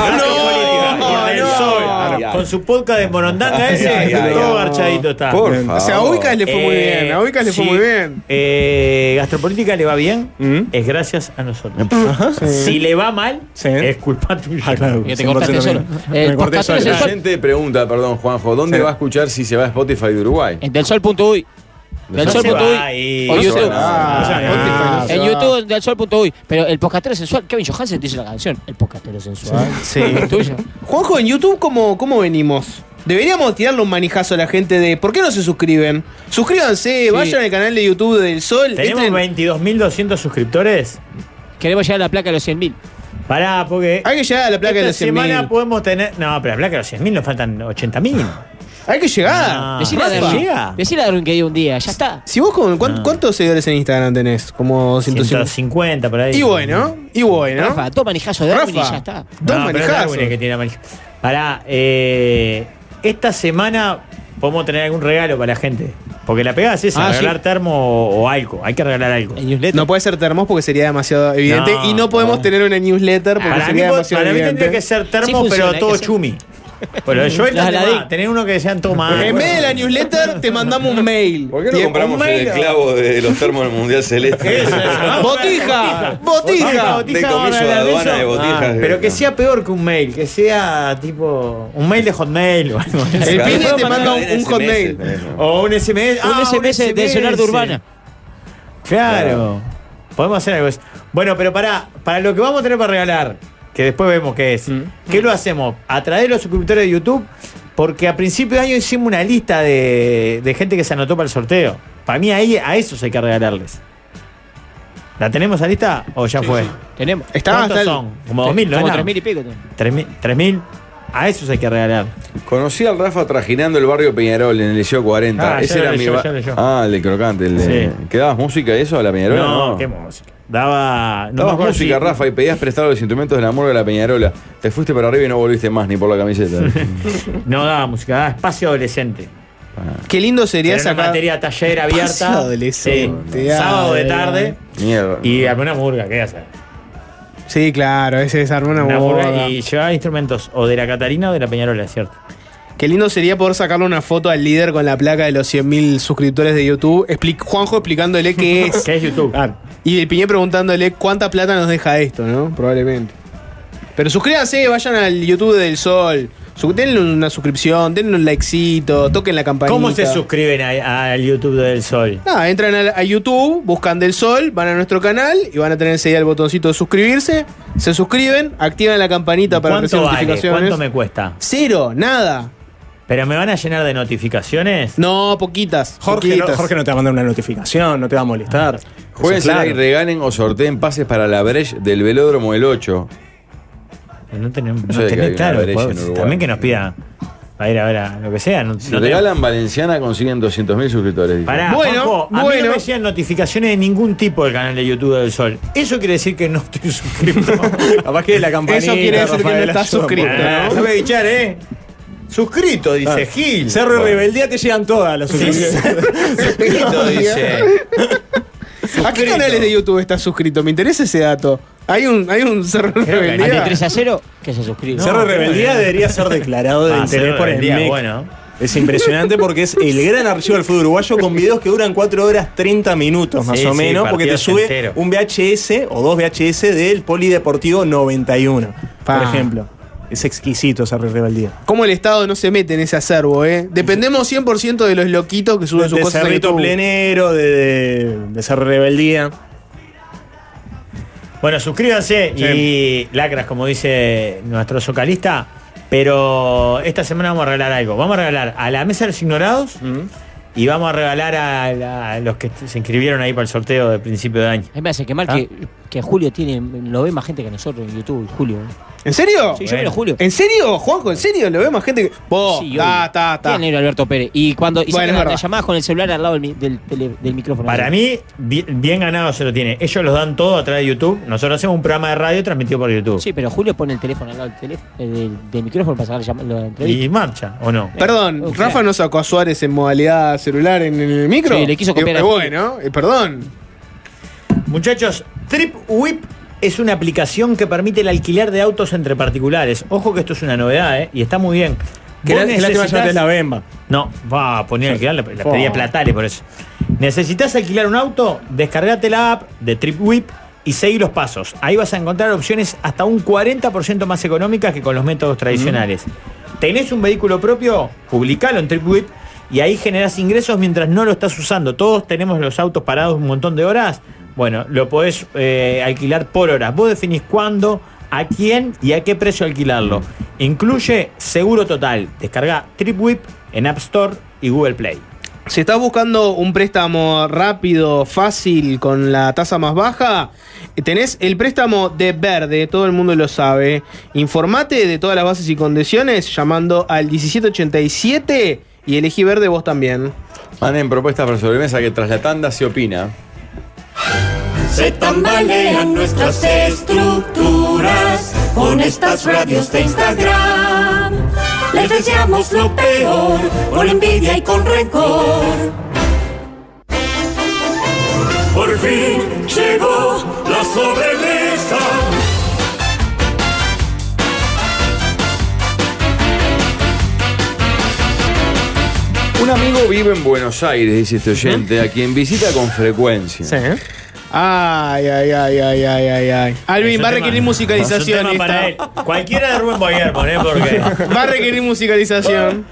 [SPEAKER 4] Por
[SPEAKER 1] Ah,
[SPEAKER 4] el-
[SPEAKER 3] no,
[SPEAKER 4] por el
[SPEAKER 3] no.
[SPEAKER 4] sol.
[SPEAKER 1] Ay, ay.
[SPEAKER 4] Con su podcast de Morondanga ese,
[SPEAKER 1] Ay, ay,
[SPEAKER 4] todo
[SPEAKER 1] ay.
[SPEAKER 4] garchadito está.
[SPEAKER 1] Por
[SPEAKER 2] bien.
[SPEAKER 1] favor.
[SPEAKER 3] O sea, a Uicas le fue muy
[SPEAKER 4] Eh,
[SPEAKER 3] bien, a Uicas le fue
[SPEAKER 4] sí.
[SPEAKER 3] muy bien.
[SPEAKER 4] Eh, Gastropolítica le va bien,
[SPEAKER 2] Mm.
[SPEAKER 4] es gracias a nosotros. Si le va mal,
[SPEAKER 2] Sí.
[SPEAKER 4] es culpa tuya.
[SPEAKER 2] Ah, claro.
[SPEAKER 6] Que te
[SPEAKER 2] 100%
[SPEAKER 6] cortaste solo. Eh,
[SPEAKER 2] mío.
[SPEAKER 6] El
[SPEAKER 2] Me corté
[SPEAKER 6] podcast
[SPEAKER 2] solo.
[SPEAKER 6] es
[SPEAKER 1] La
[SPEAKER 6] el-
[SPEAKER 1] gente pregunta, perdón, Juanjo, ¿dónde
[SPEAKER 2] Sí.
[SPEAKER 1] va a escuchar si se va a Spotify de Uruguay?
[SPEAKER 6] En Del Sol.uy. Del Sol.uy.
[SPEAKER 4] ahí.
[SPEAKER 6] O
[SPEAKER 4] No se
[SPEAKER 6] YouTube.
[SPEAKER 1] va.
[SPEAKER 2] No se va.
[SPEAKER 6] Ah,
[SPEAKER 2] No se
[SPEAKER 6] En
[SPEAKER 2] va.
[SPEAKER 6] YouTube, del Sol.uy. Pero el podcastero sensual, Kevin Johansen te hizo la canción. El podcastero sensual.
[SPEAKER 3] Sí.
[SPEAKER 6] Es tuyo.
[SPEAKER 3] Juanjo, en YouTube, ¿cómo, cómo venimos? Deberíamos tirarle un manijazo a la gente de ¿por qué no se suscriben? Suscríbanse, vayan al canal de YouTube del Sol.
[SPEAKER 4] Tenemos
[SPEAKER 3] entren-
[SPEAKER 4] 22.200 suscriptores.
[SPEAKER 6] Queremos llegar a la placa de los 100.000.
[SPEAKER 4] Pará, porque.
[SPEAKER 3] Hay que llegar a la placa de
[SPEAKER 4] esta
[SPEAKER 3] los 100.000.
[SPEAKER 4] semana podemos tener. No, pero la placa de los 100.000 nos faltan 80.000.
[SPEAKER 3] Ah, Hay que llegar.
[SPEAKER 4] Ah,
[SPEAKER 6] Decirle a
[SPEAKER 4] Rafa.
[SPEAKER 6] Darwin.
[SPEAKER 4] Llega.
[SPEAKER 6] Decirle a Darwin que diga un día. Ya está.
[SPEAKER 3] Si vos con, ¿cuán-
[SPEAKER 4] Ah.
[SPEAKER 3] ¿Cuántos seguidores en Instagram tenés? Como 150.
[SPEAKER 4] 150 por ahí.
[SPEAKER 3] Y bueno, y bueno.
[SPEAKER 6] Rafa, dos manijazos de Darwin
[SPEAKER 3] Rafa.
[SPEAKER 6] y ya está.
[SPEAKER 3] Dos
[SPEAKER 4] No, pero
[SPEAKER 3] manijazos.
[SPEAKER 4] Darwin es que tiene la manija. Pará, eh, esta semana podemos tener algún regalo para la gente. Porque la pegada es esa,
[SPEAKER 6] Ah,
[SPEAKER 4] regalar
[SPEAKER 6] sí.
[SPEAKER 4] termo o, o algo. Hay que regalar algo.
[SPEAKER 6] El newsletter.
[SPEAKER 3] No puede ser termos porque sería demasiado evidente.
[SPEAKER 4] No,
[SPEAKER 3] y no podemos
[SPEAKER 4] no.
[SPEAKER 3] tener una newsletter porque
[SPEAKER 4] Para mí,
[SPEAKER 3] sería demasiado
[SPEAKER 4] para mí
[SPEAKER 3] evidente.
[SPEAKER 4] tendría que ser termo,
[SPEAKER 6] Sí funciona,
[SPEAKER 4] pero
[SPEAKER 6] hay
[SPEAKER 4] todo
[SPEAKER 6] que ser-
[SPEAKER 4] chumi. Pero
[SPEAKER 6] [LAUGHS]
[SPEAKER 4] yo
[SPEAKER 6] Las
[SPEAKER 4] entendí
[SPEAKER 6] Aladdin.
[SPEAKER 4] más, tener uno que sean tomados.
[SPEAKER 3] En vez de la newsletter, te mandamos un mail.
[SPEAKER 1] ¿Por qué no
[SPEAKER 3] Y-
[SPEAKER 1] compramos
[SPEAKER 3] un
[SPEAKER 1] el
[SPEAKER 3] mail-
[SPEAKER 1] esclavo de los termos del Mundial Celeste? [LAUGHS]
[SPEAKER 3] ¡Botija! ¡Botija!
[SPEAKER 1] De comiso de aduana de botijas.
[SPEAKER 4] Ah, pero que sea peor que un mail, que sea tipo un mail de hotmail o algo así.
[SPEAKER 3] El pibe te
[SPEAKER 1] Podemos
[SPEAKER 3] manda un,
[SPEAKER 1] mandar en
[SPEAKER 3] un hotmail.
[SPEAKER 1] SMS, tenés, ¿no?
[SPEAKER 4] O un SMS.
[SPEAKER 6] Un
[SPEAKER 4] ah,
[SPEAKER 6] SMS de celular de Urbana.
[SPEAKER 4] Claro. Podemos hacer algo. así. Bueno, pero para, para lo que vamos a tener para regalar, que después vemos qué es, ¿qué lo hacemos? A través de los suscriptores de YouTube, porque a principio de año hicimos una lista de, de gente que se anotó para el sorteo. Para mí ahí a esos hay que regalarles. ¿La tenemos a lista o ya fue?
[SPEAKER 6] Tenemos.
[SPEAKER 3] Está
[SPEAKER 4] ¿Cuántos
[SPEAKER 3] hasta el-
[SPEAKER 4] son? Como 2.000, ¿no?
[SPEAKER 6] Como
[SPEAKER 4] era?
[SPEAKER 6] 3.000 y pico. tenemos.
[SPEAKER 4] 3.000. 3.000. A esos hay que regalar.
[SPEAKER 1] Conocí al Rafa trajinando el barrio Peñarol en el Liceo 40.
[SPEAKER 4] Ah, ya
[SPEAKER 1] Ese
[SPEAKER 4] lo
[SPEAKER 1] era mi
[SPEAKER 4] leyó,
[SPEAKER 1] ba-
[SPEAKER 4] ya lo leyó.
[SPEAKER 1] Ah, el de crocante. El de...
[SPEAKER 4] Sí.
[SPEAKER 1] ¿Que dabas música y eso a la Peñarola?
[SPEAKER 4] no,
[SPEAKER 1] No,
[SPEAKER 4] qué música. Daba. me
[SPEAKER 1] Dabas
[SPEAKER 4] acuerdo
[SPEAKER 1] música,
[SPEAKER 4] si-
[SPEAKER 1] Rafa, y pedías prestado los instrumentos de la morgue de la Peñarola. Te fuiste para arriba y no volviste más ni por la camiseta.
[SPEAKER 4] No daba música, daba espacio adolescente.
[SPEAKER 1] Ah.
[SPEAKER 3] Qué lindo sería
[SPEAKER 4] Era una
[SPEAKER 3] sacar.
[SPEAKER 4] materia taller abierta.
[SPEAKER 3] Espacio adolescente.
[SPEAKER 4] Sí. Sábado de
[SPEAKER 3] Ay.
[SPEAKER 4] tarde.
[SPEAKER 1] Mierda.
[SPEAKER 4] Y alguna murga, ¿qué hacer?
[SPEAKER 3] Sí, claro, ese es armar una
[SPEAKER 4] Una murga
[SPEAKER 3] boda.
[SPEAKER 4] y llevaba instrumentos o de la Catarina o de la Peñarola, es cierto.
[SPEAKER 3] Qué lindo sería poder sacarle una foto al líder con la placa de los 100.000 suscriptores de YouTube. Expli- Juanjo explicándole qué es. Ah,
[SPEAKER 4] ¿Qué es YouTube?
[SPEAKER 3] Y el Piñé preguntándole cuánta plata nos deja esto, ¿no? Probablemente. Pero suscríbanse, vayan al YouTube del Sol. Su- Denle una suscripción, denle un likecito, toquen la campanita.
[SPEAKER 4] ¿Cómo se suscriben a- al YouTube del Sol?
[SPEAKER 3] Nada, entran al- a, YouTube, buscan del Sol, van a nuestro canal y van a tener enseguida el botoncito de suscribirse. Se suscriben, activan la campanita para recibir
[SPEAKER 4] ¿Cuánto vale?
[SPEAKER 3] notificaciones.
[SPEAKER 4] ¿Cuánto me cuesta?
[SPEAKER 3] Cero, nada.
[SPEAKER 4] ¿Pero me van a llenar de notificaciones?
[SPEAKER 3] No, poquitas.
[SPEAKER 2] Jorge, no,
[SPEAKER 3] poquitas.
[SPEAKER 2] Jorge no te va a mandar una notificación, no te va a molestar.
[SPEAKER 1] Jueguen
[SPEAKER 2] Eso es
[SPEAKER 1] y
[SPEAKER 2] claro.
[SPEAKER 1] regalen o sorteen pases para la Breche del velódromo del 8.
[SPEAKER 4] No tenemos, no
[SPEAKER 1] sé que
[SPEAKER 4] tenés
[SPEAKER 1] hay una
[SPEAKER 4] claro.
[SPEAKER 1] brecha
[SPEAKER 4] pues,
[SPEAKER 1] en Uruguay.
[SPEAKER 4] también que nos pidan para ir a ver a lo que sea. No,
[SPEAKER 1] Si
[SPEAKER 4] no tenemos-
[SPEAKER 1] regalan Valenciana consiguen 200.000 suscriptores. dice.
[SPEAKER 4] Pará,
[SPEAKER 3] Bueno,
[SPEAKER 4] Juanjo, a mí
[SPEAKER 3] bueno.
[SPEAKER 4] no me llegan notificaciones de ningún tipo del canal de YouTube del Sol. Eso quiere decir que no estoy suscrito.
[SPEAKER 2] [LAUGHS] Capaz que la campanita.
[SPEAKER 3] Eso quiere decir que no
[SPEAKER 2] Rafael,
[SPEAKER 3] estás
[SPEAKER 2] ayuda,
[SPEAKER 3] suscrito,
[SPEAKER 2] porque-
[SPEAKER 4] Ah, no me bichar, ¿eh? Suscrito, dice Gil.
[SPEAKER 2] Cerro y
[SPEAKER 1] Bueno.
[SPEAKER 2] Rebeldía te llegan todas las
[SPEAKER 4] [LAUGHS]
[SPEAKER 3] [LAUGHS]
[SPEAKER 2] suscripciones.
[SPEAKER 4] Suscrito, dice.
[SPEAKER 3] ¿A qué canales de YouTube estás suscrito? Me interesa ese dato. Hay un, hay un cerro de
[SPEAKER 4] Creo que
[SPEAKER 6] Al de
[SPEAKER 3] rebeldía.
[SPEAKER 6] 3 a 0, que se suscribe.
[SPEAKER 2] Cerro y
[SPEAKER 4] qué
[SPEAKER 2] Rebeldía
[SPEAKER 4] bueno.
[SPEAKER 2] debería ser declarado de
[SPEAKER 4] Ah,
[SPEAKER 2] interés
[SPEAKER 4] Cerro
[SPEAKER 2] por el
[SPEAKER 4] Rebeldía,
[SPEAKER 2] MEC.
[SPEAKER 4] bueno.
[SPEAKER 2] Es impresionante porque es el gran archivo del fútbol uruguayo con videos que duran 4 horas 30 minutos más
[SPEAKER 4] Sí,
[SPEAKER 2] o
[SPEAKER 4] sí,
[SPEAKER 2] menos, porque te
[SPEAKER 4] partidos
[SPEAKER 2] sube
[SPEAKER 4] enteros.
[SPEAKER 2] un VHS o dos VHS del Polideportivo 91,
[SPEAKER 3] Pa.
[SPEAKER 2] por ejemplo. Es exquisito Cerro y Rebeldía.
[SPEAKER 3] ¿Cómo el Estado no se mete en ese acervo, eh? Dependemos 100% de los loquitos que suben sus
[SPEAKER 2] de
[SPEAKER 3] cosas a
[SPEAKER 2] Cerrito
[SPEAKER 3] YouTube.
[SPEAKER 2] Plenero, de, de, de Cerro y Rebeldía.
[SPEAKER 4] Bueno, suscríbanse y lacras, como dice nuestro socalista. Pero esta semana vamos a regalar algo. Vamos a regalar a la mesa de los ignorados y vamos a regalar a, la- a los que se inscribieron ahí para el sorteo de principio de año.
[SPEAKER 6] A mí me hace quemar
[SPEAKER 4] Ah.
[SPEAKER 6] que, que Julio tiene, lo ve más gente que nosotros en YouTube, Julio. ¿eh?
[SPEAKER 3] ¿En serio?
[SPEAKER 6] Sí, yo
[SPEAKER 4] Bueno.
[SPEAKER 6] miro a Julio.
[SPEAKER 3] ¿En serio, Juanjo? ¿En serio? Lo veo más gente que. Vos,
[SPEAKER 6] Sí,
[SPEAKER 3] ta,
[SPEAKER 6] obvio.
[SPEAKER 3] ta, ta.
[SPEAKER 6] Bien, negro Alberto Pérez. Y cuando y
[SPEAKER 3] Ah. Bueno, es
[SPEAKER 6] sacan
[SPEAKER 3] verdad.
[SPEAKER 6] las llamadas con el celular al lado del, mi- del, tele- del micrófono.
[SPEAKER 4] Para mí, bi- bien, ganado se lo tiene. Ellos los dan todo a través de YouTube. Nosotros hacemos un programa de radio transmitido por YouTube.
[SPEAKER 6] Sí, pero Julio pone el teléfono al lado del, teléfono, eh, del, del micrófono para sacar la, llam- la entrevista.
[SPEAKER 4] Y marcha, ¿o
[SPEAKER 6] Eh,
[SPEAKER 4] no?
[SPEAKER 3] Perdón,
[SPEAKER 6] Ok.
[SPEAKER 3] ¿Rafa no sacó a Suárez en modalidad celular en, en el micro?
[SPEAKER 6] Sí, le quiso copiar
[SPEAKER 3] Eh,
[SPEAKER 6] a Julio.
[SPEAKER 3] Bueno, eh, perdón.
[SPEAKER 4] Muchachos, TripWhip es una aplicación que permite el alquiler de autos entre particulares. Ojo que esto es una novedad, ¿eh? Y está muy bien.
[SPEAKER 2] Que
[SPEAKER 4] Vos
[SPEAKER 2] la, es la que va a
[SPEAKER 4] necesitas-
[SPEAKER 2] llevar de la Bemba.
[SPEAKER 4] No, va a poner a alquilar, la, la pedía
[SPEAKER 2] Oh.
[SPEAKER 4] Platales por eso. ¿Necesitas alquilar un auto? Descargate la app de TripWhip y seguí los pasos. Ahí vas a encontrar opciones hasta un 40% más económicas que con los métodos tradicionales. ¿Tenés un vehículo propio? Publicalo en TripWhip y ahí generás ingresos mientras no lo estás usando. Todos tenemos los autos parados un montón de horas. Bueno, lo podés eh, alquilar por horas. Vos definís cuándo, a quién y a qué precio alquilarlo. Incluye seguro total. Descarga TripWhip en App Store y Google Play.
[SPEAKER 3] Si estás buscando un préstamo rápido, fácil, con la tasa más baja, eh, tenés el préstamo de verde, todo el mundo lo sabe. Informate de todas las bases y condiciones llamando al 1787 y elegí verde vos también.
[SPEAKER 1] Manden propuestas para sobremesa que tras la tanda se opina.
[SPEAKER 9] Se tambalean nuestras estructuras con estas radios de Instagram. Les deseamos lo peor, con envidia y con rencor. Por fin llegó la sobremesa.
[SPEAKER 1] Un amigo vive en Buenos Aires, dice este oyente, a quien visita con frecuencia.
[SPEAKER 3] Ay, ay, ay, ay, ay, ay, ay.
[SPEAKER 4] Es
[SPEAKER 3] Alvin,
[SPEAKER 4] un
[SPEAKER 3] va a
[SPEAKER 4] tema.
[SPEAKER 3] requerir
[SPEAKER 4] Es un tema
[SPEAKER 3] musicalización
[SPEAKER 4] para él.
[SPEAKER 3] esta.
[SPEAKER 4] Cualquiera de Rubén Boyerman, ¿eh?
[SPEAKER 3] [LAUGHS]
[SPEAKER 4] Porque.
[SPEAKER 3] Va a requerir musicalización.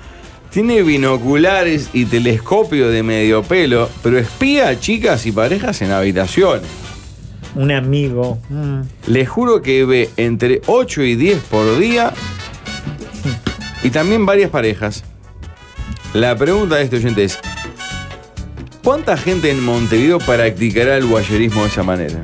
[SPEAKER 1] Tiene binoculares y telescopio de medio pelo, pero espía a chicas y parejas en habitaciones.
[SPEAKER 4] Un amigo. Mm.
[SPEAKER 1] Les juro que ve entre 8 y 10 por día y también varias parejas. La pregunta de este oyente es, ¿cuánta gente en Montevideo practicará el guayerismo de esa manera?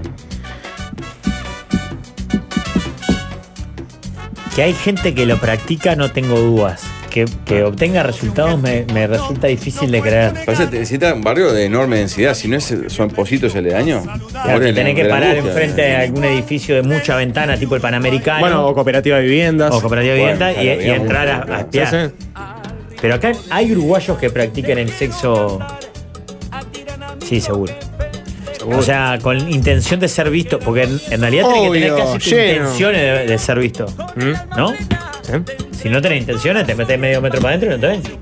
[SPEAKER 4] Que hay gente que lo practica, no tengo dudas. Que, que obtenga resultados me, me resulta difícil de creer.
[SPEAKER 1] Pasa, te necesita un barrio de enorme densidad, si no es, son positos aledaños.
[SPEAKER 4] Claro, que
[SPEAKER 1] Órale,
[SPEAKER 4] tenés que
[SPEAKER 1] la
[SPEAKER 4] parar
[SPEAKER 1] angustia.
[SPEAKER 4] enfrente de algún edificio de mucha ventana, tipo el Panamericano.
[SPEAKER 2] Bueno, o cooperativa de viviendas.
[SPEAKER 4] o cooperativa de
[SPEAKER 1] Bueno,
[SPEAKER 4] vivienda y,
[SPEAKER 1] claro,
[SPEAKER 4] y
[SPEAKER 1] digamos,
[SPEAKER 4] entrar a, a
[SPEAKER 2] Sí,
[SPEAKER 4] espiar.
[SPEAKER 2] sí.
[SPEAKER 4] Pero acá hay uruguayos que practican el sexo. Sí, seguro. O sea, con intención de ser visto, porque en, en realidad tenés que
[SPEAKER 3] Obvio,
[SPEAKER 4] tener casi
[SPEAKER 3] lleno.
[SPEAKER 4] intenciones de, de ser visto,
[SPEAKER 2] ¿Mm?
[SPEAKER 4] ¿no? Si no tenés intenciones, te metés medio metro para adentro y no te ven.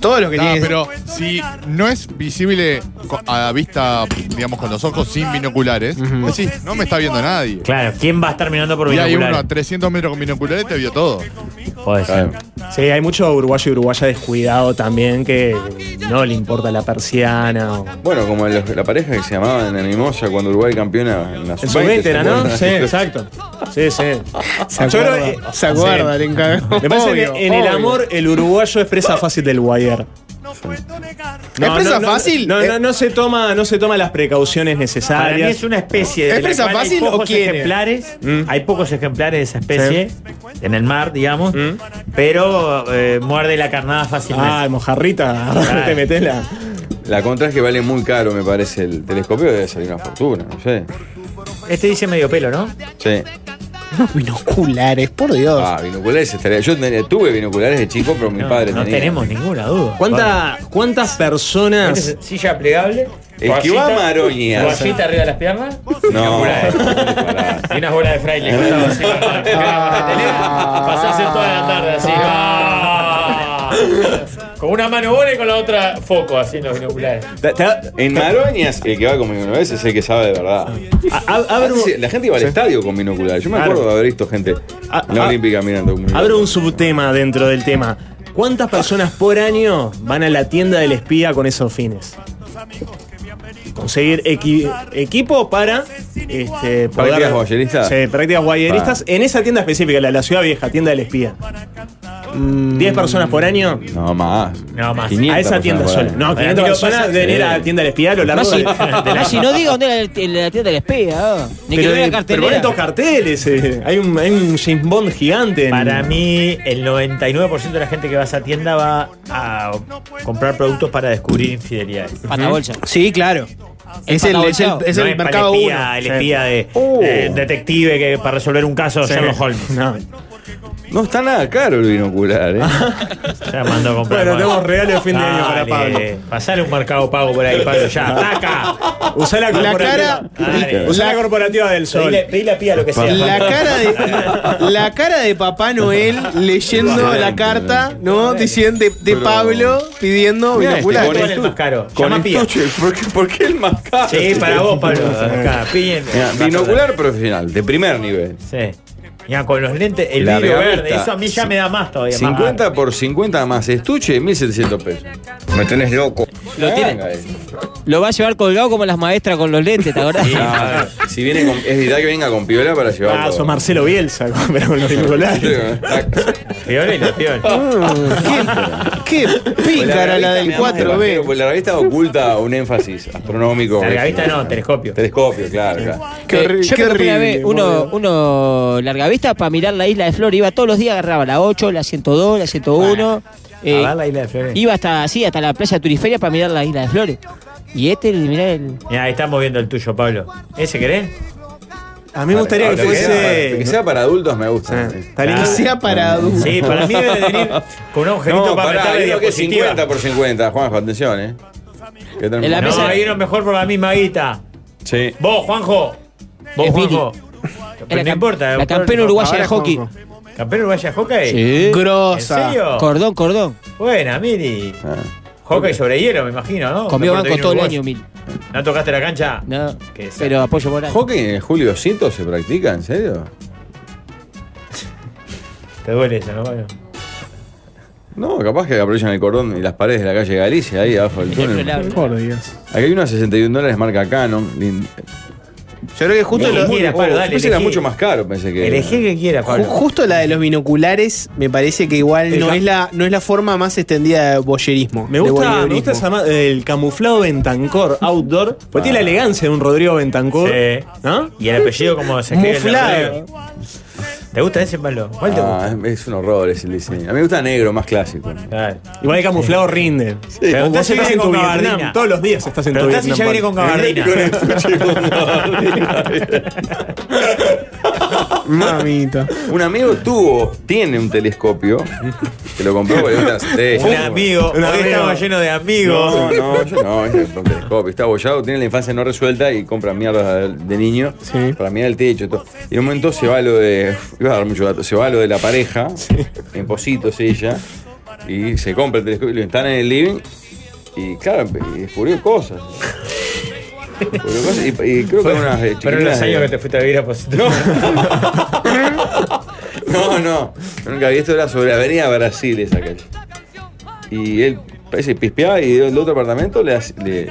[SPEAKER 3] Todo lo que
[SPEAKER 5] No,
[SPEAKER 3] tiene
[SPEAKER 5] pero si no es visible co- a la vista, digamos, con los ojos sin binoculares, decís, no me está viendo nadie.
[SPEAKER 4] Claro, ¿quién va a estar mirando por
[SPEAKER 5] Y hay uno
[SPEAKER 4] binoculares?
[SPEAKER 5] a 300 metros con binoculares te vio todo.
[SPEAKER 4] Puede ser.
[SPEAKER 1] Claro.
[SPEAKER 2] Sí, hay mucho uruguayo y uruguaya descuidado también que no le importa la persiana. o-
[SPEAKER 1] Bueno, como los- la pareja que se llamaba en la Mimosa cuando Uruguay campeona en la
[SPEAKER 2] En su 20 era, ¿no?
[SPEAKER 1] ¿se
[SPEAKER 2] Sí,
[SPEAKER 1] acuerdan? [LAUGHS]
[SPEAKER 2] exacto. Sí,
[SPEAKER 3] [LAUGHS]
[SPEAKER 2] sí.
[SPEAKER 3] Se
[SPEAKER 2] Yo creo
[SPEAKER 3] acuerda,
[SPEAKER 2] que-
[SPEAKER 3] se acuerda, le encargó.
[SPEAKER 2] Me parece que
[SPEAKER 3] Obvio,
[SPEAKER 2] en el
[SPEAKER 3] obvio.
[SPEAKER 2] amor el uruguayo expresa fácil del guayer.
[SPEAKER 3] ¿Es presa fácil?
[SPEAKER 2] No, no,
[SPEAKER 3] Eh.
[SPEAKER 2] no se toma, no se toma las precauciones necesarias.
[SPEAKER 4] Para mí es una especie de.
[SPEAKER 3] ¿Es
[SPEAKER 4] la
[SPEAKER 3] presa
[SPEAKER 4] cual hay
[SPEAKER 3] fácil o
[SPEAKER 4] pocos
[SPEAKER 3] quiere?
[SPEAKER 4] ejemplares.
[SPEAKER 2] Mm.
[SPEAKER 4] Hay pocos ejemplares de esa especie en el mar, digamos.
[SPEAKER 2] Mm.
[SPEAKER 4] Pero eh, muerde la carnada fácilmente.
[SPEAKER 2] Ah, mojarrita, agarrá, te metes la.
[SPEAKER 1] La contra es que vale muy caro, me parece. El telescopio debe salir una fortuna, no sé.
[SPEAKER 4] Este dice medio pelo, ¿no?
[SPEAKER 1] Sí.
[SPEAKER 3] Unos binoculares, por Dios.
[SPEAKER 1] Ah, binoculares estaría. Yo ten- tuve binoculares de chico, pero mi
[SPEAKER 4] No,
[SPEAKER 1] padre
[SPEAKER 4] no
[SPEAKER 1] tenía.
[SPEAKER 4] tenemos ninguna duda.
[SPEAKER 2] ¿Cuánta- ¿Cuántas personas?
[SPEAKER 4] Este es Silla plegable.
[SPEAKER 1] Esquivá
[SPEAKER 4] toallita-
[SPEAKER 1] maroñas.
[SPEAKER 4] toallita arriba de las piernas.
[SPEAKER 1] No.
[SPEAKER 4] Binoculares. Y unas bolas
[SPEAKER 3] [LAUGHS]
[SPEAKER 4] de fraile. cortadas así, hermano.
[SPEAKER 3] Ah.
[SPEAKER 4] Pasás el toda la tarde así. ¡ah! Con una mano bola y con la otra foco, así en los binoculares.
[SPEAKER 1] Ta- ta- En Maroñas, el que va con binoculares es el que sabe de
[SPEAKER 2] A-
[SPEAKER 1] verdad.
[SPEAKER 4] Ah,
[SPEAKER 2] a- abro,
[SPEAKER 1] Antes, la gente iba al estadio con binoculares. Yo me
[SPEAKER 2] Claro.
[SPEAKER 1] acuerdo de haber visto gente
[SPEAKER 4] Ah,
[SPEAKER 2] A-
[SPEAKER 1] en la
[SPEAKER 2] a-
[SPEAKER 1] Olímpica mirando con binoculares.
[SPEAKER 2] abro un subtema dentro del tema. ¿Cuántas personas por año van a la tienda del espía con esos fines? Conseguir equi- equipo para este,
[SPEAKER 1] ¿Prácticas guayeristas?
[SPEAKER 2] Sí, prácticas guayeristas en esa tienda específica, la de la ciudad vieja, tienda del espía. ¿10 personas por año?
[SPEAKER 1] No, más.
[SPEAKER 4] No, más.
[SPEAKER 1] 500
[SPEAKER 2] A esa
[SPEAKER 1] Mm. personas
[SPEAKER 2] tienda
[SPEAKER 1] por
[SPEAKER 2] sola.
[SPEAKER 1] año.
[SPEAKER 2] No, 500
[SPEAKER 4] Pero
[SPEAKER 2] personas
[SPEAKER 4] pasa-
[SPEAKER 2] de venir
[SPEAKER 1] Sí.
[SPEAKER 2] a la tienda del espía a lo largo de, de [LAUGHS] la
[SPEAKER 6] Nachi, no diga dónde era el- la tienda del espía. ah. Ni que
[SPEAKER 2] Pero,
[SPEAKER 6] tuviera
[SPEAKER 2] eh, pero ponen
[SPEAKER 6] cartelera.
[SPEAKER 2] todos carteles. eh. Hay, un, hay un James Bond gigante. en-
[SPEAKER 4] Para mí, el 99% de la gente que va a esa tienda va a comprar productos para descubrir infidelidades.
[SPEAKER 6] Pata bolsa.
[SPEAKER 3] Sí, claro. Es el, es el, es
[SPEAKER 4] No
[SPEAKER 3] el
[SPEAKER 4] para
[SPEAKER 3] mercado
[SPEAKER 4] el
[SPEAKER 3] uno.
[SPEAKER 4] espía, el espía de,
[SPEAKER 2] Uh.
[SPEAKER 4] de- detective que para resolver un caso
[SPEAKER 2] Sí.
[SPEAKER 4] Sherlock Holmes.
[SPEAKER 2] No.
[SPEAKER 1] No está nada caro el
[SPEAKER 4] [LAUGHS]
[SPEAKER 1] binocular, ¿eh?
[SPEAKER 4] Ya mandó a comprar.
[SPEAKER 2] Bueno, tenemos regalos de fin de año para Pablo.
[SPEAKER 4] Pasale un mercado pago por ahí, Pablo. Ya, taca.
[SPEAKER 2] Usá la
[SPEAKER 3] La
[SPEAKER 2] corporativa.
[SPEAKER 3] cara-
[SPEAKER 4] Dale.
[SPEAKER 2] Usá la corporativa del sol.
[SPEAKER 4] Pedile, pedile a pía lo que sea.
[SPEAKER 3] La cara, de, la cara de Papá Noel leyendo la carta, ¿no? Diciendo de, de
[SPEAKER 1] Pero-
[SPEAKER 3] Pablo pidiendo
[SPEAKER 1] Mirá este,
[SPEAKER 4] ¿Cuál
[SPEAKER 3] binoculares.
[SPEAKER 4] es el más caro?
[SPEAKER 1] Con
[SPEAKER 4] Llama a pía.
[SPEAKER 1] estuche. ¿Por qué, por qué el más caro?
[SPEAKER 4] Sí, para vos, Pablo. Acá, píllenlo.
[SPEAKER 1] Mirá, binocular profesional, de primer nivel.
[SPEAKER 4] Sí. Mira, con los lentes, el
[SPEAKER 1] La
[SPEAKER 4] vidrio
[SPEAKER 1] revista.
[SPEAKER 4] verde, eso a mí ya me da más todavía. más
[SPEAKER 1] 50 por 50 más estuche, 1700 pesos. eh. Me tenés loco.
[SPEAKER 6] Lo tiene- Lo va a llevar colgado como las maestras con los lentes, ¿te acordás? Ah,
[SPEAKER 1] si viene con, es vital que venga con piola para llevarlo.
[SPEAKER 2] Ah, sos
[SPEAKER 1] [LAUGHS]
[SPEAKER 2] Marcelo Bielsa, pero con los auriculares.
[SPEAKER 4] Peor y la peor.
[SPEAKER 1] Ah,
[SPEAKER 3] Qué pícara la del 4B.
[SPEAKER 1] Pues la revista oculta un énfasis astronómico.
[SPEAKER 4] Largavista no, telescopio.
[SPEAKER 1] Telescopio, claro, claro.
[SPEAKER 3] Qué
[SPEAKER 6] Eh,
[SPEAKER 3] horri-
[SPEAKER 6] yo
[SPEAKER 3] qué
[SPEAKER 6] me compré una
[SPEAKER 3] horrible,
[SPEAKER 6] vez uno,
[SPEAKER 3] boludo.
[SPEAKER 6] uno largavista para mirar la isla de Flor. Iba todos los días, agarraba la 8, la 102, la 101. eh,
[SPEAKER 4] a ver la isla de Flores.
[SPEAKER 6] iba hasta así, hasta la playa turiferia para mirar la isla de Flores. Y este, mirá el.
[SPEAKER 4] Mira, ahí estamos viendo el tuyo, Pablo. ¿Ese querés?
[SPEAKER 2] A mí me gustaría que
[SPEAKER 1] Ahora,
[SPEAKER 6] eh,
[SPEAKER 2] fuese.
[SPEAKER 1] Que sea para adultos me gusta.
[SPEAKER 2] Ah, está lindo.
[SPEAKER 3] Que sea parado.
[SPEAKER 4] Sí, para mí debe venir con un agujerito
[SPEAKER 1] No,
[SPEAKER 4] para
[SPEAKER 1] pará,
[SPEAKER 4] apretar la
[SPEAKER 1] digo que
[SPEAKER 4] diapositiva.
[SPEAKER 1] 50 por 50, Juanjo, atención, eh. Que tenemos-
[SPEAKER 6] En la
[SPEAKER 4] No,
[SPEAKER 6] mesa-
[SPEAKER 4] ahí era mejor por la misma guita.
[SPEAKER 1] Sí.
[SPEAKER 4] Vos, Juanjo. Vos,
[SPEAKER 6] Es Vini.
[SPEAKER 4] Juanjo. Pero
[SPEAKER 6] la
[SPEAKER 4] no
[SPEAKER 6] cam-
[SPEAKER 4] importa.
[SPEAKER 6] la campeona uruguaya de
[SPEAKER 3] Ahora,
[SPEAKER 6] hockey.
[SPEAKER 3] Juanjo.
[SPEAKER 4] ¿Campeón uruguaya hockey? ¿En
[SPEAKER 3] Grosa.
[SPEAKER 4] serio?
[SPEAKER 6] Cordón, cordón.
[SPEAKER 4] Eh, Buena, Miri.
[SPEAKER 1] Ah.
[SPEAKER 4] Hockey sobre hielo, me imagino, ¿no?
[SPEAKER 6] Comió
[SPEAKER 4] Deporte
[SPEAKER 6] banco todo el
[SPEAKER 4] uruguayo.
[SPEAKER 6] año, Mil.
[SPEAKER 4] ¿No tocaste la cancha?
[SPEAKER 6] No,
[SPEAKER 4] Que sea.
[SPEAKER 6] pero apoyo moral.
[SPEAKER 1] ¿Hockey en Julio Cito se practica? ¿En serio?
[SPEAKER 4] Te duele eso, ¿no, Pablo?
[SPEAKER 1] No, capaz que aprovechan el cordón y las paredes de la calle Galicia, ahí abajo del túnel. Aquí
[SPEAKER 2] Por Dios.
[SPEAKER 1] hay una 61 dólares marca Canon. lin-
[SPEAKER 3] Yo creo que justo,
[SPEAKER 4] Bien.
[SPEAKER 3] lo-
[SPEAKER 4] Mira,
[SPEAKER 1] Oh,
[SPEAKER 4] Pablo,
[SPEAKER 1] yo
[SPEAKER 4] dale,
[SPEAKER 1] pensé que era
[SPEAKER 4] elegí.
[SPEAKER 1] mucho más caro, pensé que.
[SPEAKER 4] Elegí el que quiera,
[SPEAKER 3] ju-
[SPEAKER 4] Pablo.
[SPEAKER 3] justo la de los binoculares me parece que igual no
[SPEAKER 2] Esa-
[SPEAKER 3] es, la, no es la forma más extendida de boyerismo.
[SPEAKER 2] Me gusta, me gusta esa ma- el camuflado Bentancor outdoor. Porque tiene la elegancia de un Rodrigo Bentancor.
[SPEAKER 4] Ah. Sí.
[SPEAKER 2] ¿No?
[SPEAKER 4] Y el apellido como se escribe. en la
[SPEAKER 2] Muflado.
[SPEAKER 4] radio. ¿Te gusta ese, Pablo? ¿Cuál te gusta?
[SPEAKER 1] Ah, es un horror ese diseño. A mí me gusta negro, más clásico.
[SPEAKER 4] Claro.
[SPEAKER 2] Igual el camuflado rinde.
[SPEAKER 4] Pero
[SPEAKER 2] Vos
[SPEAKER 4] usted se
[SPEAKER 2] estás
[SPEAKER 4] viene
[SPEAKER 2] en tu
[SPEAKER 4] con
[SPEAKER 2] Vietnam.
[SPEAKER 4] gabardina.
[SPEAKER 2] Todos los días estás en
[SPEAKER 4] Pero
[SPEAKER 2] tu
[SPEAKER 4] estás
[SPEAKER 2] Vietnam.
[SPEAKER 4] y ya viene con gabardina.
[SPEAKER 2] [LAUGHS] Mamita.
[SPEAKER 1] [LAUGHS] Un amigo tuvo, tiene un telescopio, que lo compró porque le
[SPEAKER 4] [LAUGHS]
[SPEAKER 1] gustan las estrellas.
[SPEAKER 4] Un amigo.
[SPEAKER 2] Un
[SPEAKER 4] Hoy
[SPEAKER 2] amigo.
[SPEAKER 4] estamos llenos de amigos.
[SPEAKER 1] No, no, yo no, yo no, un telescopio. Está abollado, tiene la infancia no resuelta y compra mierda de, de niño para mirar el techo. y todo. Y en un momento se va lo de. Iba a dar mucho dato, se va lo de la pareja, en Positos ella, y se compra el telescopio. y lo Están en el living y, claro, y descubrió
[SPEAKER 4] [LAUGHS]
[SPEAKER 1] cosas. Descubrió cosas, y, y creo que unas. eh,
[SPEAKER 4] Pero en
[SPEAKER 1] chiquilinas
[SPEAKER 4] los años
[SPEAKER 1] de-
[SPEAKER 4] que te fuiste a vivir a Positivo.
[SPEAKER 1] no. no, no. Yo Nunca vi esto, era sobre Avenida Brasil esa calle. Y él parece que pispeaba y el otro apartamento le, hac- le-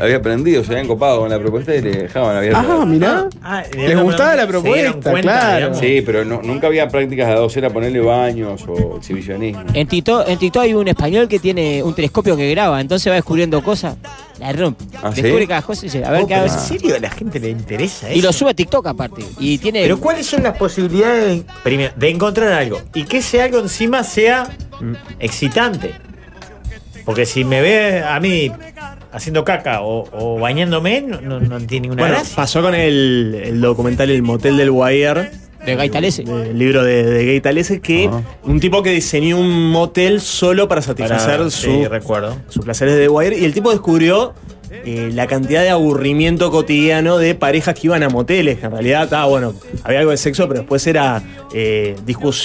[SPEAKER 1] había prendido, se habían copado con la propuesta y le dejaban abierto.
[SPEAKER 3] Ah, mirá.
[SPEAKER 4] Ah, y
[SPEAKER 3] Les
[SPEAKER 4] no,
[SPEAKER 3] gustaba
[SPEAKER 4] no,
[SPEAKER 3] la
[SPEAKER 4] se dieron
[SPEAKER 3] propuesta,
[SPEAKER 4] cuenta,
[SPEAKER 3] claro.
[SPEAKER 4] digamos.
[SPEAKER 1] Sí, pero no- nunca había prácticas de dos, era ponerle baños o exhibicionismo.
[SPEAKER 6] En TikTok, en TikTok hay un español que tiene un telescopio que graba, entonces va descubriendo cosas, la rompe.
[SPEAKER 1] ¿Ah, sí?
[SPEAKER 6] Descubre cada cosa y dice, a ver
[SPEAKER 4] Oh,
[SPEAKER 6] qué
[SPEAKER 4] pero
[SPEAKER 6] hago.
[SPEAKER 4] ¿En serio a la gente le interesa eso?
[SPEAKER 6] Y lo sube a TikTok aparte. Y tiene.
[SPEAKER 4] Pero ¿cuáles son las posibilidades primero, de encontrar algo? Y que ese algo encima sea mm, excitante. Porque si me ve a mí haciendo caca o, o bañándome, no, no- no tiene ninguna
[SPEAKER 2] Bueno,
[SPEAKER 4] gracia.
[SPEAKER 2] pasó con el, el documental El Motel del Guayer.
[SPEAKER 6] de Gaitalese.
[SPEAKER 2] El libro de, de Gay Talese, que
[SPEAKER 1] Ajá.
[SPEAKER 2] un tipo que diseñó un motel solo para
[SPEAKER 4] Para-
[SPEAKER 2] satisfacer
[SPEAKER 4] sí,
[SPEAKER 2] su
[SPEAKER 4] recuerdo.
[SPEAKER 2] sus placeres de Wire y el tipo descubrió eh, la cantidad de aburrimiento cotidiano de parejas que iban a moteles, que en realidad estaba, bueno, había algo de sexo, pero después era eh,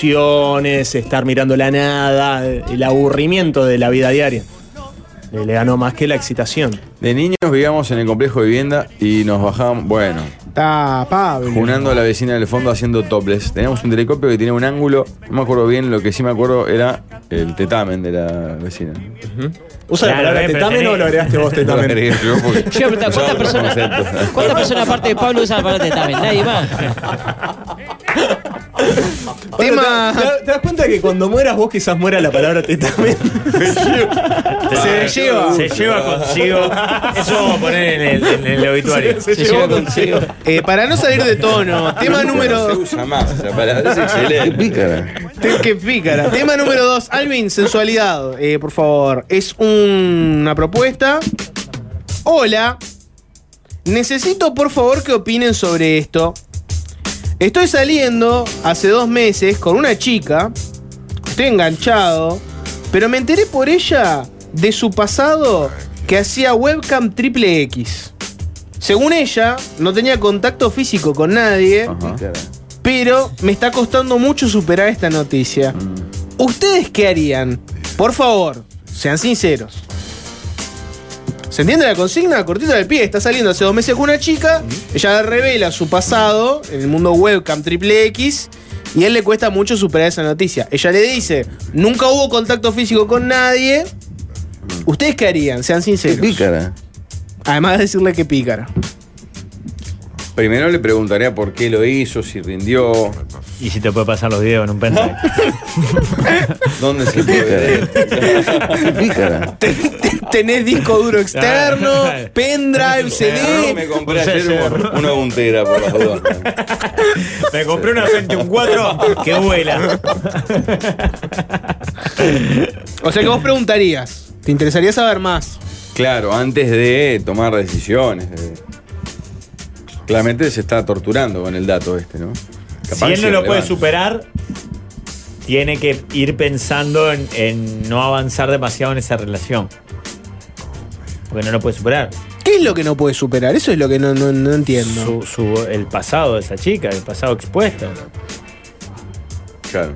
[SPEAKER 2] discusiones, estar mirando la nada, el aburrimiento de la vida diaria. Le, le ganó más que la excitación.
[SPEAKER 1] De niños vivíamos en el complejo de vivienda y nos bajábamos, bueno,
[SPEAKER 3] Está Ah, Pablo.
[SPEAKER 1] junando a la vecina del fondo haciendo topless. Teníamos un telescopio que tenía un ángulo, no me acuerdo bien, lo que sí me acuerdo era el tetamen de la vecina.
[SPEAKER 2] ¿Usa
[SPEAKER 4] Claro,
[SPEAKER 2] la palabra
[SPEAKER 4] eh, pero
[SPEAKER 2] tetamen
[SPEAKER 4] tenés-
[SPEAKER 2] o lo agregaste
[SPEAKER 4] [LAUGHS]
[SPEAKER 1] [LAUGHS]
[SPEAKER 2] vos
[SPEAKER 1] No la agregué
[SPEAKER 2] tetamen?
[SPEAKER 1] yo porque-
[SPEAKER 6] [LAUGHS] Yo me preguntaba,
[SPEAKER 1] usaba
[SPEAKER 6] ¿cuántas
[SPEAKER 1] otros
[SPEAKER 6] personas,
[SPEAKER 1] conceptos.
[SPEAKER 6] ¿cuántas personas aparte de Pablo usan aparte de también? Nadie más.
[SPEAKER 3] Tema.
[SPEAKER 2] ¿Te, te das cuenta que cuando mueras vos quizás muera la
[SPEAKER 3] [LAUGHS]
[SPEAKER 2] palabra tetamen?
[SPEAKER 4] Se
[SPEAKER 3] lleva.
[SPEAKER 4] Se lleva consigo. [LAUGHS] Eso vamos a poner en el, en el obituario.
[SPEAKER 2] Se
[SPEAKER 6] Se
[SPEAKER 2] llevó
[SPEAKER 6] lleva
[SPEAKER 1] [LAUGHS]
[SPEAKER 2] con-
[SPEAKER 6] consigo.
[SPEAKER 3] Eh, para no salir de tono, tema
[SPEAKER 1] Se
[SPEAKER 3] número.
[SPEAKER 1] usa más esa palabra, es excelente.
[SPEAKER 3] Te- Qué pícara. Tema número 2. Alvin, sensualidad, eh, por favor. Es un- una propuesta. Hola. Necesito, por favor, que opinen sobre esto. Estoy saliendo hace dos meses con una chica. Estoy enganchado. Pero me enteré por ella de su pasado que hacía webcam triple X. Según ella, no tenía contacto físico con nadie.
[SPEAKER 1] Ajá.
[SPEAKER 3] Pero me está costando mucho superar esta noticia. ¿Ustedes qué harían? Por favor, sean sinceros. ¿Se entiende la consigna? Cortita del pie, está saliendo hace dos meses con una chica, ella revela su pasado en el mundo webcam triple X y a él le cuesta mucho superar esa noticia. Ella le dice, nunca hubo contacto físico con nadie, ¿ustedes qué harían? Sean
[SPEAKER 1] Qué
[SPEAKER 3] sinceros.
[SPEAKER 1] pícara.
[SPEAKER 3] Además de decirle que pícara.
[SPEAKER 1] Primero le preguntaría por qué lo hizo, si rindió,
[SPEAKER 4] Y si te puede pasar los videos en un pendrive.
[SPEAKER 1] [LAUGHS] dónde se puede. Qué pícara.
[SPEAKER 3] Tenés disco
[SPEAKER 1] [LAUGHS]
[SPEAKER 3] duro externo,
[SPEAKER 1] Ah.
[SPEAKER 4] Claro.
[SPEAKER 3] pendrive,
[SPEAKER 1] Agarró, me
[SPEAKER 3] CD.
[SPEAKER 1] compré ayer un- una puntera por las dudas.
[SPEAKER 4] Me compré una frente un 4 que vuela.
[SPEAKER 3] O sea que vos preguntarías, ¿te interesaría saber más?
[SPEAKER 1] Claro, antes de tomar decisiones. eh. Claramente se está torturando con el dato este, ¿no?
[SPEAKER 4] Si
[SPEAKER 1] Capaz
[SPEAKER 4] él no lo
[SPEAKER 1] irrelevante.
[SPEAKER 4] puede superar, tiene que ir pensando en, en no avanzar demasiado en esa relación. Porque no lo puede superar.
[SPEAKER 3] ¿Qué es lo que no puede superar? Eso es lo que no, no- no entiendo.
[SPEAKER 4] Su- su- el pasado de esa chica, el pasado expuesto.
[SPEAKER 1] Claro.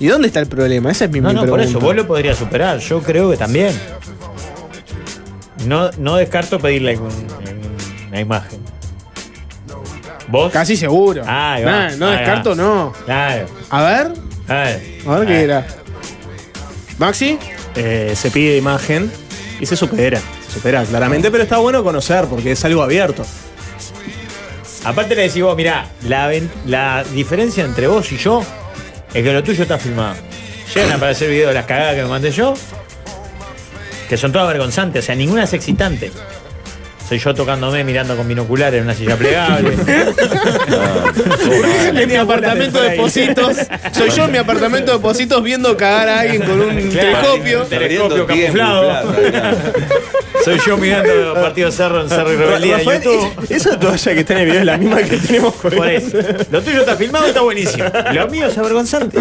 [SPEAKER 3] ¿Y dónde está el problema? Esa es mi,
[SPEAKER 4] No,
[SPEAKER 3] mi
[SPEAKER 4] no, por
[SPEAKER 3] pregunta.
[SPEAKER 4] eso, vos lo podrías superar. Yo creo que también. No, no descarto pedirle algún- una imagen. ¿Vos?
[SPEAKER 3] Casi seguro.
[SPEAKER 4] Ahí va,
[SPEAKER 3] Nah, no
[SPEAKER 4] ahí
[SPEAKER 3] descarto,
[SPEAKER 4] va.
[SPEAKER 3] no.
[SPEAKER 4] Claro.
[SPEAKER 3] A ver,
[SPEAKER 4] claro.
[SPEAKER 3] a ver qué
[SPEAKER 4] Ah,
[SPEAKER 3] era. Maxi,
[SPEAKER 2] Eh, se pide imagen y se supera. Se supera claramente, pero está bueno conocer porque es algo abierto.
[SPEAKER 4] Aparte le decís vos, mirá, la, ven- la diferencia entre vos y yo es que lo tuyo está filmado. Llegan a aparecer videos de las cagadas que me mandé yo, que son todas vergonzantes, o sea, ninguna es excitante. Soy yo tocándome, mirando con binoculares en una silla
[SPEAKER 2] [LAUGHS]
[SPEAKER 4] plegable.
[SPEAKER 3] [LAUGHS] en mi apartamento de
[SPEAKER 4] por ahí.
[SPEAKER 3] Positos. Soy yo en mi apartamento de Positos viendo cagar a alguien con un telescopio.
[SPEAKER 1] Perdiendo
[SPEAKER 4] telescopio
[SPEAKER 1] tiempo y
[SPEAKER 4] camuflado.
[SPEAKER 1] plata, claro.
[SPEAKER 4] Soy yo mirando partido Cerro en Cerro y Rebeldía en
[SPEAKER 2] Rafael,
[SPEAKER 4] YouTube.
[SPEAKER 2] es- esa toalla que está en el video es la misma que tenemos colgada.
[SPEAKER 4] Por eso. Lo tuyo está filmado, está buenísimo. Lo mío es avergonzante.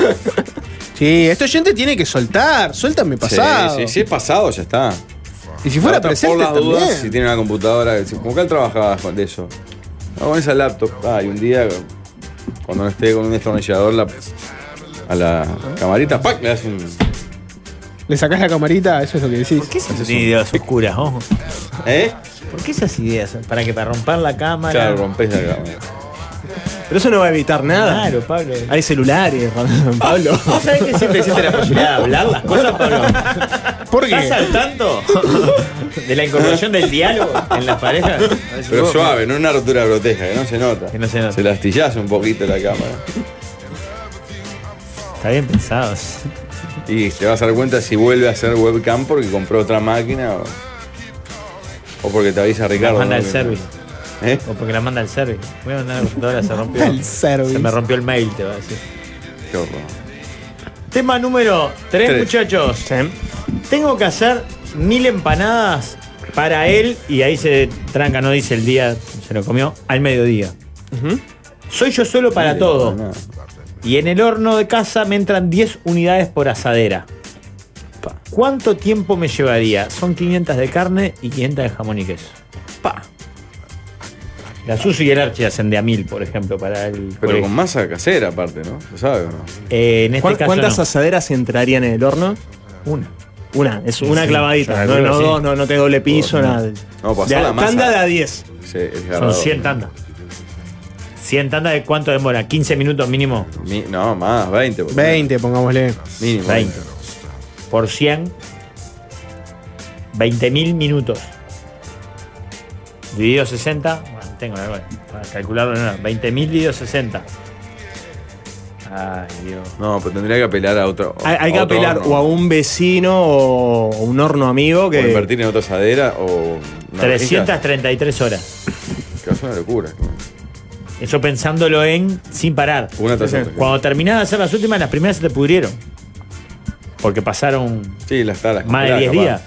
[SPEAKER 3] Sí, este oyente tiene que soltar. Suéltame pasado.
[SPEAKER 1] Sí, sí, si es pasado, ya está.
[SPEAKER 3] Y si fuera
[SPEAKER 1] Ahora,
[SPEAKER 3] presente
[SPEAKER 1] por las
[SPEAKER 3] también.
[SPEAKER 1] dudas, si tiene una computadora, si- como que él trabajaba con de eso. Ah, con esa laptop. Ah, y un día, cuando no esté con un destornillador, la- a la camarita, ¡pac! Le das un.
[SPEAKER 3] Le sacás la camarita, eso es lo que decís.
[SPEAKER 4] ¿Por qué esas ideas oscuras, ojo?
[SPEAKER 1] ¿Eh?
[SPEAKER 4] ¿Por qué esas ideas? ¿Para que ¿Para romper la cámara?
[SPEAKER 1] Claro, rompes la cámara.
[SPEAKER 2] Pero eso no va a evitar nada.
[SPEAKER 4] Claro, Pablo.
[SPEAKER 2] Hay celulares, Pablo.
[SPEAKER 4] ¿Vos sabés que siempre existe la posibilidad de hablar las cosas, Pablo?
[SPEAKER 3] ¿Por
[SPEAKER 4] ¿Estás
[SPEAKER 3] qué?
[SPEAKER 4] al tanto de la incorporación del diálogo en las parejas?
[SPEAKER 1] Pero suave, no una rotura grotesca, que no se nota.
[SPEAKER 4] Que no se nota.
[SPEAKER 1] Se lastillaza un poquito la cámara.
[SPEAKER 4] Está bien pensado.
[SPEAKER 1] Y te vas a dar cuenta si vuelve a hacer webcam porque compró otra máquina o, o porque te avisa Ricardo.
[SPEAKER 4] manda
[SPEAKER 1] ¿no?
[SPEAKER 4] el
[SPEAKER 1] Que-
[SPEAKER 4] service.
[SPEAKER 1] ¿Eh?
[SPEAKER 4] O porque la manda al service. Voy a mandar a la computadora, se rompió.
[SPEAKER 3] Al service.
[SPEAKER 4] Se me rompió el mail, te va a decir.
[SPEAKER 1] Qué horror.
[SPEAKER 4] Tema número 3,
[SPEAKER 1] Tres.
[SPEAKER 4] muchachos. Tengo que hacer mil empanadas para él y ahí se tranca, no dice el día, se lo comió, al mediodía. Soy yo solo para
[SPEAKER 1] Mira,
[SPEAKER 4] todo.
[SPEAKER 1] nada.
[SPEAKER 4] Y en el horno de casa me entran 10 unidades por asadera. ¿Cuánto tiempo me llevaría? Son 500 de carne y 500 de jamón y queso. Pa. La Susu y el Archie hacen de a mil, por ejemplo, para el
[SPEAKER 1] Pero
[SPEAKER 4] colegio.
[SPEAKER 1] con masa casera aparte, ¿no? ¿Lo sabes o no?
[SPEAKER 4] Eh, en este
[SPEAKER 2] ¿Cuán-
[SPEAKER 4] caso
[SPEAKER 2] ¿Cuántas
[SPEAKER 4] no.
[SPEAKER 2] asaderas entrarían en el horno?
[SPEAKER 4] Una.
[SPEAKER 2] Una, es una
[SPEAKER 4] Sí,
[SPEAKER 2] clavadita.
[SPEAKER 4] yo
[SPEAKER 2] No,
[SPEAKER 4] creo
[SPEAKER 2] no,
[SPEAKER 4] que sí.
[SPEAKER 2] dos, no, no te doble piso, nada.
[SPEAKER 1] No, pasó
[SPEAKER 2] De
[SPEAKER 1] la
[SPEAKER 2] a-
[SPEAKER 1] masa.
[SPEAKER 2] Tanda de a 10.
[SPEAKER 1] Sí, es
[SPEAKER 4] Son
[SPEAKER 1] agarrado.
[SPEAKER 4] 100 tandas. 100 tandas de cuánto demora? 15 minutos mínimo.
[SPEAKER 1] Mi- no, más, 20. por lo menos.
[SPEAKER 3] 20, pongámosle.
[SPEAKER 1] Mínimo.
[SPEAKER 4] 20. Por 100, 20.000 minutos. Dividido 60, bueno, tengo la verdad, para calcularlo, no, no, 20.000 dividido 60. Ay, Dios.
[SPEAKER 1] No, pero tendría que apelar a otro.
[SPEAKER 2] Hay, hay que
[SPEAKER 1] a otro
[SPEAKER 2] apelar
[SPEAKER 1] horno.
[SPEAKER 2] o a un vecino o un horno amigo
[SPEAKER 1] O
[SPEAKER 2] que.
[SPEAKER 1] invertir en otra asadera o. una
[SPEAKER 4] 333 horas.
[SPEAKER 1] vajilla, Que es una locura.
[SPEAKER 4] Eso pensándolo en sin parar.
[SPEAKER 1] Una tras
[SPEAKER 2] Sí, sí.
[SPEAKER 1] otra.
[SPEAKER 4] Cuando terminás de hacer las últimas, las primeras se te pudrieron. Porque pasaron
[SPEAKER 1] Sí, las Ah, talas.
[SPEAKER 4] más de 10 días.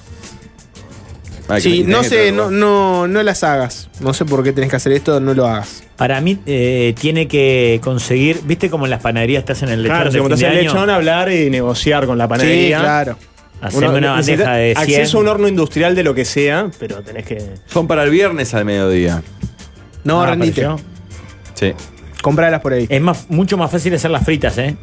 [SPEAKER 4] Ah,
[SPEAKER 3] Sí, no sé, no, no, no las hagas. No sé por qué tenés que hacer esto, no lo hagas.
[SPEAKER 4] Para mí eh, tiene que conseguir, viste como en las panaderías te hacen el lechón
[SPEAKER 2] Claro,
[SPEAKER 4] de
[SPEAKER 2] si
[SPEAKER 4] fin
[SPEAKER 2] montás
[SPEAKER 4] de
[SPEAKER 2] el
[SPEAKER 4] año?
[SPEAKER 2] lechón, hablar y negociar con la panadería.
[SPEAKER 3] Sí, claro.
[SPEAKER 4] Haceme
[SPEAKER 2] Uno-
[SPEAKER 4] una
[SPEAKER 2] necesita
[SPEAKER 4] bandeja de 100.
[SPEAKER 2] Acceso a un horno industrial de lo que sea, pero tenés que.
[SPEAKER 1] Son para el viernes al mediodía.
[SPEAKER 3] No,
[SPEAKER 4] Ah,
[SPEAKER 3] rendite.
[SPEAKER 4] apareció.
[SPEAKER 1] Sí.
[SPEAKER 3] Compralas por ahí.
[SPEAKER 4] Es más, mucho más fácil hacer las fritas, ¿eh?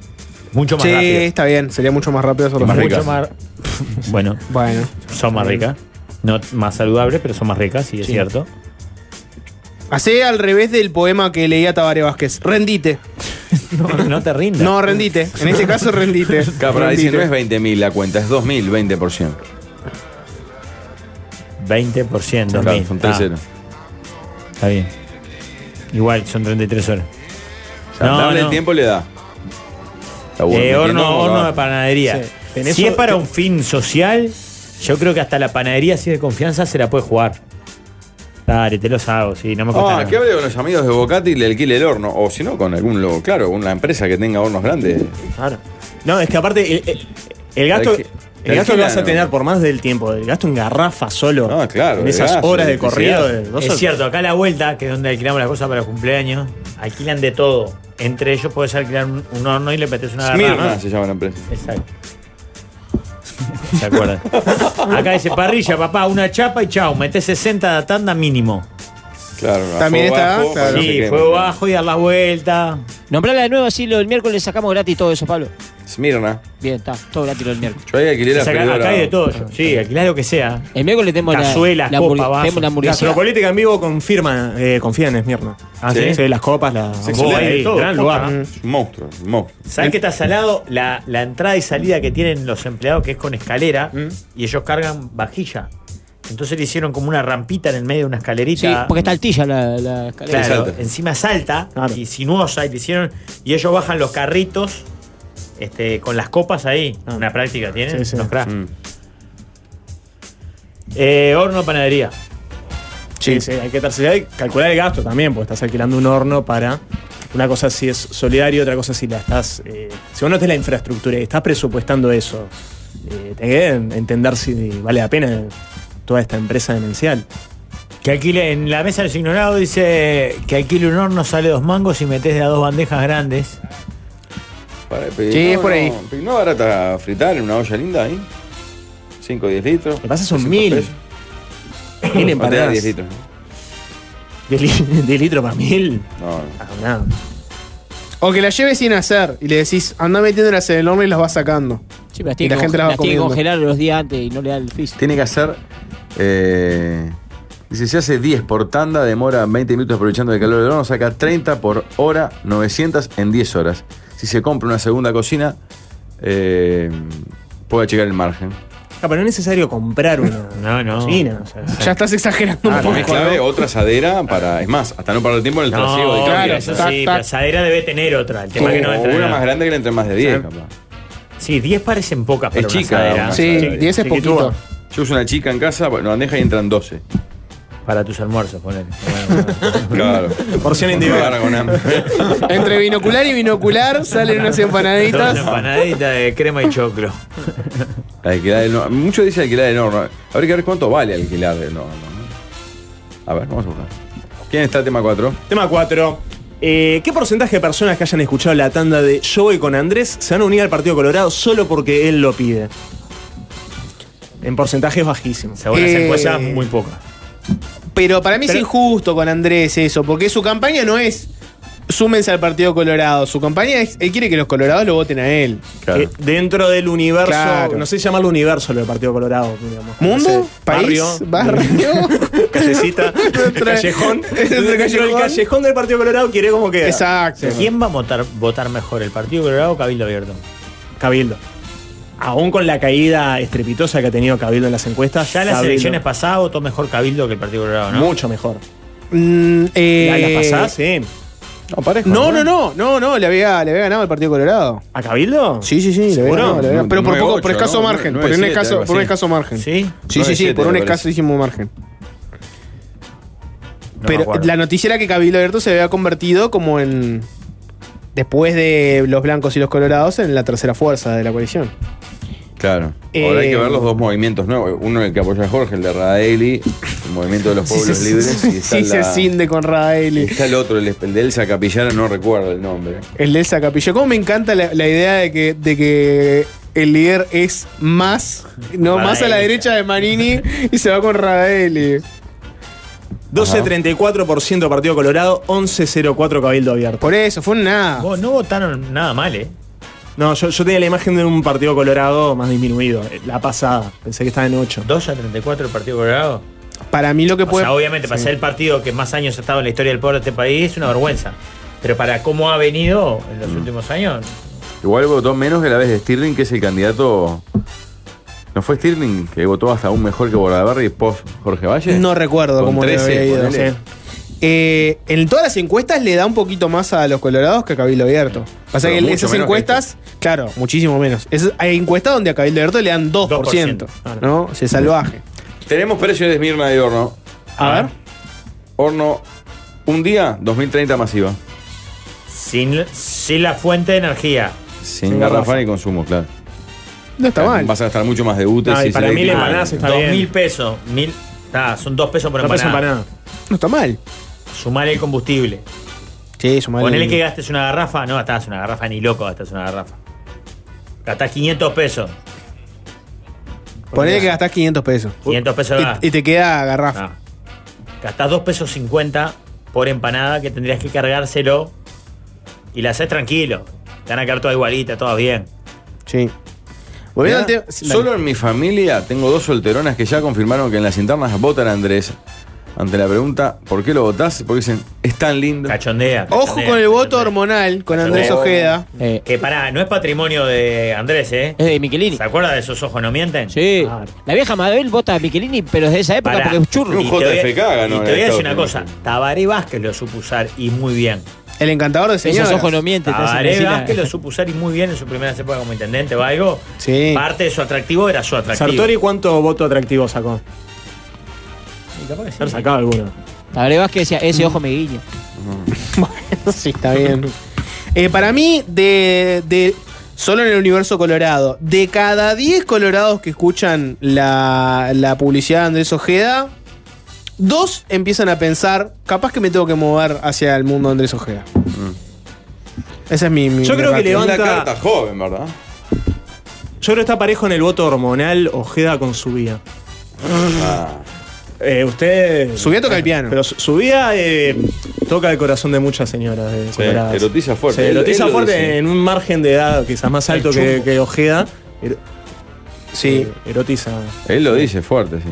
[SPEAKER 4] Mucho más
[SPEAKER 3] sí,
[SPEAKER 4] rápido.
[SPEAKER 3] está bien. Sería mucho más rápido hacerlo.
[SPEAKER 1] Más
[SPEAKER 3] así.
[SPEAKER 1] rico.
[SPEAKER 4] Mucho
[SPEAKER 1] ricas.
[SPEAKER 4] más... bueno,
[SPEAKER 3] Bueno.
[SPEAKER 4] son más ricas. No más saludables, pero son más ricas, sí, es
[SPEAKER 3] Sí.
[SPEAKER 4] cierto.
[SPEAKER 3] Hacé al revés del poema que leía Tabaré Vázquez. Rendite.
[SPEAKER 4] [LAUGHS] No, no te rindas.
[SPEAKER 3] No, rendite. En este caso,
[SPEAKER 1] [LAUGHS]
[SPEAKER 3] rendite.
[SPEAKER 1] Claro, pero ahí sí no es
[SPEAKER 3] Rendite.
[SPEAKER 1] 20.000 la cuenta, es 2.000, 20%.
[SPEAKER 4] 20%.
[SPEAKER 1] Claro,
[SPEAKER 4] 2000.
[SPEAKER 1] son
[SPEAKER 4] Ah,
[SPEAKER 1] 3-0.
[SPEAKER 4] está bien. Igual, son 33 horas.
[SPEAKER 1] O sea,
[SPEAKER 4] No,
[SPEAKER 1] darle
[SPEAKER 4] no.
[SPEAKER 1] el tiempo le da. Está bueno,
[SPEAKER 4] Eh,
[SPEAKER 1] que
[SPEAKER 4] horno,
[SPEAKER 1] no,
[SPEAKER 4] horno
[SPEAKER 1] no.
[SPEAKER 4] de panadería.
[SPEAKER 2] Sí. Tenés
[SPEAKER 4] Si es
[SPEAKER 2] o-
[SPEAKER 4] para
[SPEAKER 2] ten-
[SPEAKER 4] un fin social, yo creo que hasta la panadería, si es de confianza, se la puede jugar. Dale, te los hago, sí, no me cuesta
[SPEAKER 1] Ah,
[SPEAKER 4] nada.
[SPEAKER 1] que hable con los amigos de Bocati y le alquile el horno. O si no, con algún, lo- claro, una empresa que tenga hornos grandes.
[SPEAKER 2] Claro. No, es que aparte, el, el- el gasto.
[SPEAKER 1] Alqui-
[SPEAKER 2] El gasto que
[SPEAKER 1] alquilan,
[SPEAKER 2] vas a
[SPEAKER 1] ¿no?
[SPEAKER 2] tener por más del tiempo, el gasto en garrafa solo,
[SPEAKER 1] No, claro,
[SPEAKER 2] en
[SPEAKER 1] de
[SPEAKER 2] esas
[SPEAKER 1] gas,
[SPEAKER 2] horas de
[SPEAKER 1] electricidad.
[SPEAKER 2] corrido, de dos
[SPEAKER 4] Es
[SPEAKER 2] horas.
[SPEAKER 4] cierto, acá a la vuelta, que es donde alquilamos las cosas para los cumpleaños, alquilan de todo. Entre ellos podés alquilar un, un horno y le metes una
[SPEAKER 1] Mirna
[SPEAKER 4] garrafa.
[SPEAKER 1] se llama la empresa.
[SPEAKER 4] Ah, Exacto. [LAUGHS] ¿Se acuerdan? acá dice parrilla, papá, una chapa y chau, metés 60 de tanda mínimo.
[SPEAKER 1] Claro, a
[SPEAKER 3] También
[SPEAKER 1] fuego
[SPEAKER 3] está,
[SPEAKER 1] bajo,
[SPEAKER 3] claro.
[SPEAKER 1] para que no se
[SPEAKER 4] sí,
[SPEAKER 1] queme.
[SPEAKER 4] fuego bajo y dar la vuelta.
[SPEAKER 6] Nombrala de nuevo así, lo del miércoles sacamos gratis todo eso, Pablo.
[SPEAKER 1] Smirna.
[SPEAKER 6] Bien, está, todo gratis lo del miércoles.
[SPEAKER 1] Yo ahí alquilé la
[SPEAKER 4] Saca-
[SPEAKER 1] freidora.
[SPEAKER 4] acá hay de todo. yo. Sí, alquilá lo que sea.
[SPEAKER 6] El miércoles tenemos la-
[SPEAKER 4] Cazuelas,
[SPEAKER 6] la,
[SPEAKER 4] copa,
[SPEAKER 6] hamburgu-
[SPEAKER 4] vaso.
[SPEAKER 6] tenemos la hamburguesía.
[SPEAKER 2] Gastropolítica en vivo confirma, eh, confía en Esmirna.
[SPEAKER 4] Ah,
[SPEAKER 1] ¿sí?
[SPEAKER 2] Sí, las copas, la
[SPEAKER 1] excelente.
[SPEAKER 2] boba, ahí,
[SPEAKER 4] Todo,
[SPEAKER 2] gran
[SPEAKER 4] posta.
[SPEAKER 2] lugar.
[SPEAKER 1] Es un monstruo, un monstruo.
[SPEAKER 4] ¿Sabes qué está salado? La, la entrada y salida que tienen los empleados, que es con escalera,
[SPEAKER 2] Mm.
[SPEAKER 4] y ellos cargan vajilla. Entonces le hicieron como una rampita en el medio de una
[SPEAKER 6] Sí,
[SPEAKER 4] escalerita.
[SPEAKER 6] porque está altilla la, la escalera.
[SPEAKER 4] Claro,
[SPEAKER 1] Salta.
[SPEAKER 4] encima es alta
[SPEAKER 2] Claro.
[SPEAKER 4] y sinuosa, y le hicieron. Y ellos bajan los carritos este, con las copas ahí.
[SPEAKER 2] Ah.
[SPEAKER 4] Una práctica tienen.
[SPEAKER 2] Sí, sí.
[SPEAKER 4] los cracks.
[SPEAKER 1] Mm.
[SPEAKER 4] Eh, horno panadería.
[SPEAKER 2] Sí, sí, hay que estar hay que calcular el gasto también, porque estás alquilando un horno para. Una cosa si es solidario, otra cosa si la estás. eh, si vos no tenés la infraestructura y estás presupuestando eso, eh, tenés que entender si vale la pena toda esta empresa demencial.
[SPEAKER 4] Que alquile, en la mesa de los ignorados dice que alquile un horno, sale dos mangos y metes de a dos bandejas grandes.
[SPEAKER 1] Para- pero
[SPEAKER 3] Sí, es por ahí.
[SPEAKER 1] No, no barata fritar en una olla linda ahí. 5 o 10 litros. Lo
[SPEAKER 2] que pasa son mil. Mil empanadas.
[SPEAKER 1] 10 litros.
[SPEAKER 2] 10
[SPEAKER 4] [LAUGHS]
[SPEAKER 2] li- 10 litros para mil.
[SPEAKER 1] No, no.
[SPEAKER 2] Ah, nada.
[SPEAKER 3] O que la lleves sin hacer y le decís, anda metiéndolas en el horno y las vas sacando.
[SPEAKER 6] Sí, pero las tiene
[SPEAKER 3] Y la
[SPEAKER 6] que
[SPEAKER 3] gente
[SPEAKER 6] conge-
[SPEAKER 3] las va
[SPEAKER 6] las tiene que
[SPEAKER 3] comiendo.
[SPEAKER 6] congelar los días antes y no le da el fizz.
[SPEAKER 1] Tiene que hacer. eh, dice: si hace 10 por tanda, demora 20 minutos aprovechando el calor del horno, saca 30 por hora, 900 en 10 horas. Si se compra una segunda cocina, eh, puede achicar el margen.
[SPEAKER 2] Ah, pero no es necesario comprar una
[SPEAKER 4] No, no. Ah,
[SPEAKER 2] cocina, o sea, Ah,
[SPEAKER 3] Ya estás exagerando un
[SPEAKER 1] Para mí
[SPEAKER 3] poco.
[SPEAKER 1] es clave
[SPEAKER 3] ¿no?
[SPEAKER 1] otra asadera para. Es más, hasta no perder tiempo en el trasiego de
[SPEAKER 4] claro,
[SPEAKER 1] cambio.
[SPEAKER 4] eso
[SPEAKER 3] tac,
[SPEAKER 4] sí,
[SPEAKER 3] tac.
[SPEAKER 4] pero asadera debe tener otra. El tema
[SPEAKER 1] O
[SPEAKER 4] que no entra.
[SPEAKER 1] una
[SPEAKER 4] nada.
[SPEAKER 1] más grande que le entre más de 10, capaz.
[SPEAKER 4] Sí, 10 parecen pocas
[SPEAKER 1] Es
[SPEAKER 4] para una
[SPEAKER 1] chica,
[SPEAKER 4] asadera.
[SPEAKER 1] una
[SPEAKER 3] Sí,
[SPEAKER 1] Claro.
[SPEAKER 3] 10 es poquito.
[SPEAKER 1] Yo uso una chica en casa, bueno, bandeja y entran 12.
[SPEAKER 4] Para tus almuerzos, ponele.
[SPEAKER 1] [LAUGHS] Claro.
[SPEAKER 2] Porción individual.
[SPEAKER 1] Ahora con hambre.
[SPEAKER 3] [LAUGHS] Entre binocular y binocular salen unas
[SPEAKER 4] [LAUGHS] Dos
[SPEAKER 3] empanaditas.
[SPEAKER 4] empanaditas de crema y choclo.
[SPEAKER 1] Alquilar el horno. Muchos dicen alquilar el horno. Habría que ver cuánto vale alquilar el horno. ¿no? A ver, vamos a buscar. ¿Quién está tema 4?
[SPEAKER 2] Tema 4. ¿Qué porcentaje de personas que hayan escuchado la tanda de Yo voy con Andrés se van a unir al Partido Colorado solo porque él lo pide? En porcentaje es bajísimo.
[SPEAKER 4] Según las
[SPEAKER 3] Eh.
[SPEAKER 4] encuestas, muy pocas.
[SPEAKER 3] Pero para mí
[SPEAKER 2] Pero-
[SPEAKER 3] es injusto con Andrés eso, porque su campaña no es súmense al Partido Colorado. Su campaña es, él quiere que los colorados lo voten a él.
[SPEAKER 2] Eh, dentro del universo,
[SPEAKER 3] Claro.
[SPEAKER 2] no sé [LAUGHS] si llamarlo universo lo del Partido Colorado. digamos. No
[SPEAKER 3] ¿Mundo?
[SPEAKER 2] sé,
[SPEAKER 3] ¿País?
[SPEAKER 2] [LAUGHS]
[SPEAKER 3] ¿Barrio?
[SPEAKER 2] Callecita, [LAUGHS] callejón.
[SPEAKER 3] Dentro del
[SPEAKER 2] Dentro del
[SPEAKER 3] callejón.
[SPEAKER 2] callejón del Partido Colorado quiere como que.
[SPEAKER 3] Exacto.
[SPEAKER 4] ¿Quién va a votar, votar mejor, el Partido Colorado o Cabildo Abierto?
[SPEAKER 2] Cabildo. Aún con la caída estrepitosa que ha tenido Cabildo en las encuestas.
[SPEAKER 4] Ya en las
[SPEAKER 2] Cabildo,
[SPEAKER 4] elecciones pasadas votó mejor Cabildo que el Partido Colorado, ¿no?
[SPEAKER 2] Mucho mejor.
[SPEAKER 3] Mm, eh,
[SPEAKER 2] Ya las pasadas, sí.
[SPEAKER 1] No, parejo.
[SPEAKER 3] No, no, no, no, no, le había, le había ganado el Partido Colorado.
[SPEAKER 2] ¿A Cabildo?
[SPEAKER 3] Sí, sí, sí, le había
[SPEAKER 2] ¿Seguro?
[SPEAKER 3] ganado, le había ganado. Pero por
[SPEAKER 1] Nueve,
[SPEAKER 3] poco,
[SPEAKER 1] ocho,
[SPEAKER 3] por escaso
[SPEAKER 1] ¿no?
[SPEAKER 3] margen,
[SPEAKER 1] Nueve,
[SPEAKER 3] por un
[SPEAKER 1] siete,
[SPEAKER 3] escaso,
[SPEAKER 1] algo
[SPEAKER 3] por un
[SPEAKER 1] así.
[SPEAKER 3] escaso margen. Sí, sí,
[SPEAKER 4] ¿Sí?
[SPEAKER 3] sí,
[SPEAKER 1] Nueve, siete,
[SPEAKER 3] por un
[SPEAKER 1] me
[SPEAKER 3] escaso
[SPEAKER 1] parece.
[SPEAKER 3] hicimos margen.
[SPEAKER 4] No me
[SPEAKER 3] Pero
[SPEAKER 4] acuerdo.
[SPEAKER 3] la noticia era que Cabildo Abierto se había convertido como en. Después de los blancos y los colorados, en la tercera fuerza de la coalición.
[SPEAKER 1] Claro.
[SPEAKER 3] Eh,
[SPEAKER 1] Ahora hay que ver los dos movimientos nuevos. Uno el que apoya a Jorge, el de Radaeli, el movimiento de los pueblos libres. Y está,
[SPEAKER 3] sí,
[SPEAKER 1] la-
[SPEAKER 3] se cinde con Raeli.
[SPEAKER 1] está el otro, el, el de Elsa Capillara, no recuerdo el nombre.
[SPEAKER 3] El de Elsa Capillo. ¿Cómo me encanta la, la idea de que, de que el líder es más, no, más a la
[SPEAKER 4] Radaeli.
[SPEAKER 3] derecha de Manini y se va con Raeli?
[SPEAKER 2] 12.34% Partido Colorado, 11.04 Cabildo Abierto.
[SPEAKER 3] Por eso, fue un nada.
[SPEAKER 4] Vos, No votaron nada mal, ¿eh?
[SPEAKER 2] No, yo, yo tenía la imagen de un partido colorado más disminuido. eh, La pasada. Pensé que estaba en 8.
[SPEAKER 4] 2 a 34 el partido colorado.
[SPEAKER 3] Para mí lo que
[SPEAKER 4] O
[SPEAKER 3] puede.
[SPEAKER 4] sea, obviamente, para
[SPEAKER 2] sí.
[SPEAKER 4] ser el partido que más años ha estado en la historia del pueblo de este país, es una vergüenza. Pero para cómo ha venido en
[SPEAKER 2] Mm.
[SPEAKER 4] los últimos años,
[SPEAKER 1] Igual votó menos que la vez de Stirling, que es el candidato. ¿No fue Stirling que votó hasta un mejor que Bordaberry post Jorge Valle?
[SPEAKER 3] No recuerdo
[SPEAKER 1] Con
[SPEAKER 3] cómo le
[SPEAKER 1] 13,
[SPEAKER 3] había ido.
[SPEAKER 1] ponele.
[SPEAKER 3] sí. Eh, en todas las encuestas le da un poquito más a los colorados que a Cabildo Abierto. Pasa
[SPEAKER 1] Pero
[SPEAKER 3] que
[SPEAKER 1] mucho
[SPEAKER 3] esas
[SPEAKER 1] menos que este.
[SPEAKER 3] encuestas, claro, muchísimo menos. Es- hay encuestas donde a Cabildo Abierto le dan 2%.
[SPEAKER 4] 2%, claro.
[SPEAKER 3] ¿No? O sea, es salvaje.
[SPEAKER 1] Tenemos precio de Esmirna de horno.
[SPEAKER 3] A ver.
[SPEAKER 1] Horno, un día, 2030 masiva.
[SPEAKER 4] sin, sin la fuente de energía.
[SPEAKER 1] Sin, garrafa ni consumo, claro.
[SPEAKER 3] No está mal.
[SPEAKER 1] Vas a gastar mucho más de UTE.
[SPEAKER 2] Ay,
[SPEAKER 1] si
[SPEAKER 2] para
[SPEAKER 1] es
[SPEAKER 2] mí le
[SPEAKER 1] eléctrico.
[SPEAKER 2] empanás está
[SPEAKER 4] Dos
[SPEAKER 2] bien.
[SPEAKER 4] mil pesos. Mil, ta, son dos pesos por
[SPEAKER 2] No pasa
[SPEAKER 4] empanada.
[SPEAKER 2] empanada.
[SPEAKER 3] No está mal.
[SPEAKER 4] Sumar el combustible.
[SPEAKER 3] Sí, sumale.
[SPEAKER 4] Ponele que gastes una garrafa. No gastás una garrafa ni loco, gastás una garrafa. Gastás 500 pesos.
[SPEAKER 3] Ponele que gastás 500 pesos.
[SPEAKER 4] 500 pesos
[SPEAKER 3] Y-
[SPEAKER 4] gas.
[SPEAKER 3] y, te queda garrafa.
[SPEAKER 4] No. Gastás 2 pesos 50 por empanada que tendrías que cargárselo y la haces tranquilo. Te van a quedar todas igualitas, todas bien.
[SPEAKER 3] Sí. Volviendo
[SPEAKER 1] Mirá,
[SPEAKER 3] al tema.
[SPEAKER 1] Solo en mi familia tengo dos solteronas que ya confirmaron que en las internas votan a Andrés. Ante la pregunta, ¿por qué lo votás? Porque dicen, es tan lindo.
[SPEAKER 4] Cachondea.
[SPEAKER 3] Ojo
[SPEAKER 4] cachondea,
[SPEAKER 3] con el voto
[SPEAKER 4] cachondea.
[SPEAKER 3] hormonal con Andrés
[SPEAKER 4] Oh.
[SPEAKER 3] Ojeda.
[SPEAKER 6] Eh,
[SPEAKER 4] Que pará, no es patrimonio de Andrés, ¿eh?
[SPEAKER 6] es de Michelini.
[SPEAKER 4] ¿Se acuerda de esos ojos no mienten? Ah,
[SPEAKER 6] Sí.
[SPEAKER 2] Claro.
[SPEAKER 6] La vieja Mabel vota a Michelini, pero desde esa época
[SPEAKER 4] Pará.
[SPEAKER 6] porque es churro.
[SPEAKER 1] Un
[SPEAKER 4] Y te voy a-
[SPEAKER 1] JFK ganó
[SPEAKER 4] Y
[SPEAKER 1] en
[SPEAKER 4] te voy a
[SPEAKER 1] Estados
[SPEAKER 4] decir una
[SPEAKER 1] Unidos.
[SPEAKER 4] cosa. Tabaré Vázquez lo supo usar y muy bien.
[SPEAKER 3] El encantador de
[SPEAKER 6] Esos
[SPEAKER 3] señoras.
[SPEAKER 6] ojos no mienten. te hacen
[SPEAKER 4] Tabaré
[SPEAKER 6] vecina.
[SPEAKER 4] Vázquez lo supo usar y muy bien en su primera época como intendente o algo.
[SPEAKER 3] Sí.
[SPEAKER 4] Parte de su atractivo era su atractivo.
[SPEAKER 2] Sartori, ¿cuánto voto atractivo sacó? Haber sacado alguno.
[SPEAKER 6] Tabaré Vázquez decía, ese ojo me guiña.
[SPEAKER 4] Mm.
[SPEAKER 3] [LAUGHS] sí, está bien. Eh, para mí, de, de- Solo en el universo colorado. De cada 10 colorados que escuchan la, la publicidad de Andrés Ojeda, dos empiezan a pensar, capaz que me tengo que mover hacia el mundo de Andrés Ojeda. Ese es mi... mi-
[SPEAKER 2] Yo
[SPEAKER 3] mi
[SPEAKER 2] creo que
[SPEAKER 3] rato.
[SPEAKER 1] Mm. Es la
[SPEAKER 2] levanta-
[SPEAKER 1] carta joven, ¿verdad?
[SPEAKER 2] Yo creo que está parejo en el voto hormonal Ojeda con su vida.
[SPEAKER 1] Ah.
[SPEAKER 2] Eh, usted.
[SPEAKER 3] Subía toca el piano.
[SPEAKER 2] Pero su- su vida eh, toca el corazón de muchas señoras. de Coloradas.
[SPEAKER 1] erotiza fuerte.
[SPEAKER 2] Se
[SPEAKER 1] Él-
[SPEAKER 2] erotiza
[SPEAKER 1] él lo
[SPEAKER 2] fuerte
[SPEAKER 1] dice.
[SPEAKER 2] en un margen de edad quizás más alto que, que Ojeda. Ero-
[SPEAKER 3] Sí.
[SPEAKER 2] Erotiza.
[SPEAKER 1] Él lo dice fuerte, sí.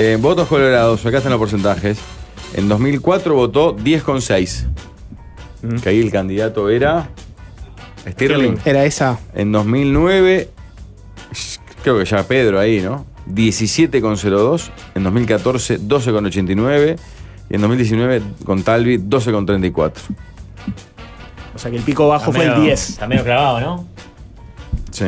[SPEAKER 1] Eh, votos colorados, acá están los porcentajes. En 2004 votó 10,6. Que ahí el candidato era. Stirling.
[SPEAKER 3] Era esa.
[SPEAKER 1] En 2009, creo que ya Pedro ahí, ¿no? 17,02. En 2014, 12,89. Y en 2019, con Talvi, 12,34.
[SPEAKER 2] O sea que el pico
[SPEAKER 4] Está
[SPEAKER 2] bajo fue el
[SPEAKER 4] medio-
[SPEAKER 2] 10.
[SPEAKER 4] Está medio clavado, ¿no?
[SPEAKER 1] Sí.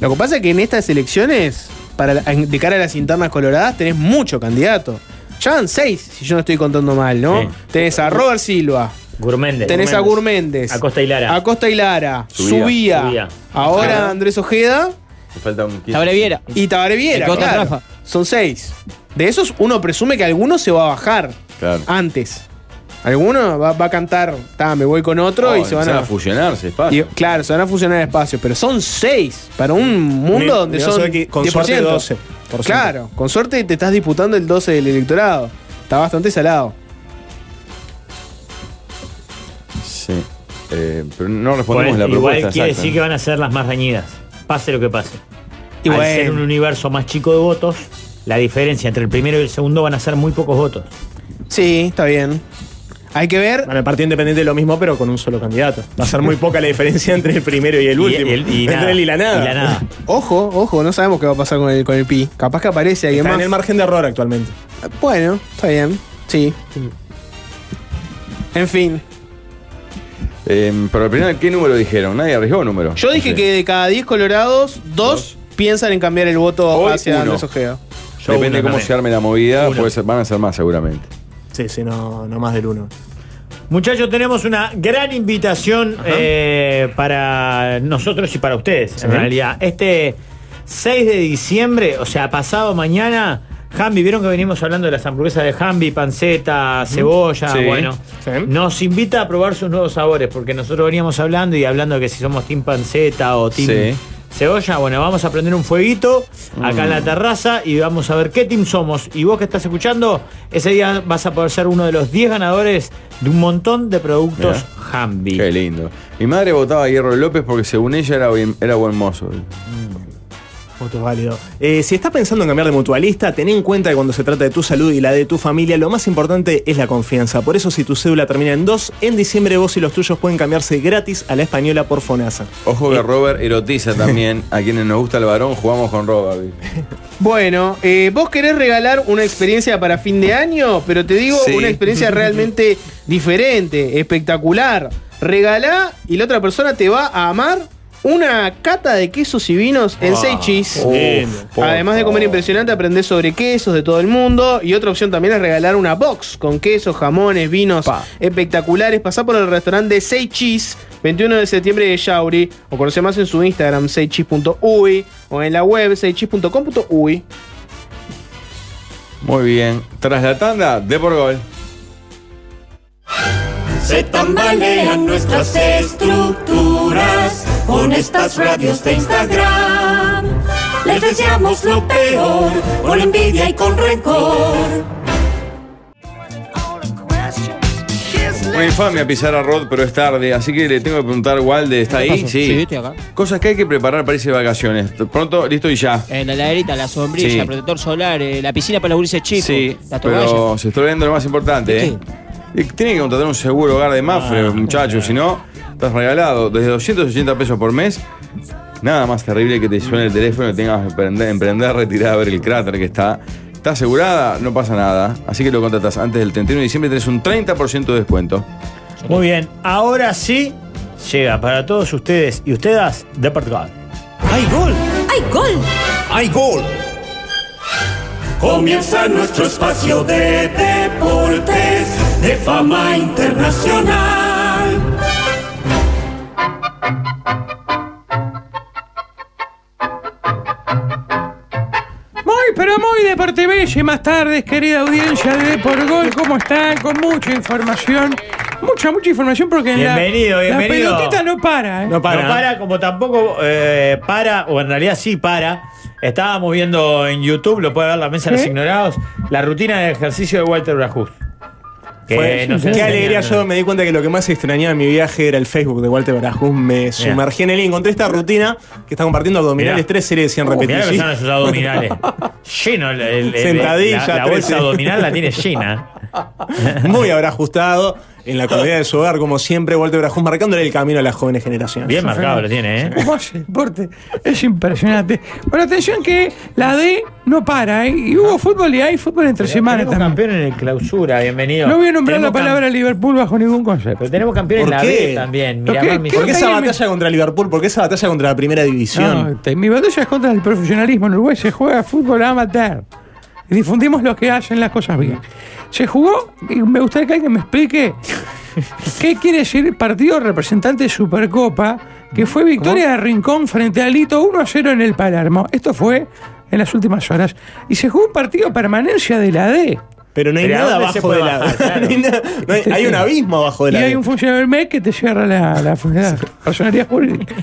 [SPEAKER 3] Lo que pasa es que en estas elecciones, para la- de cara a las internas coloradas, tenés mucho candidato. Ya van seis, si yo no estoy contando mal, ¿no?
[SPEAKER 4] Sí.
[SPEAKER 3] Tenés a Robert Silva,
[SPEAKER 4] Gourméndez.
[SPEAKER 3] tenés a Gurméndez,
[SPEAKER 4] Acosta y Lara.
[SPEAKER 3] Acosta y Lara,
[SPEAKER 1] Subía.
[SPEAKER 3] Subía,
[SPEAKER 4] Subía.
[SPEAKER 3] ahora
[SPEAKER 1] Ojeda.
[SPEAKER 3] Andrés Ojeda
[SPEAKER 1] Me falta un kit.
[SPEAKER 6] Tabaré Viera.
[SPEAKER 3] y Tabaré Viera.
[SPEAKER 6] Acosta y
[SPEAKER 3] claro.
[SPEAKER 6] Rafa.
[SPEAKER 3] Son seis. De esos, uno presume que alguno se va a bajar
[SPEAKER 1] Claro.
[SPEAKER 3] antes. Alguno va, va a cantar, "Ta, me voy con otro
[SPEAKER 1] Oh,
[SPEAKER 3] y se van
[SPEAKER 1] empezaron
[SPEAKER 3] a.
[SPEAKER 1] a fusionarse, espacio.
[SPEAKER 3] y- claro, se van a fusionar espacios, pero son seis para un mundo
[SPEAKER 2] Ni-
[SPEAKER 3] donde
[SPEAKER 2] ni vas a
[SPEAKER 3] son
[SPEAKER 2] ver que con
[SPEAKER 3] 10%.
[SPEAKER 2] suerte 12%.
[SPEAKER 3] Claro, con suerte te estás disputando el 12 del electorado. Está bastante salado.
[SPEAKER 1] Sí. Eh, pero no
[SPEAKER 4] Por
[SPEAKER 1] respondemos
[SPEAKER 4] el-
[SPEAKER 1] la
[SPEAKER 4] igual
[SPEAKER 1] propuesta.
[SPEAKER 4] quiere
[SPEAKER 1] exacta.
[SPEAKER 4] decir que van a ser las más dañidas. Pase lo que pase.
[SPEAKER 3] Y
[SPEAKER 4] Al
[SPEAKER 3] bueno,
[SPEAKER 4] ser un universo más chico de votos, la diferencia entre el primero y el segundo van a ser muy pocos votos.
[SPEAKER 3] sí, está bien. Hay que ver.
[SPEAKER 2] Bueno, el Partido Independiente es lo mismo, pero con un solo candidato. Va a ser muy poca la diferencia entre el primero y el último.
[SPEAKER 4] el- y
[SPEAKER 2] entre
[SPEAKER 4] nada,
[SPEAKER 2] él y la nada.
[SPEAKER 4] y la nada.
[SPEAKER 3] Ojo, ojo, no sabemos qué va a pasar con el, con el PI. Capaz que aparece alguien
[SPEAKER 2] Está
[SPEAKER 3] más.
[SPEAKER 2] en el margen de error actualmente.
[SPEAKER 3] Bueno, está bien. Sí. En fin.
[SPEAKER 1] Eh, pero al final, ¿qué número dijeron? Nadie arriesgó un número.
[SPEAKER 3] Yo dije
[SPEAKER 1] Sí.
[SPEAKER 3] que de cada 10 colorados, dos piensan en cambiar el voto
[SPEAKER 1] Hoy
[SPEAKER 3] hacia
[SPEAKER 1] uno.
[SPEAKER 3] Andrés Ojeda.
[SPEAKER 4] Yo
[SPEAKER 1] Depende
[SPEAKER 4] uno
[SPEAKER 1] de cómo
[SPEAKER 4] también.
[SPEAKER 1] se arme la movida,
[SPEAKER 4] Uno.
[SPEAKER 1] puede ser- van a ser más seguramente.
[SPEAKER 2] Sí, sí, no, no más del uno.
[SPEAKER 4] Muchachos, tenemos una gran invitación eh, para nosotros y para ustedes, en realidad. Este 6 de diciembre, o sea, pasado mañana, Jambi, vieron que venimos hablando de las hamburguesas de Jambi, panceta, cebolla,
[SPEAKER 1] Sí.
[SPEAKER 4] bueno.
[SPEAKER 2] Sí.
[SPEAKER 4] Nos invita a probar sus nuevos sabores, porque nosotros veníamos hablando y hablando de que si somos team panceta o team
[SPEAKER 1] Sí.
[SPEAKER 4] Cebolla, bueno, vamos a prender un fueguito acá
[SPEAKER 1] Mm.
[SPEAKER 4] en la terraza y vamos a ver qué team somos. Y vos que estás escuchando, ese día vas a poder ser uno de los 10 ganadores de un montón de productos Hambi.
[SPEAKER 1] Qué lindo. Mi madre votaba a Hierro López porque según ella era, bien- era buen mozo.
[SPEAKER 2] Voto válido. Eh, si estás pensando en cambiar de mutualista, ten en cuenta que cuando se trata de tu salud y la de tu familia, lo más importante es la confianza. Por eso, si tu cédula termina en 2, en diciembre vos y los tuyos pueden cambiarse gratis a la española por FONASA.
[SPEAKER 1] Ojo que Robert erotiza también. A quienes nos gusta el varón, jugamos con Robert. ¿viste?
[SPEAKER 3] Bueno, eh, vos querés regalar una experiencia para fin de año, pero te digo
[SPEAKER 1] Sí.
[SPEAKER 3] una experiencia realmente diferente, espectacular. Regalá y la otra persona te va a amar una cata de quesos y vinos en Seichis.
[SPEAKER 1] por
[SPEAKER 3] Además de comer
[SPEAKER 1] favor.
[SPEAKER 3] impresionante, aprendés sobre quesos de todo el mundo. Y otra opción también es regalar una box con quesos, jamones, vinos espectaculares. Pasá por el restaurante Sei Cheese, 21 de septiembre de Yauri. O conoce más en su Instagram, seichis.uy. O en la web, seichis.com.uy.
[SPEAKER 1] Muy bien. Tras la tanda, de por gol.
[SPEAKER 9] Se tambalean nuestras estructuras con estas radios de Instagram. Les deseamos lo peor, con envidia y con rencor.
[SPEAKER 1] Una infamia pisar a Rod, pero es tarde. Así que le tengo que preguntar, Walde, ¿está ahí? Sí.
[SPEAKER 6] estoy acá.
[SPEAKER 1] Cosas que hay que preparar para irse de vacaciones. Pronto, listo y ya.
[SPEAKER 6] Eh, la laderita, la sombrilla,
[SPEAKER 1] Sí.
[SPEAKER 6] el protector solar, eh, la piscina para los gurises chicos,
[SPEAKER 1] Sí,
[SPEAKER 6] las toallas.
[SPEAKER 1] pero se está olvidando lo más importante, ¿eh? Y Tiene que contratar un seguro hogar de Mafre,
[SPEAKER 4] Ah,
[SPEAKER 1] muchachos, si no, estás regalado desde 280 pesos por mes. Nada más terrible que te suene el teléfono y tengas que emprender, emprender retirar a ver el cráter que está. Está asegurada, no pasa nada. Así que lo contratas antes del 31 de diciembre y tenés un 30% de descuento.
[SPEAKER 4] Muy bien, ahora sí llega para todos ustedes y ustedes de Portugal.
[SPEAKER 9] ¡Hay gol!
[SPEAKER 10] ¡Hay gol!
[SPEAKER 9] ¡Hay gol! Comienza nuestro espacio de deportes de fama internacional.
[SPEAKER 11] Muy, pero muy deportivísimas tardes, querida audiencia de Por Gol. ¿Cómo están? Con mucha información. Mucha, mucha información porque en la-
[SPEAKER 4] Bienvenido,
[SPEAKER 11] la,
[SPEAKER 4] bienvenido.
[SPEAKER 11] pelotita no para. ¿eh?
[SPEAKER 2] No para.
[SPEAKER 4] No para, como tampoco eh, para, o en realidad sí para. Estábamos viendo en YouTube, lo puede ver la mesa de los
[SPEAKER 11] ¿Sí?
[SPEAKER 4] ignorados, la rutina de ejercicio de Walter Brajuz. Que
[SPEAKER 2] Fue-
[SPEAKER 4] nos
[SPEAKER 2] qué
[SPEAKER 4] enseña-
[SPEAKER 2] alegría, yo me di cuenta que lo que más extrañaba en mi viaje era el Facebook de Walter Barajus. Me sumergí en él y encontré esta rutina que está compartiendo abdominales,
[SPEAKER 4] Mirá.
[SPEAKER 2] tres series de 100
[SPEAKER 4] Uh, mirá que son
[SPEAKER 2] repeticiones.
[SPEAKER 4] esos [LAUGHS] abdominales. Lleno el, el- el-
[SPEAKER 2] Sentadilla,
[SPEAKER 4] La, la bolsa
[SPEAKER 2] trece.
[SPEAKER 4] abdominal la tiene [LAUGHS] llena.
[SPEAKER 2] [LAUGHS] Muy habrá ajustado en la comodidad de su hogar, como siempre, Walter Barajus marcándole el camino a las jóvenes generaciones.
[SPEAKER 4] Bien marcado lo tiene,
[SPEAKER 11] [LAUGHS]
[SPEAKER 4] ¿eh?
[SPEAKER 11] ¿Cómo hace el deporte? Es impresionante. Bueno, atención que la D no para, ¿eh? Y hubo fútbol y hay fútbol entre semana
[SPEAKER 4] Tenemos
[SPEAKER 11] también.
[SPEAKER 4] campeón en el clausura, bienvenido.
[SPEAKER 11] No voy a nombrar la
[SPEAKER 4] Tenemos
[SPEAKER 11] palabra
[SPEAKER 4] cam-
[SPEAKER 11] Liverpool bajo ningún concepto.
[SPEAKER 4] Pero tenemos campeón en
[SPEAKER 2] ¿Por
[SPEAKER 4] la
[SPEAKER 2] qué?
[SPEAKER 4] B también.
[SPEAKER 11] ¿Por qué?
[SPEAKER 4] Miramar,
[SPEAKER 11] ¿Qué
[SPEAKER 2] ¿Por qué
[SPEAKER 4] Misiones.
[SPEAKER 2] esa
[SPEAKER 11] Ahí me-
[SPEAKER 2] batalla contra Liverpool? ¿Por qué esa batalla contra la primera división?
[SPEAKER 11] No, te- mi batalla es contra el profesionalismo. En Uruguay se juega fútbol amateur. Y difundimos lo que hacen las cosas bien. Se jugó, y me gustaría que alguien me explique qué quiere decir el partido representante de Supercopa, que fue victoria de Rincón frente a Lito 1 a 0 en el Palermo. Esto fue en las últimas horas. Y se jugó un partido permanencia de la D.
[SPEAKER 2] Pero no hay
[SPEAKER 4] Pero ¿a
[SPEAKER 2] nada
[SPEAKER 4] dónde se
[SPEAKER 2] abajo de
[SPEAKER 4] puede
[SPEAKER 2] la
[SPEAKER 4] bajar? Claro.
[SPEAKER 2] [LAUGHS] no hay nada- no hay, hay un abismo abajo de
[SPEAKER 11] Y
[SPEAKER 2] la
[SPEAKER 11] hay
[SPEAKER 2] D.
[SPEAKER 11] un funcionario del MEC que te cierra la, la, la personalidad jurídica.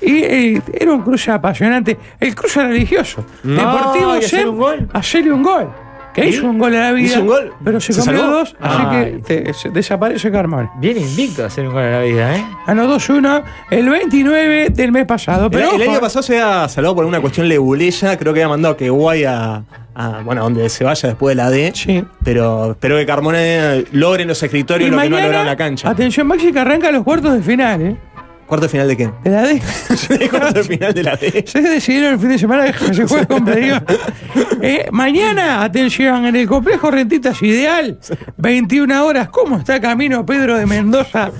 [SPEAKER 11] Y eh, era un cruce apasionante. El cruce religioso. Deportivo
[SPEAKER 4] ¿y hacer
[SPEAKER 11] Zen,
[SPEAKER 4] un gol?
[SPEAKER 11] hacerle un gol. Que hizo un gol a la vida.
[SPEAKER 2] ¿Hizo un gol?
[SPEAKER 11] Pero se,
[SPEAKER 2] ¿Se
[SPEAKER 11] comió
[SPEAKER 2] salvó?
[SPEAKER 11] dos, así
[SPEAKER 4] Ay.
[SPEAKER 11] que te- se- desaparece Carmona.
[SPEAKER 4] Bien invicto a hacer un gol en la vida, ¿eh?
[SPEAKER 11] Anotó 2-1 el 29 del mes pasado.
[SPEAKER 2] El,
[SPEAKER 11] Pero
[SPEAKER 2] el
[SPEAKER 11] ojo,
[SPEAKER 2] año pasado se había salvado por una cuestión leguleya, creo que había mandado que Guay a, a, bueno, a donde se vaya después de la D.
[SPEAKER 11] Sí.
[SPEAKER 2] Pero espero que Carmona logre en los escritorios
[SPEAKER 11] y
[SPEAKER 2] lo que no ha logrado
[SPEAKER 11] mañana,
[SPEAKER 2] en la cancha.
[SPEAKER 11] atención Maxi, que arranca los cuartos de final. ¿eh?
[SPEAKER 2] ¿Cuarto de final de quién?
[SPEAKER 11] De la
[SPEAKER 2] [LAUGHS]
[SPEAKER 11] D.
[SPEAKER 2] ¿Cuarto de final de la D?
[SPEAKER 11] Se decidieron el fin de semana que se juega con
[SPEAKER 2] [LAUGHS]
[SPEAKER 11] Playoff. Eh, mañana, atención, en el complejo Rentitas Ideal, 21 horas. ¿Cómo está camino Pedro de Mendoza?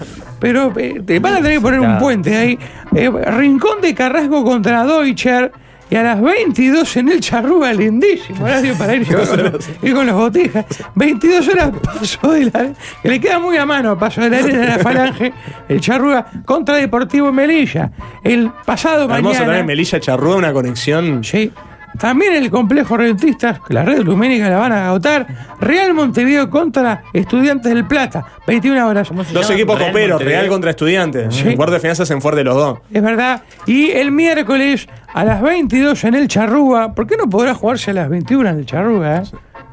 [SPEAKER 11] Pero eh, te van a tener que poner un puente ahí. Eh, Rincón de Carrasco contra Deutscher. Y a las 22 en el Charrúa, lindísimo horario para ir, con, ir con los botijas. 22 horas paso de la. que le queda muy a mano paso de la arena a la falange. El Charrúa contra Deportivo Melilla. El pasado
[SPEAKER 2] Hermoso
[SPEAKER 11] mañana.
[SPEAKER 2] también Melilla Charrúa, una conexión.
[SPEAKER 11] Sí. También el complejo rentistas, que la red lumínica la van a agotar. Real Montevideo contra Estudiantes del Plata, 21 horas.
[SPEAKER 2] Dos equipos coperos, Real contra Estudiantes. En cuarto de final se hacen fuerte los dos.
[SPEAKER 11] Es verdad. Y el miércoles a las 22 en el Charrúa. ¿Por qué no podrá jugarse a las 21 en el Charrúa? eh?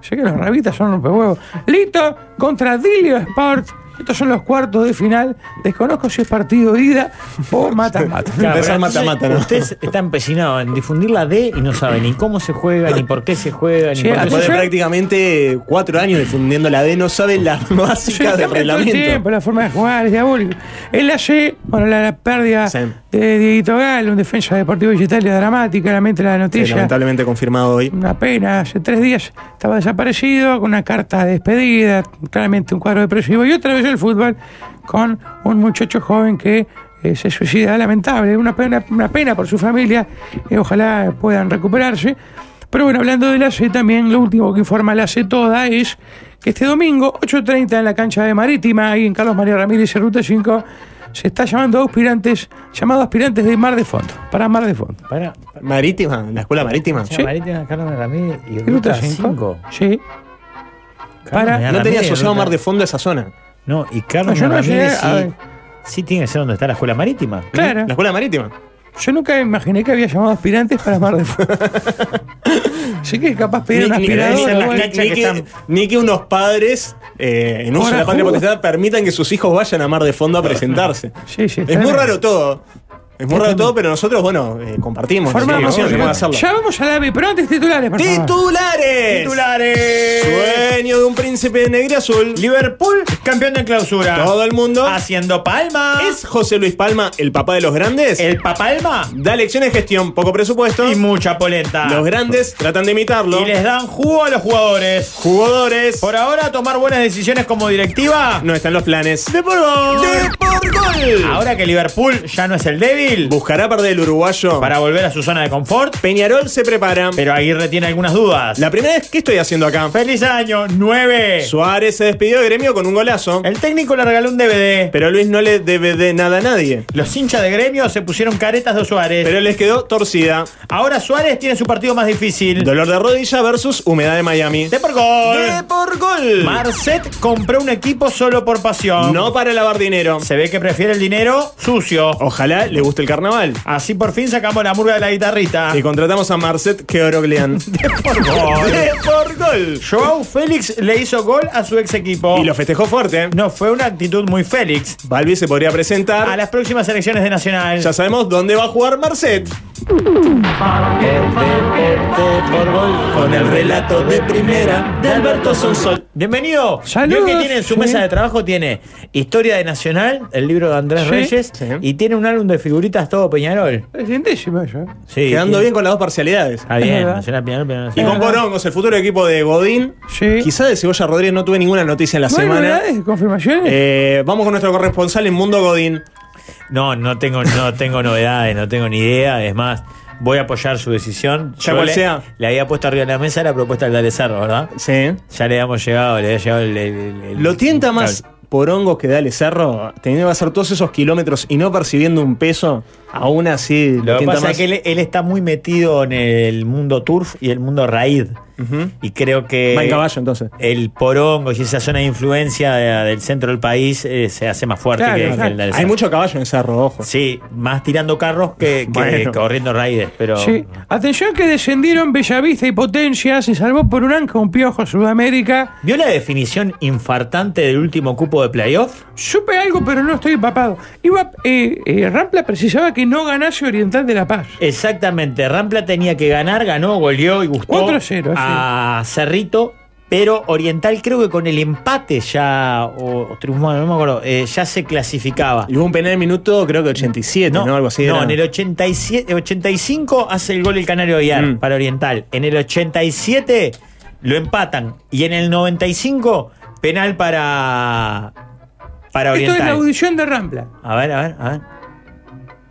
[SPEAKER 11] Sé que los rabitas son rompehuevos. Lito contra Dilio Sport. Estos son los cuartos de final. Desconozco si es partido de ida
[SPEAKER 2] [LAUGHS]
[SPEAKER 11] o mata-mata.
[SPEAKER 4] Claro, pero entonces Usted está empecinado en difundir la D y no sabe ni cómo se juega, ni por qué se juega, ni por qué
[SPEAKER 2] Después de
[SPEAKER 4] se
[SPEAKER 2] prácticamente cuatro años difundiendo la D, no sabe la [LAUGHS] básica
[SPEAKER 11] Sí,
[SPEAKER 2] del
[SPEAKER 11] cambia todo el
[SPEAKER 2] reglamento.
[SPEAKER 11] tiempo, la forma de jugar es diabólico. En la C, bueno, la, la pérdida de Dieguito Gal, un defensa deportivo de Italia dramática, lamentablemente la
[SPEAKER 2] Sí,
[SPEAKER 11] noticia.
[SPEAKER 2] lamentablemente confirmado hoy.
[SPEAKER 11] una pena, hace tres días estaba desaparecido, con una carta de despedida, claramente un cuadro depresivo, y otra vez el fútbol con un muchacho joven que eh, se suicida, lamentable, una pena, una pena por su familia, eh, ojalá puedan recuperarse. Pero bueno, hablando de la C también, lo último que informa la C toda es que este domingo, 8.30 en la cancha de Marítima, ahí en Carlos María Ramírez, en Ruta 5, se está llamando a aspirantes, llamados aspirantes de Mar de Fondo, para Mar de Fondo.
[SPEAKER 4] Para,
[SPEAKER 2] Marítima, la escuela marítima.
[SPEAKER 4] juega. Marítima, Carlos Ramírez y
[SPEAKER 11] Ruta
[SPEAKER 4] Ruta 5.
[SPEAKER 11] 5. Sí. Para-
[SPEAKER 2] no tenía asociado Mar de Fondo a esa zona.
[SPEAKER 4] No, y Carlos
[SPEAKER 11] No, yo no
[SPEAKER 4] Ramírez
[SPEAKER 11] llegué a
[SPEAKER 4] sí,
[SPEAKER 11] ver.
[SPEAKER 4] sí tiene que ser donde está la escuela marítima.
[SPEAKER 11] Claro.
[SPEAKER 2] La escuela marítima.
[SPEAKER 11] Yo nunca imaginé que había llamado aspirantes para Mar de
[SPEAKER 4] [LAUGHS]
[SPEAKER 11] Fuego. sí que capaz pedir un
[SPEAKER 2] Ni- ni-
[SPEAKER 11] aspirador.
[SPEAKER 2] ni-
[SPEAKER 11] o
[SPEAKER 2] ni-
[SPEAKER 11] algo.
[SPEAKER 2] ni que- Ni que unos padres, eh, en uso de la
[SPEAKER 11] Ahora
[SPEAKER 2] patria
[SPEAKER 11] juro.
[SPEAKER 2] potestad, permitan que sus hijos vayan a Mar de Fondo a presentarse.
[SPEAKER 11] Sí, sí,
[SPEAKER 2] Es muy
[SPEAKER 11] tremendo.
[SPEAKER 2] raro todo. Es muy raro todo, pero nosotros, bueno, eh, compartimos.
[SPEAKER 11] Formamos.
[SPEAKER 2] información, tenemos que hacerlo.
[SPEAKER 11] ya vamos a la B, pero antes titulares, por favor.
[SPEAKER 2] ¡Titulares!
[SPEAKER 4] ¡Titulares!
[SPEAKER 2] Sueño de un príncipe negro y azul.
[SPEAKER 4] Liverpool, campeón de clausura.
[SPEAKER 2] Todo el mundo.
[SPEAKER 4] Haciendo palma.
[SPEAKER 2] ¿Es José Luis Palma el papá de los grandes?
[SPEAKER 4] el papalma
[SPEAKER 2] Da lecciones de gestión, poco presupuesto.
[SPEAKER 4] y mucha polenta.
[SPEAKER 2] Los grandes tratan de imitarlo.
[SPEAKER 4] y les dan jugo a los jugadores.
[SPEAKER 2] Jugadores.
[SPEAKER 4] Por ahora, tomar buenas decisiones como directiva.
[SPEAKER 2] No están los planes.
[SPEAKER 4] ¡De por gol!
[SPEAKER 2] por gol!
[SPEAKER 4] Ahora que Liverpool ya no es el débil,
[SPEAKER 2] Buscará perder el uruguayo.
[SPEAKER 4] para volver a su zona de confort,
[SPEAKER 2] Peñarol se prepara.
[SPEAKER 4] pero Aguirre tiene algunas dudas.
[SPEAKER 2] La primera es, ¿qué estoy haciendo acá?
[SPEAKER 4] ¡Feliz año! ¡Nueve!
[SPEAKER 2] Suárez se despidió de gremio con un golazo.
[SPEAKER 4] El técnico le regaló un DVD.
[SPEAKER 2] Pero Luis no le debe de nada a nadie.
[SPEAKER 4] Los hinchas de gremio se pusieron caretas de Suárez.
[SPEAKER 2] Pero les quedó torcida.
[SPEAKER 4] Ahora Suárez tiene su partido más difícil.
[SPEAKER 2] Dolor de rodilla versus humedad de Miami.
[SPEAKER 4] ¡De por gol!
[SPEAKER 2] ¡De por gol!
[SPEAKER 4] Marcet compró un equipo solo por pasión.
[SPEAKER 2] No para lavar dinero.
[SPEAKER 4] Se ve que prefiere el dinero sucio.
[SPEAKER 2] Ojalá le guste el carnaval.
[SPEAKER 4] Así por fin sacamos la murga de la guitarrita.
[SPEAKER 2] Y contratamos a Marcet Keoroglean.
[SPEAKER 4] por gol.
[SPEAKER 2] ¡De por gol!
[SPEAKER 4] [LAUGHS] Joao Félix le hizo gol a su ex equipo.
[SPEAKER 2] Y lo festejó fuerte.
[SPEAKER 4] No, fue una actitud muy Félix.
[SPEAKER 2] Balbi se podría
[SPEAKER 4] A
[SPEAKER 2] presentar.
[SPEAKER 4] las próximas elecciones de Nacional.
[SPEAKER 2] Ya sabemos dónde va a jugar
[SPEAKER 11] [LAUGHS]
[SPEAKER 2] Marcet.
[SPEAKER 4] Con el relato de primera de Alberto Sonsol. Bienvenido. Vio
[SPEAKER 11] Saludos.
[SPEAKER 4] que tiene en su
[SPEAKER 11] Sí.
[SPEAKER 4] mesa de trabajo tiene Historia de Nacional, el libro de Andrés
[SPEAKER 11] Sí.
[SPEAKER 4] Reyes,
[SPEAKER 2] Sí.
[SPEAKER 4] y tiene un álbum de figuritas todo Peñarol.
[SPEAKER 11] Es lindísimo eso. ¿eh?
[SPEAKER 4] Sí.
[SPEAKER 2] Quedando
[SPEAKER 4] tiene-
[SPEAKER 2] bien con las dos parcialidades.
[SPEAKER 4] Está bien,
[SPEAKER 11] Es verdad.
[SPEAKER 4] Nacional Peñarol, Peñarol.
[SPEAKER 2] Y
[SPEAKER 4] Nacional.
[SPEAKER 2] con Porongos, el futuro equipo de Godín.
[SPEAKER 11] Sí.
[SPEAKER 2] Quizá de Cebolla Rodríguez no tuve ninguna noticia en la
[SPEAKER 11] ¿No hay
[SPEAKER 2] semana.
[SPEAKER 11] novedades, confirmaciones?
[SPEAKER 2] Eh, vamos con nuestro corresponsal en Mundo Godín.
[SPEAKER 4] No, no tengo, no tengo novedades, no tengo ni idea. Es más, voy a apoyar su decisión.
[SPEAKER 2] Sea
[SPEAKER 4] Yo
[SPEAKER 2] cual
[SPEAKER 4] le,
[SPEAKER 2] sea.
[SPEAKER 4] Le había puesto arriba de la mesa la propuesta del Dale Cerro, ¿verdad?
[SPEAKER 2] Sí.
[SPEAKER 4] Ya le habíamos llegado, le había llegado el. el- el-
[SPEAKER 2] Lo tienta
[SPEAKER 4] el-
[SPEAKER 2] más Porongos que Dale Cerro, teniendo que hacer todos esos kilómetros y no percibiendo un peso, aún así lo,
[SPEAKER 4] Lo que
[SPEAKER 2] tienta
[SPEAKER 4] pasa
[SPEAKER 2] más.
[SPEAKER 4] es que él, él está muy metido en el mundo turf y el mundo raíz.
[SPEAKER 2] Ujú.
[SPEAKER 4] Y creo que.
[SPEAKER 2] Va en caballo entonces.
[SPEAKER 4] El porongo y esa zona de influencia de- del centro del país eh, se hace más fuerte
[SPEAKER 11] Claro,
[SPEAKER 4] que,
[SPEAKER 11] claro.
[SPEAKER 4] que el Dale
[SPEAKER 2] Hay
[SPEAKER 4] Cerro.
[SPEAKER 2] mucho caballo en Cerro, ojo.
[SPEAKER 4] Sí, más tirando carros que, que
[SPEAKER 2] Bueno.
[SPEAKER 4] corriendo raíces, pero.
[SPEAKER 11] Sí. Atención que descendieron Bellavista y Potencia, se salvó por un anca un piojo Sudamérica.
[SPEAKER 4] ¿Vio la definición infartante del último cupo de playoff?
[SPEAKER 11] Supe algo, pero no estoy empapado. Iba, eh, eh, Rampla precisaba que no ganase Oriental de La Paz.
[SPEAKER 4] Exactamente, Rampla tenía que ganar, ganó, goleó y gustó
[SPEAKER 11] 4-0,
[SPEAKER 4] a Cerrito, pero Oriental creo que con el empate ya, o, o triunfó, no me acuerdo, eh, ya se clasificaba.
[SPEAKER 2] Y hubo un penal en minuto, creo que 87, ¿no? Algo así.
[SPEAKER 4] no,
[SPEAKER 2] era.
[SPEAKER 4] en el 87, 85 hace el gol el Canario Villar
[SPEAKER 2] Mm.
[SPEAKER 4] para Oriental. En el 87 lo empatan. Y en el 95, penal para, para
[SPEAKER 11] Esto es
[SPEAKER 4] Oriental.
[SPEAKER 11] la audición de Rampla.
[SPEAKER 4] A ver, a ver, a ver.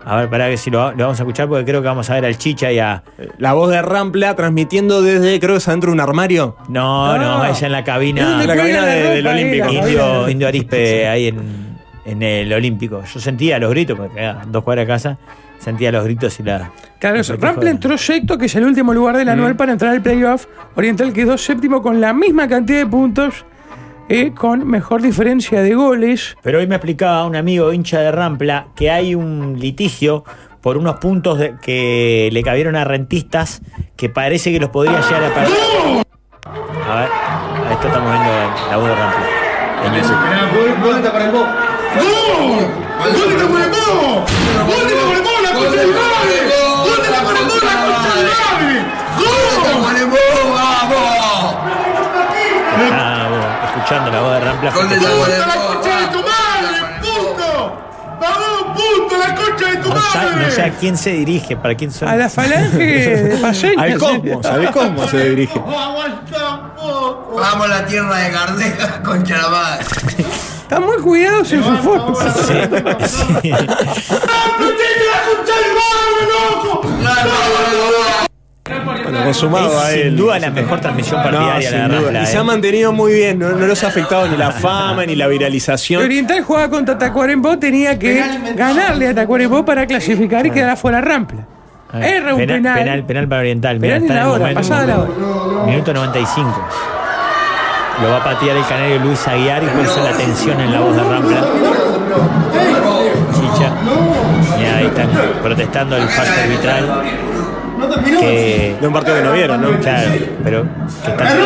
[SPEAKER 4] A ver, pará que si lo, lo vamos a escuchar porque creo que vamos a ver al Chicha y a.
[SPEAKER 2] La voz de Rampla transmitiendo desde, creo que es adentro de un armario.
[SPEAKER 4] No,
[SPEAKER 11] Ah.
[SPEAKER 4] no, ella en la
[SPEAKER 11] Es
[SPEAKER 4] cabina.
[SPEAKER 11] donde
[SPEAKER 2] la
[SPEAKER 11] cuelgan
[SPEAKER 2] cabina de-
[SPEAKER 11] ropa,
[SPEAKER 2] del
[SPEAKER 11] eh,
[SPEAKER 2] Olímpico.
[SPEAKER 11] la
[SPEAKER 4] Indio,
[SPEAKER 11] cabina.
[SPEAKER 4] Indio Arispe ahí en, en en el Olímpico. Yo sentía los gritos, porque quedaba dos cuadras de casa, sentía los gritos y la.
[SPEAKER 11] Claro, eso. Rampla entró sexto, que es el último lugar del anual para entrar al playoff. Oriental quedó séptimo con la misma cantidad de puntos, eh, con mejor diferencia de goles.
[SPEAKER 4] Pero hoy me explicaba un amigo hincha de Rampla que hay un litigio por unos puntos de- que le cabieron a rentistas que parece que los podría llegar a perder. A ver, a esto estamos viendo la voz de Rampla. En YouTube.
[SPEAKER 9] ¡Goleta para el Bo! ¡Gol! ¡Goleta para el Bo! ¡Goleta para el Bo, la concha del madre! ¡Goleta para el Bo, la concha del madre! ¡Gol! para el Bo, vamos!
[SPEAKER 4] Ah, bueno, escuchando la voz de Rampla. fue
[SPEAKER 9] ¡Goleta
[SPEAKER 4] escuchando.
[SPEAKER 9] para la concha de tu madre! ¡Punto! ¡Vamos, punto, la concha de tu
[SPEAKER 4] No sa-
[SPEAKER 9] madre!
[SPEAKER 4] no sé a quién se dirige, para quién son.
[SPEAKER 11] A la
[SPEAKER 4] [LAUGHS]
[SPEAKER 11] falange de Paseña.
[SPEAKER 2] Al Cosmos, al Cosmos se dirige.
[SPEAKER 9] Vamos a la tierra de Gardea, [LAUGHS] concha la madre.
[SPEAKER 11] Están muy cuidados en su forma. [LAUGHS]
[SPEAKER 2] Bueno, consumado a
[SPEAKER 4] es sin
[SPEAKER 2] él.
[SPEAKER 4] duda la mejor transmisión partidaria
[SPEAKER 2] sin
[SPEAKER 4] la de
[SPEAKER 2] duda.
[SPEAKER 4] Rampla.
[SPEAKER 2] Y
[SPEAKER 4] eh.
[SPEAKER 2] se ha mantenido muy bien, no, no los ha afectado ni la fama, ni la viralización.
[SPEAKER 11] Oriental jugaba contra Tacuarembó, tenía que ganarle a Tacuarembó para clasificar y quedar fuera Rampla.
[SPEAKER 4] Ah,
[SPEAKER 11] Erra Eh, un penal.
[SPEAKER 4] penal. Penal para Oriental. Mirá,
[SPEAKER 11] Penal en
[SPEAKER 4] está en
[SPEAKER 11] la
[SPEAKER 4] el
[SPEAKER 11] hora,
[SPEAKER 4] momento.
[SPEAKER 11] pasada la hora.
[SPEAKER 4] Minuto 95. Lo va a patear el canario Luis Aguiar y por eso la tensión en la voz de Rampla. Chicha. Y ahí están protestando el falta arbitral. Que,
[SPEAKER 2] De un partido que no vieron, ¿no?
[SPEAKER 4] claro, pero que están.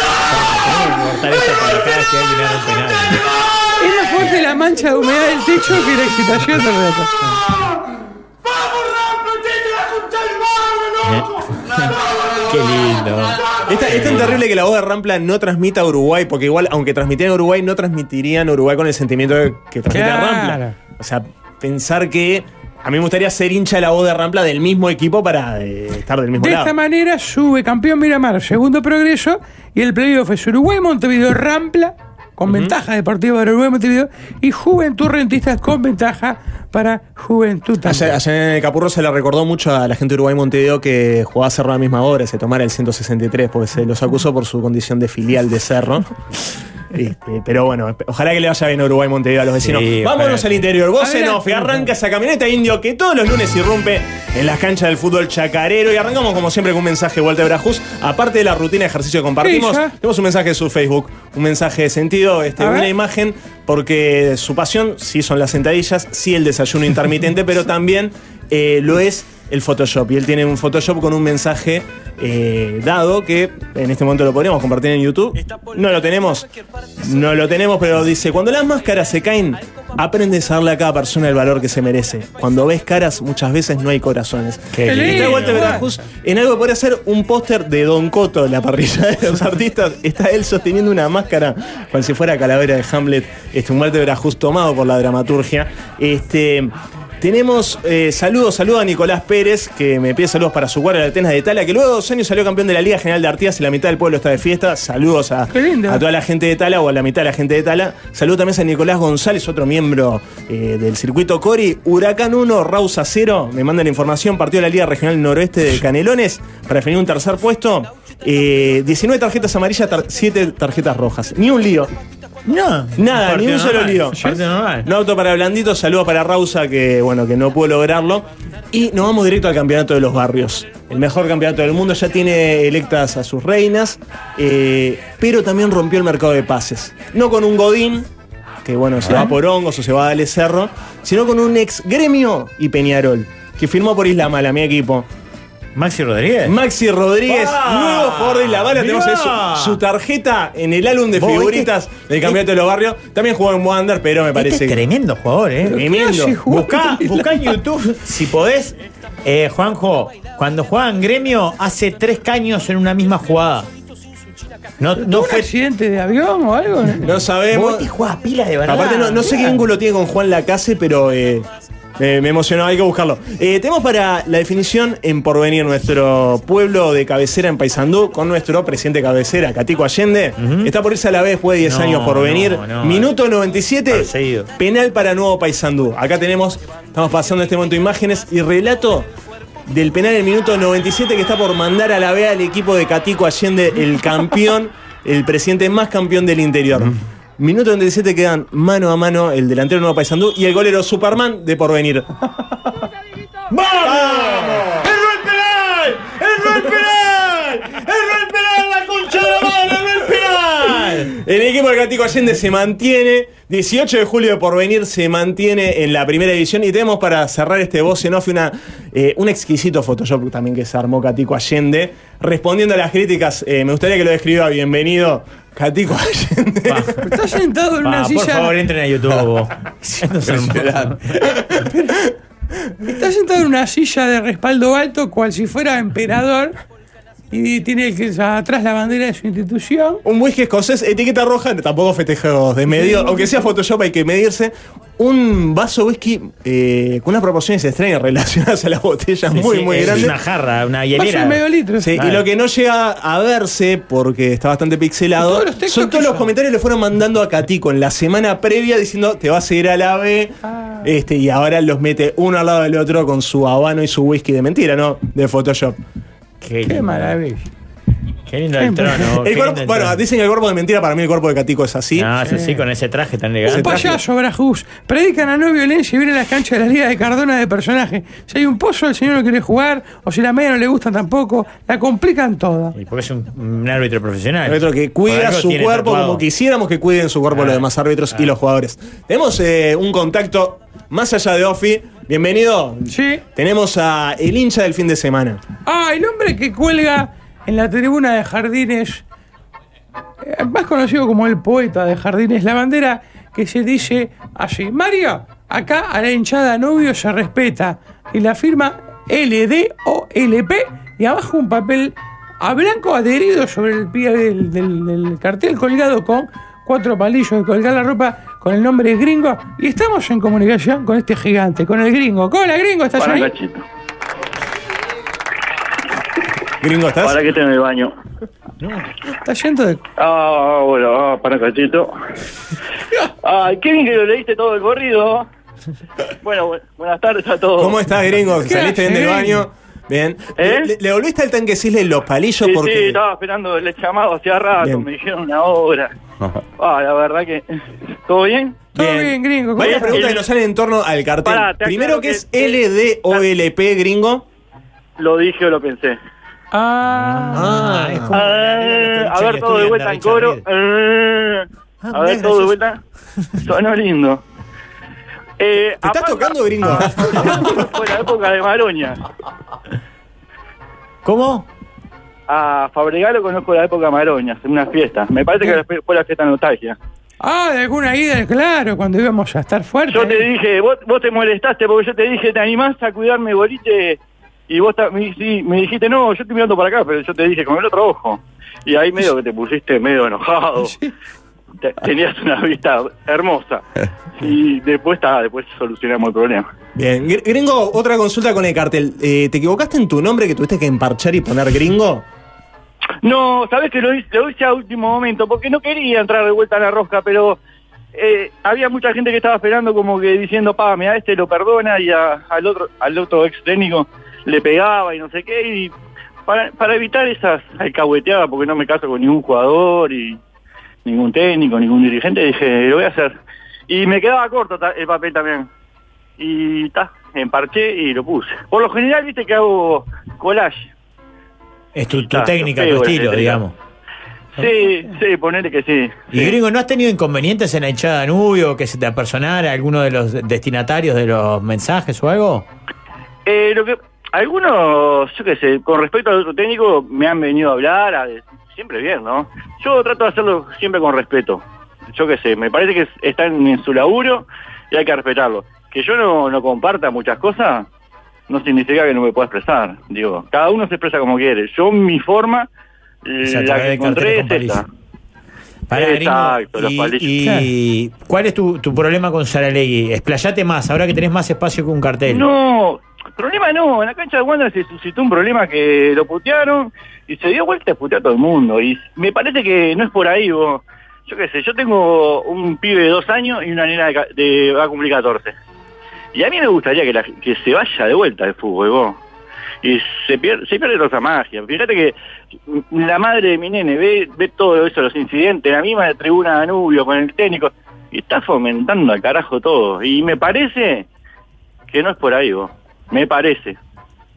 [SPEAKER 4] Cortar esto para acá, que hay que mirar un penal.
[SPEAKER 11] Es más fuerte la mancha de humedad del techo que la excitación del relato.
[SPEAKER 4] Qué lindo.
[SPEAKER 2] Esta- es tan terrible que la voz de Rampla no transmita a Uruguay, porque igual, aunque transmitieran a Uruguay, no transmitirían a Uruguay con el sentimiento que- que transmite
[SPEAKER 11] Claro.
[SPEAKER 2] Rampla. O sea, pensar que a mí me gustaría ser hincha de la voz de Rampla del mismo equipo para eh, estar del mismo
[SPEAKER 11] De
[SPEAKER 2] lado.
[SPEAKER 11] esta manera sube campeón Miramar, segundo progreso, y el playoff es Uruguay, Montevideo, Rampla, con ventaja deportiva para Uruguay, Montevideo, y Juventud Rentistas con ventaja para Juventud.
[SPEAKER 2] Ayer,
[SPEAKER 11] también.
[SPEAKER 2] ayer en el Capurro se le recordó mucho a la gente de Uruguay Montevideo que jugaba a Cerro a la misma hora, se tomara el 163, porque se los acusó por su condición de filial de Cerro. Este, pero bueno, ojalá que le vaya bien a Uruguay Montevideo a los vecinos.
[SPEAKER 4] Sí,
[SPEAKER 2] Vámonos
[SPEAKER 4] ojalá.
[SPEAKER 2] al interior. Vos,
[SPEAKER 11] Adelante.
[SPEAKER 2] Enofe, arranca esa camioneta indio que todos los lunes irrumpe en las canchas del fútbol chacarero. Y arrancamos, como siempre, con un mensaje de Walter Brajus. Aparte de la rutina de ejercicio que compartimos,
[SPEAKER 11] Sí, ya.
[SPEAKER 2] tenemos un mensaje de su Facebook, un mensaje de sentido, este,
[SPEAKER 11] A ver.
[SPEAKER 2] una imagen, porque su pasión sí son las sentadillas, sí el desayuno
[SPEAKER 11] [LAUGHS]
[SPEAKER 2] intermitente, pero también eh, lo es el Photoshop. Y él tiene un Photoshop con un mensaje eh, dado que en este momento lo podríamos compartir en YouTube. No lo tenemos, no lo tenemos, pero dice: Cuando las máscaras se caen, aprendes a darle a cada persona el valor que se merece. Cuando ves caras, muchas veces no hay corazones.
[SPEAKER 4] Qué
[SPEAKER 11] lindo.
[SPEAKER 2] Está Walter Veracruz en algo que podría ser un póster de Don Coto en la parrilla de los artistas. Está él sosteniendo una máscara como si fuera calavera de Hamlet. Este, un Walter Veracruz tomado por la dramaturgia. Este. Tenemos eh, saludos, saludos a Nicolás Pérez, que me pide saludos para su guardia de Atenas de Tala, que luego de dos años salió campeón de la Liga General de Artigas y la mitad del pueblo está de fiesta. Saludos a,
[SPEAKER 11] Qué lindo.
[SPEAKER 2] a toda la gente de Tala o a la mitad de la gente de Tala. Saludos también a Nicolás González, otro miembro eh, del circuito Cori. Huracán 1, Rausa 0. Me manda la información. Partido de la Liga Regional Noroeste de Canelones para definir un tercer puesto. Eh, 19 tarjetas amarillas, 7 tarjetas rojas. Ni un lío.
[SPEAKER 4] No.
[SPEAKER 2] Nada, ni
[SPEAKER 4] Partido
[SPEAKER 2] un solo
[SPEAKER 4] normal,
[SPEAKER 2] lío.
[SPEAKER 4] partido normal.
[SPEAKER 2] No auto para Blandito, saludos para Rausa, que bueno, que no pudo lograrlo. Y nos vamos directo al campeonato de los barrios. El mejor campeonato del mundo, ya tiene electas a sus reinas, eh, pero también rompió el mercado de pases. No con un Godín, que bueno, se va por hongos o se va a Dale Cerro, sino con un ex gremio y Peñarol, que firmó por Isla Mala, mi equipo.
[SPEAKER 4] Maxi Rodríguez.
[SPEAKER 2] Maxi Rodríguez,
[SPEAKER 4] Ah,
[SPEAKER 2] nuevo jugador de La Bala. Tenemos
[SPEAKER 4] mirá.
[SPEAKER 2] eso, su tarjeta en el álbum de
[SPEAKER 4] Vos,
[SPEAKER 2] figuritas
[SPEAKER 4] este-
[SPEAKER 2] del Campeonato de los Barrios. También jugó en Wander, pero me parece
[SPEAKER 4] Este es
[SPEAKER 2] que.
[SPEAKER 4] tremendo jugador, ¿eh?
[SPEAKER 2] Tremendo.
[SPEAKER 11] hace, Juan?
[SPEAKER 4] Buscá, buscá [LAUGHS] en YouTube, si podés. Eh, Juanjo, cuando juega en gremio, hace tres caños en una misma jugada. No, no
[SPEAKER 11] ¿Un
[SPEAKER 4] fue.
[SPEAKER 11] accidente de avión o algo? ¿eh?
[SPEAKER 2] No sabemos.
[SPEAKER 4] Vos te jugás pila de verdad.
[SPEAKER 2] Aparte, no, no sé qué vínculo tiene con Juan Lacase, pero eh, me, me emocionó, hay que buscarlo. Eh, tenemos para la definición en porvenir nuestro pueblo de cabecera en Paysandú con nuestro presidente de cabecera, Catico Allende. Está por irse a la vez después de 10
[SPEAKER 4] No,
[SPEAKER 2] años por venir.
[SPEAKER 4] no, eh, no.
[SPEAKER 2] Minuto 97,
[SPEAKER 4] Perseguido.
[SPEAKER 2] penal para Nuevo Paysandú. Acá tenemos, estamos pasando en este momento imágenes y relato del penal en el minuto 97 que está por mandar a la vea el equipo de Catico Allende, el
[SPEAKER 4] [LAUGHS]
[SPEAKER 2] campeón, el presidente más campeón del interior.
[SPEAKER 4] Mm.
[SPEAKER 2] Minuto 97 quedan mano a mano el delantero Nuevo Paysandú y el golero Superman de Porvenir.
[SPEAKER 9] ¡Vamos! ¡Erró el penal! ¡Erró el penal! ¡Erró el penal! ¡La concha de la madre! ¡Erró el penal!
[SPEAKER 2] El equipo del Catico Allende se mantiene. 18 de julio de Porvenir se mantiene en la primera división. Y tenemos para cerrar este voz en off una, eh, un exquisito Photoshop también que se armó Catico Allende. Respondiendo a las críticas, eh, me gustaría que lo describa. Bienvenido, Catico Allende. [LAUGHS]
[SPEAKER 11] Está sentado en
[SPEAKER 4] Pa,
[SPEAKER 11] una
[SPEAKER 4] Ah, por
[SPEAKER 11] silla.
[SPEAKER 4] favor, entren a YouTube. vos. Esto es [LAUGHS] hermoso.
[SPEAKER 11] Está sentado en una silla de respaldo alto, cual si fuera emperador. Y tiene el que atrás la bandera de su institución.
[SPEAKER 2] Un whisky escocés, etiqueta roja, tampoco festejos de medio, aunque sea Photoshop hay que medirse. Un vaso whisky eh, con unas proporciones extrañas relacionadas a las botellas
[SPEAKER 4] Sí,
[SPEAKER 2] muy,
[SPEAKER 4] sí,
[SPEAKER 2] muy
[SPEAKER 4] es
[SPEAKER 2] grandes.
[SPEAKER 4] Una jarra,
[SPEAKER 2] Ah,
[SPEAKER 4] una hielera.
[SPEAKER 11] Vaso de medio litro.
[SPEAKER 2] Sí, y
[SPEAKER 4] Claro.
[SPEAKER 2] lo que no llega a verse, porque está bastante pixelado,
[SPEAKER 11] Todos los textos
[SPEAKER 2] son todos
[SPEAKER 11] que
[SPEAKER 2] los
[SPEAKER 11] yo-
[SPEAKER 2] comentarios que le fueron mandando a Catico en la semana previa diciendo te vas a ir a la B.
[SPEAKER 11] Ah.
[SPEAKER 2] Este, y ahora los mete uno al lado del otro con su habano y su whisky de mentira, ¿no? De Photoshop.
[SPEAKER 4] Qué
[SPEAKER 11] Qué
[SPEAKER 4] lindo.
[SPEAKER 11] maravilla.
[SPEAKER 4] Qué lindo el trono.
[SPEAKER 2] El cuerpo- bueno, dicen que el cuerpo de mentira, para mí el cuerpo de Catico es así.
[SPEAKER 4] No, es así, con ese traje tan
[SPEAKER 11] Un
[SPEAKER 4] elegante.
[SPEAKER 11] payaso, Brajus. Predican a no violencia y vienen a las canchas de la Liga de Cardona de personaje. Si hay un pozo, el señor no quiere jugar, o si la media no le gusta tampoco, la complican toda.
[SPEAKER 4] Y porque es un, un árbitro profesional.
[SPEAKER 2] El árbitro que
[SPEAKER 4] Por
[SPEAKER 2] cuida
[SPEAKER 4] algo
[SPEAKER 2] su
[SPEAKER 4] tiene
[SPEAKER 2] cuerpo
[SPEAKER 4] tatuado. Ah,
[SPEAKER 2] como quisiéramos que cuiden su cuerpo los demás árbitros y los jugadores. Tenemos eh, un contacto más allá de Offi. Bienvenido.
[SPEAKER 11] Sí.
[SPEAKER 2] Tenemos a el hincha del fin de semana.
[SPEAKER 11] Ah, el hombre que cuelga en la tribuna de jardines, eh, más conocido como el poeta de jardines, la bandera que se dice así: Mario, acá a la hinchada novio se respeta. Y la firma LDOLP y abajo un papel a blanco adherido sobre el pie del, del- del cartel colgado con cuatro palillos de colgar la ropa con el nombre gringo. Y estamos en comunicación con este gigante, con el gringo. ¡Hola, gringo! ¿Estás
[SPEAKER 10] Para
[SPEAKER 11] ahí?
[SPEAKER 10] cachito.
[SPEAKER 2] Gringo, ¿estás?
[SPEAKER 10] Para que esté en el baño.
[SPEAKER 11] ¿Estás yendo de
[SPEAKER 10] Ah, bueno, ah, para
[SPEAKER 2] [LAUGHS]
[SPEAKER 10] cachito. Ay, qué bien que lo leíste todo el corrido. Bueno, bu- buenas tardes a todos.
[SPEAKER 2] ¿Cómo estás, gringo?
[SPEAKER 11] ¿Qué
[SPEAKER 2] ¿Saliste bien del
[SPEAKER 11] haces,
[SPEAKER 2] baño? Bien.
[SPEAKER 10] ¿Eh?
[SPEAKER 2] Le, le volviste al tanque Cisle los palillos
[SPEAKER 10] Sí, sí,
[SPEAKER 2] porque.
[SPEAKER 10] estaba esperando el llamado hacía rato,
[SPEAKER 2] Bien.
[SPEAKER 10] me dijeron una hora. Ah, la verdad que... ¿Todo bien?
[SPEAKER 11] Todo bien, gringo. ¿cómo
[SPEAKER 2] Varias
[SPEAKER 11] estás?
[SPEAKER 2] preguntas que nos salen en torno al cartel.
[SPEAKER 10] Pará, te
[SPEAKER 2] Primero,
[SPEAKER 10] aclaro
[SPEAKER 2] ¿qué es
[SPEAKER 10] que-
[SPEAKER 2] LDOLP, gringo?
[SPEAKER 10] Lo dije o lo pensé.
[SPEAKER 11] Ah,
[SPEAKER 2] Ah, es como.
[SPEAKER 10] Eh, a ver todo de vuelta en coro. Eh,
[SPEAKER 4] Ah,
[SPEAKER 10] a ver todo de vuelta. Sonó lindo. Eh,
[SPEAKER 2] ¿Te estás
[SPEAKER 10] aparte-
[SPEAKER 2] tocando, gringo?
[SPEAKER 10] [LAUGHS] Fue la época de Maroña.
[SPEAKER 4] ¿Cómo?
[SPEAKER 10] A Fabregalo conozco la época de Maroña, en una fiesta. Me parece que fue- fue la fiesta nostalgia.
[SPEAKER 11] ah, de alguna ida, claro, cuando íbamos a estar fuertes.
[SPEAKER 10] Yo te dije, vos, vos te molestaste porque yo te dije, te animás a cuidarme, bolite. Y vos ta- me, sí, me dijiste, no, yo estoy mirando para acá, pero yo te dije, con el otro ojo. Y ahí medio que te pusiste medio
[SPEAKER 2] [LAUGHS]
[SPEAKER 10] enojado. Te- Tenías una vista hermosa. Y después, ta, después solucionamos el problema.
[SPEAKER 2] Bien. Gr- Gringo, otra consulta con el cartel. Eh, ¿Te equivocaste en tu nombre que tuviste que emparchar y poner gringo?
[SPEAKER 10] No, sabes que lo hice, lo hice a último momento, porque no quería entrar de vuelta a la rosca, pero eh, había mucha gente que estaba esperando como que diciendo, pa, mira, este lo perdona y a- al otro al otro ex técnico le pegaba y no sé qué, y para, para evitar esas alcahueteadas, porque no me caso con ningún jugador y ningún técnico, ningún dirigente, dije, lo voy a hacer. Y me quedaba corto ta- el papel también. Y ta, emparché y lo puse. Por lo general, viste que hago collage.
[SPEAKER 4] Es tu, tu
[SPEAKER 10] Claro,
[SPEAKER 4] técnica,
[SPEAKER 10] Ah, sí,
[SPEAKER 4] tu
[SPEAKER 10] bueno,
[SPEAKER 4] estilo,
[SPEAKER 10] sí,
[SPEAKER 4] digamos.
[SPEAKER 10] Sí, sí, ponele que sí.
[SPEAKER 4] Y gringo, ¿no has tenido inconvenientes en la hinchada Danubio que se te apersonara alguno de los destinatarios de los mensajes o algo?
[SPEAKER 10] Eh, lo que algunos, yo qué sé, con respecto al otro técnico me han venido a hablar, a decir- siempre bien, ¿no? Yo trato de hacerlo siempre con respeto. Yo qué sé, me parece que es- están en su laburo y hay que respetarlo. Que yo no, no comparta muchas cosas no significa que no me pueda expresar. Digo, cada uno se expresa como quiere. Yo mi forma,
[SPEAKER 4] sea,
[SPEAKER 10] la que
[SPEAKER 4] tragar el cartel
[SPEAKER 10] encontré
[SPEAKER 4] con
[SPEAKER 10] es
[SPEAKER 4] palillos.
[SPEAKER 10] esta.
[SPEAKER 4] Pará, gringo,
[SPEAKER 10] Exacto, los
[SPEAKER 4] y,
[SPEAKER 10] palillos.
[SPEAKER 4] y ¿Cuál es tu, tu problema con Saralegui? Explayate más, ahora que tenés más espacio que un cartel.
[SPEAKER 10] No, problema no. En la cancha de Wanda se suscitó un problema que lo putearon y se dio vuelta a putear a todo el mundo. Y me parece que no es por ahí, vos. Yo qué sé, yo tengo un pibe de dos años y una nena de, ca- de- va a cumplir 14. Y a mí me gustaría que, la- que se vaya de vuelta el fútbol, vos. y se pierde, se pierde toda esa magia. Fíjate que la madre de mi nene ve, ve todo eso, los incidentes, la misma tribuna Danubio con el técnico, y está fomentando al carajo todo. Y me parece que no es por ahí, vos. Me parece.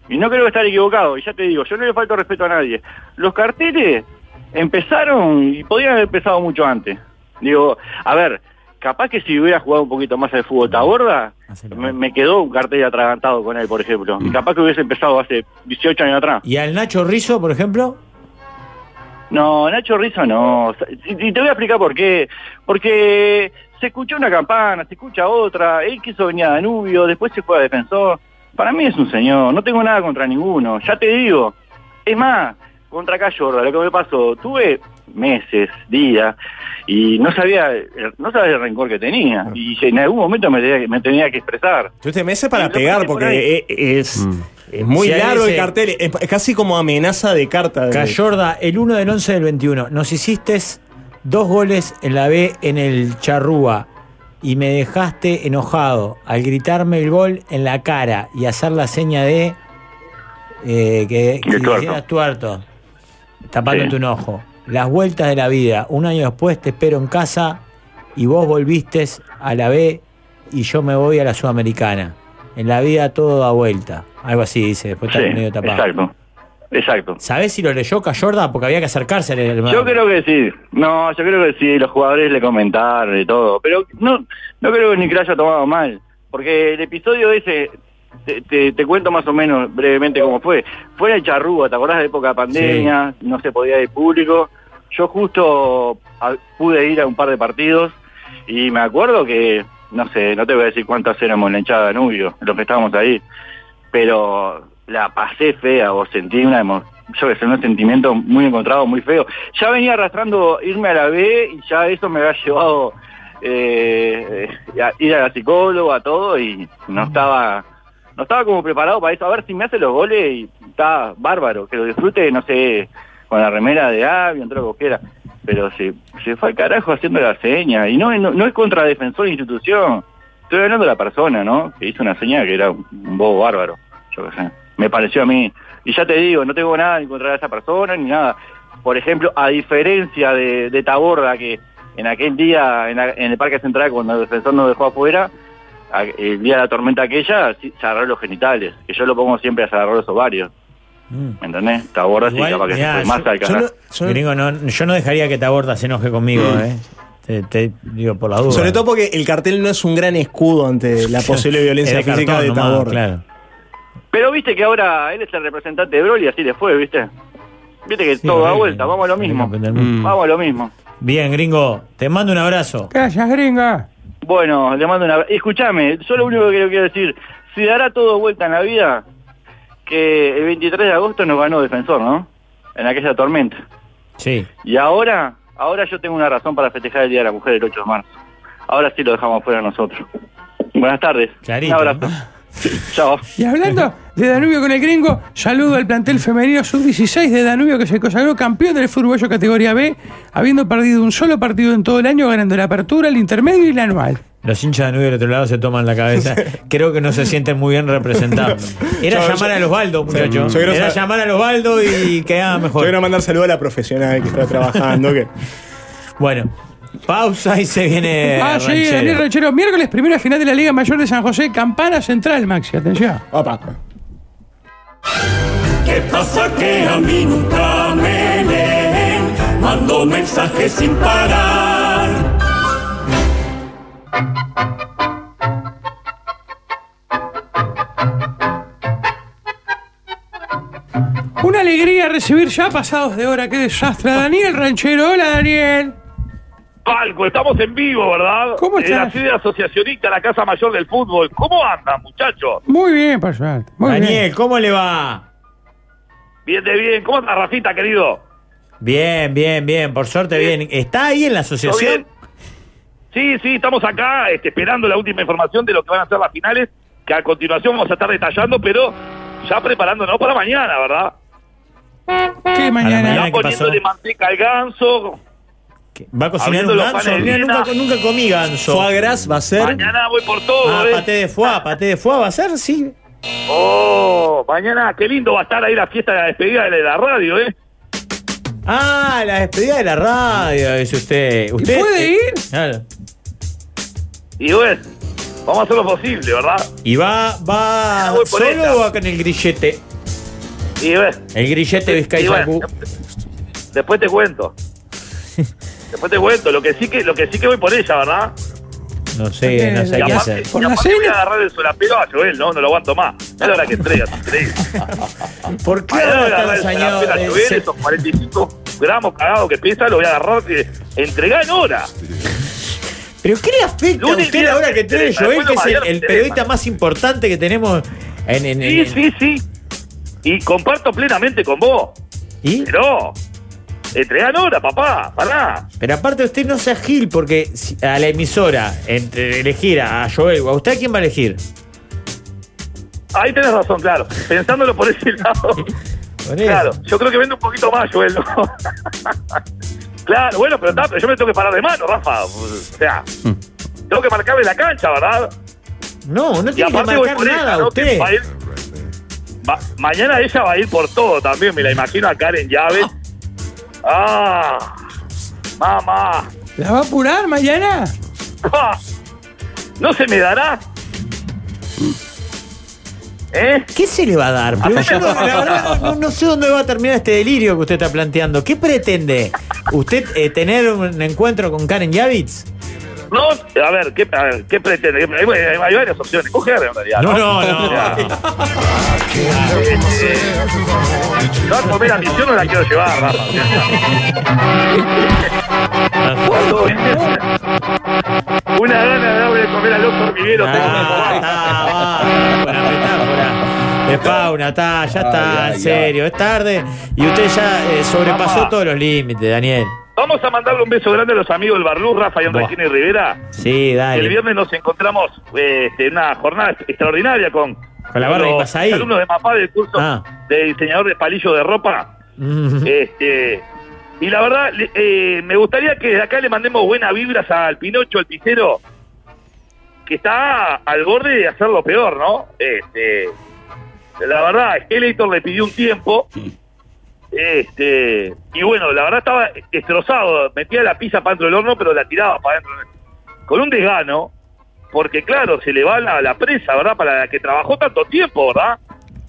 [SPEAKER 10] Y no creo estar equivocado, y ya te digo, yo no le falto respeto a nadie. Los carteles empezaron y podían haber empezado mucho antes. Digo, a ver, capaz que si hubiera jugado un poquito más al fútbol taborda, me, me quedó un cartel atragantado con él, por ejemplo. Y capaz que hubiese empezado hace 18 años atrás.
[SPEAKER 4] ¿Y al Nacho Rizzo, por ejemplo?
[SPEAKER 10] No, Nacho Rizzo no. Y y te voy a explicar por qué. Porque se escuchó una campana, se escucha otra, él quiso venir a Danubio, después se fue a Defensor. Para mí es un señor, no tengo nada contra ninguno, ya te digo. Es más, contra Cayorra, lo que me pasó, tuve meses, días, y no sabía, no sabía el rencor que tenía. Y en algún momento me tenía, que- me tenía que expresar.
[SPEAKER 2] Ah. Tuviste meses para pegar porque e- es, es muy
[SPEAKER 4] Si hay
[SPEAKER 2] largo el
[SPEAKER 4] ese-
[SPEAKER 2] cartel. Es, es casi como amenaza de carta. de-
[SPEAKER 4] Cayorda, el 1 del 11 del 21. Nos hiciste dos goles en la B en el Charrúa y me dejaste enojado al gritarme el gol en la cara y hacer la seña de eh, que, que
[SPEAKER 10] tuerto.
[SPEAKER 4] hicieras tuerto, tapándote
[SPEAKER 10] Sí.
[SPEAKER 4] un ojo. Las vueltas de la vida. Un año después te espero en casa y vos volviste a la B y yo me voy a la Sudamericana. En la vida todo da vuelta. Algo así dice, después está
[SPEAKER 10] Sí,
[SPEAKER 4] medio tapado.
[SPEAKER 10] exacto. Exacto.
[SPEAKER 4] ¿Sabés si lo leyó Cayorda? Porque había que acercarse al hermano.
[SPEAKER 10] Yo creo que sí. No, yo creo que sí. Los jugadores le comentaron y todo. Pero no, no creo que ni que lo haya tomado mal. Porque el episodio ese, te, te- te cuento más o menos brevemente cómo fue. Fue en el charrúa, ¿te acordás de época de pandemia? No se podía ir público. Yo justo a- pude ir a un par de partidos y me acuerdo que, no sé, no te voy a decir cuántas éramos en la hinchada de Danubio, los que estábamos ahí. pero la pasé fea o sentí una emo- yo que sé, un sentimiento muy encontrado, muy feo. Ya venía arrastrando irme a la B y ya eso me había llevado eh, eh, a ir a la psicóloga, todo, y no estaba, no estaba como preparado para eso. A ver si me hace los goles y está bárbaro, que lo disfrute, no sé, con la remera de Avio, todo lo que quiera. Pero se, se fue al carajo haciendo la seña, y no, no, no es contra defensor de institución. Estoy hablando de la persona, ¿no? Que hizo una seña que era un un bobo bárbaro, yo qué sé. Me pareció a mí. Y ya te digo, no tengo nada en contra de esa persona ni nada. Por ejemplo, a diferencia de, de Taborda, que en aquel día en, la- en el Parque Central, cuando el defensor nos dejó afuera, a- el día de la tormenta aquella, sí, se agarró los genitales. Que yo lo pongo siempre a se agarró los ovarios.
[SPEAKER 2] Mm.
[SPEAKER 10] ¿Me entendés? Taborda sí,
[SPEAKER 4] Igual,
[SPEAKER 10] capaz que
[SPEAKER 4] mirá,
[SPEAKER 10] se fue más
[SPEAKER 4] yo-
[SPEAKER 10] al
[SPEAKER 4] yo
[SPEAKER 10] canal.
[SPEAKER 4] no- Gringo, no- yo no dejaría que Taborda se enoje conmigo, ¿eh? Te, te digo por la duda.
[SPEAKER 2] Mm.
[SPEAKER 4] [LAUGHS]
[SPEAKER 2] Sobre todo porque el cartel no es un gran escudo ante la posible violencia
[SPEAKER 4] Era
[SPEAKER 2] física de
[SPEAKER 4] cartón nomás,
[SPEAKER 2] Tabor.
[SPEAKER 4] claro.
[SPEAKER 10] Pero viste que ahora él es el representante de Broly, así le fue, viste. Viste que todo da vuelta, vamos a lo mismo.
[SPEAKER 4] Mm.
[SPEAKER 2] Mm.
[SPEAKER 10] Vamos a lo mismo.
[SPEAKER 4] Bien, gringo, te mando un abrazo.
[SPEAKER 11] Gracias, gringa.
[SPEAKER 10] Bueno, le mando una... Escúchame, yo lo único que le quiero decir, si dará todo vuelta en la vida, que el 23 de agosto nos ganó Defensor, ¿no? En aquella tormenta.
[SPEAKER 4] Sí.
[SPEAKER 10] Y ahora, ahora yo tengo una razón para festejar el Día de la Mujer el 8 de marzo. Ahora sí lo dejamos fuera nosotros. Buenas tardes.
[SPEAKER 4] Clarito,
[SPEAKER 10] Un abrazo. Chao.
[SPEAKER 11] Y hablando de Danubio con el gringo, saludo al plantel femenino sub-16 de Danubio que se consagró campeón del uruguayo categoría B, habiendo perdido un solo partido en todo el año, ganando la apertura, el intermedio y la anual.
[SPEAKER 4] Los hinchas de Nube del otro lado se toman
[SPEAKER 2] [LAUGHS]
[SPEAKER 4] la cabeza. Creo que no se sienten muy bien representados. Era
[SPEAKER 2] Yo- yo-
[SPEAKER 4] llamar a los baldos,
[SPEAKER 2] Sí,
[SPEAKER 4] muchachos.
[SPEAKER 2] yo quiero
[SPEAKER 4] Era
[SPEAKER 2] saber-
[SPEAKER 4] llamar a los baldos y
[SPEAKER 2] [LAUGHS]
[SPEAKER 4] quedaba
[SPEAKER 2] Yo
[SPEAKER 4] mejor.
[SPEAKER 2] quiero mandar saludo a la profesional que está trabajando. que
[SPEAKER 4] Bueno, pausa y se viene.
[SPEAKER 11] ah, sí,
[SPEAKER 4] Eh, ranchero.
[SPEAKER 11] Daniel Ranchero. Miércoles, primera final de la Liga Mayor de San José, Campana Central, Maxi. Atención.
[SPEAKER 9] ¿Qué pasa que a mí nunca me leen? Mando mensajes sin parar.
[SPEAKER 11] Una alegría recibir ya pasados de hora. Qué desastre. A Daniel Ranchero. Hola, Daniel.
[SPEAKER 12] Palco, estamos en vivo, ¿verdad?
[SPEAKER 11] ¿Cómo
[SPEAKER 12] En la
[SPEAKER 11] estás?
[SPEAKER 12] sede asociacionista, la Casa Mayor del Fútbol. ¿Cómo andan, muchachos?
[SPEAKER 11] Muy bien, por suerte. Muy bien.
[SPEAKER 4] Daniel, ¿cómo le va?
[SPEAKER 12] Bien de bien. ¿Cómo anda, Rafita, querido?
[SPEAKER 4] Bien, bien, bien. Por suerte, bien. ¿Está ahí en la asociación?
[SPEAKER 12] Sí, sí, estamos acá este, esperando la última información de lo que van a ser las finales, que a continuación vamos a estar detallando, pero ya preparándonos para mañana, ¿verdad?
[SPEAKER 11] ¿Qué mañana?
[SPEAKER 12] Ya poniéndole manteca al ganso.
[SPEAKER 4] ¿Va a cocinar
[SPEAKER 12] Abriendo
[SPEAKER 4] un
[SPEAKER 12] los
[SPEAKER 4] ganso?
[SPEAKER 12] panes de
[SPEAKER 4] Mira, nunca,
[SPEAKER 12] harina.
[SPEAKER 4] nunca comí ganso.
[SPEAKER 12] Foie gras
[SPEAKER 4] va a
[SPEAKER 12] Mañana voy por todo,
[SPEAKER 4] Ah,
[SPEAKER 12] ¿eh?
[SPEAKER 4] paté de foie, paté de foie va a ser, sí.
[SPEAKER 12] Oh, mañana, qué lindo va a estar ahí la fiesta de la despedida de la radio, ¿eh?
[SPEAKER 4] Ah, la despedida de la radio, dice usted. ¿Usted
[SPEAKER 12] puede
[SPEAKER 4] eh, Claro.
[SPEAKER 12] Y bueno, vamos a hacer lo posible, ¿verdad?
[SPEAKER 4] ¿Y va, va
[SPEAKER 12] Ah, voy por
[SPEAKER 4] solo
[SPEAKER 12] esta.
[SPEAKER 4] o va con el grillete?
[SPEAKER 12] Y bueno,
[SPEAKER 4] El grillete Vizcay
[SPEAKER 12] y bueno,
[SPEAKER 4] Yacú.
[SPEAKER 12] después te
[SPEAKER 4] [LAUGHS]
[SPEAKER 12] cuento. Después te cuento, lo que sí que, lo que sí que voy por ella, ¿verdad?
[SPEAKER 4] No sé, no sé
[SPEAKER 12] Y
[SPEAKER 4] qué
[SPEAKER 12] aparte-
[SPEAKER 4] hacer.
[SPEAKER 12] y aparte voy a agarrar el solapero a Joel, no, no lo aguanto más. Ya la hora que entregas, increíble.
[SPEAKER 4] ¿Por
[SPEAKER 12] qué ahora voy a agarrar el solapero a Joel,
[SPEAKER 4] ese-
[SPEAKER 12] esos 45 gramos cagados que pesa, lo voy a agarrar, que entregá en hora.
[SPEAKER 4] ¿Pero qué le afecta a
[SPEAKER 12] Lunes,
[SPEAKER 4] usted
[SPEAKER 12] viernes,
[SPEAKER 4] ahora que trae
[SPEAKER 12] viernes,
[SPEAKER 4] Joel,
[SPEAKER 12] después
[SPEAKER 4] que
[SPEAKER 12] lo
[SPEAKER 4] es el,
[SPEAKER 12] mandaron
[SPEAKER 4] el
[SPEAKER 12] ustedes,
[SPEAKER 4] periodista
[SPEAKER 12] man.
[SPEAKER 4] más importante que tenemos en... en, en-
[SPEAKER 12] Sí, sí, sí. Y comparto plenamente con vos.
[SPEAKER 4] ¿Y?
[SPEAKER 12] Pero, entregá en hora, papá, pará.
[SPEAKER 4] Ah, Pero aparte usted no sea gil, porque si- a la emisora, entre elegir a Joel o a usted, ¿a quién va a elegir?
[SPEAKER 12] Ahí tenés razón, claro. Pensándolo por ese
[SPEAKER 4] [LAUGHS]
[SPEAKER 12] lado. Claro, yo creo que vende un poquito más, Joel. ¿no? [LAUGHS] claro, bueno, pero, está, pero yo me tengo que parar de mano, Rafa. O sea,
[SPEAKER 4] Mm.
[SPEAKER 12] tengo que marcarle la cancha, ¿verdad?
[SPEAKER 4] No, no
[SPEAKER 12] Y
[SPEAKER 4] tiene que
[SPEAKER 12] aparte voy
[SPEAKER 4] marcar
[SPEAKER 12] por ella,
[SPEAKER 4] nada
[SPEAKER 12] ¿no?
[SPEAKER 4] usted.
[SPEAKER 12] Que va a ir-
[SPEAKER 10] [LAUGHS]
[SPEAKER 4] [LAUGHS]
[SPEAKER 12] va- mañana ella va a ir por todo también, me la imagino a Karen
[SPEAKER 4] [LAUGHS]
[SPEAKER 12] Llaves. ¡Ah! ¡Mamá!
[SPEAKER 11] ¿La va a apurar mañana?
[SPEAKER 12] ¡Ah! ¿No se me dará? ¿Eh?
[SPEAKER 4] ¿Qué se le va a dar? Pero yo no, la verdad, no- no sé dónde va a terminar este delirio que usted está planteando. ¿Qué pretende? ¿Usted eh, tener un encuentro con Karen Yavitz?
[SPEAKER 12] No, a ver, ¿qué, a ver, ¿qué pretende? ¿Qué- Hay, hay varias opciones. Coger, en realidad.
[SPEAKER 4] No, no, no.
[SPEAKER 12] O sea, este, no, pues porque la misión no la quiero llevar, Rafa. Cuando- Una gana de darle de comer al otro
[SPEAKER 4] Ah,
[SPEAKER 12] hormiguero.
[SPEAKER 4] De fauna, ta, ya está,
[SPEAKER 12] Ay, ay,
[SPEAKER 4] en serio, es tarde. Y usted ya eh, sobrepasó
[SPEAKER 12] Papá.
[SPEAKER 4] todos los límites, Daniel.
[SPEAKER 12] Vamos a mandarle un beso grande a los amigos del Barlú, Rafa y
[SPEAKER 4] Buah.
[SPEAKER 12] Enriquín y Rivera.
[SPEAKER 4] Sí,
[SPEAKER 12] El
[SPEAKER 4] dale.
[SPEAKER 12] viernes nos encontramos eh, este, en una jornada extraordinaria con,
[SPEAKER 4] Con la barra
[SPEAKER 12] los
[SPEAKER 4] y pasa ahí. Ah.
[SPEAKER 12] alumnos de MAPA del curso de diseñador de palillo de ropa.
[SPEAKER 4] Mm.
[SPEAKER 12] Este, y la verdad, le- eh, me gustaría que de acá le mandemos buenas vibras al Pinocho, al Picero, que está al borde de hacer lo peor, ¿no? Este, la verdad, Skeletor le pidió un tiempo. Este, y bueno, la verdad estaba destrozado. Metía la pizza para dentro del horno, pero la tiraba para adentro. Con un desgano, porque claro, se le va la, la presa, ¿verdad? Para la que trabajó tanto tiempo, ¿verdad?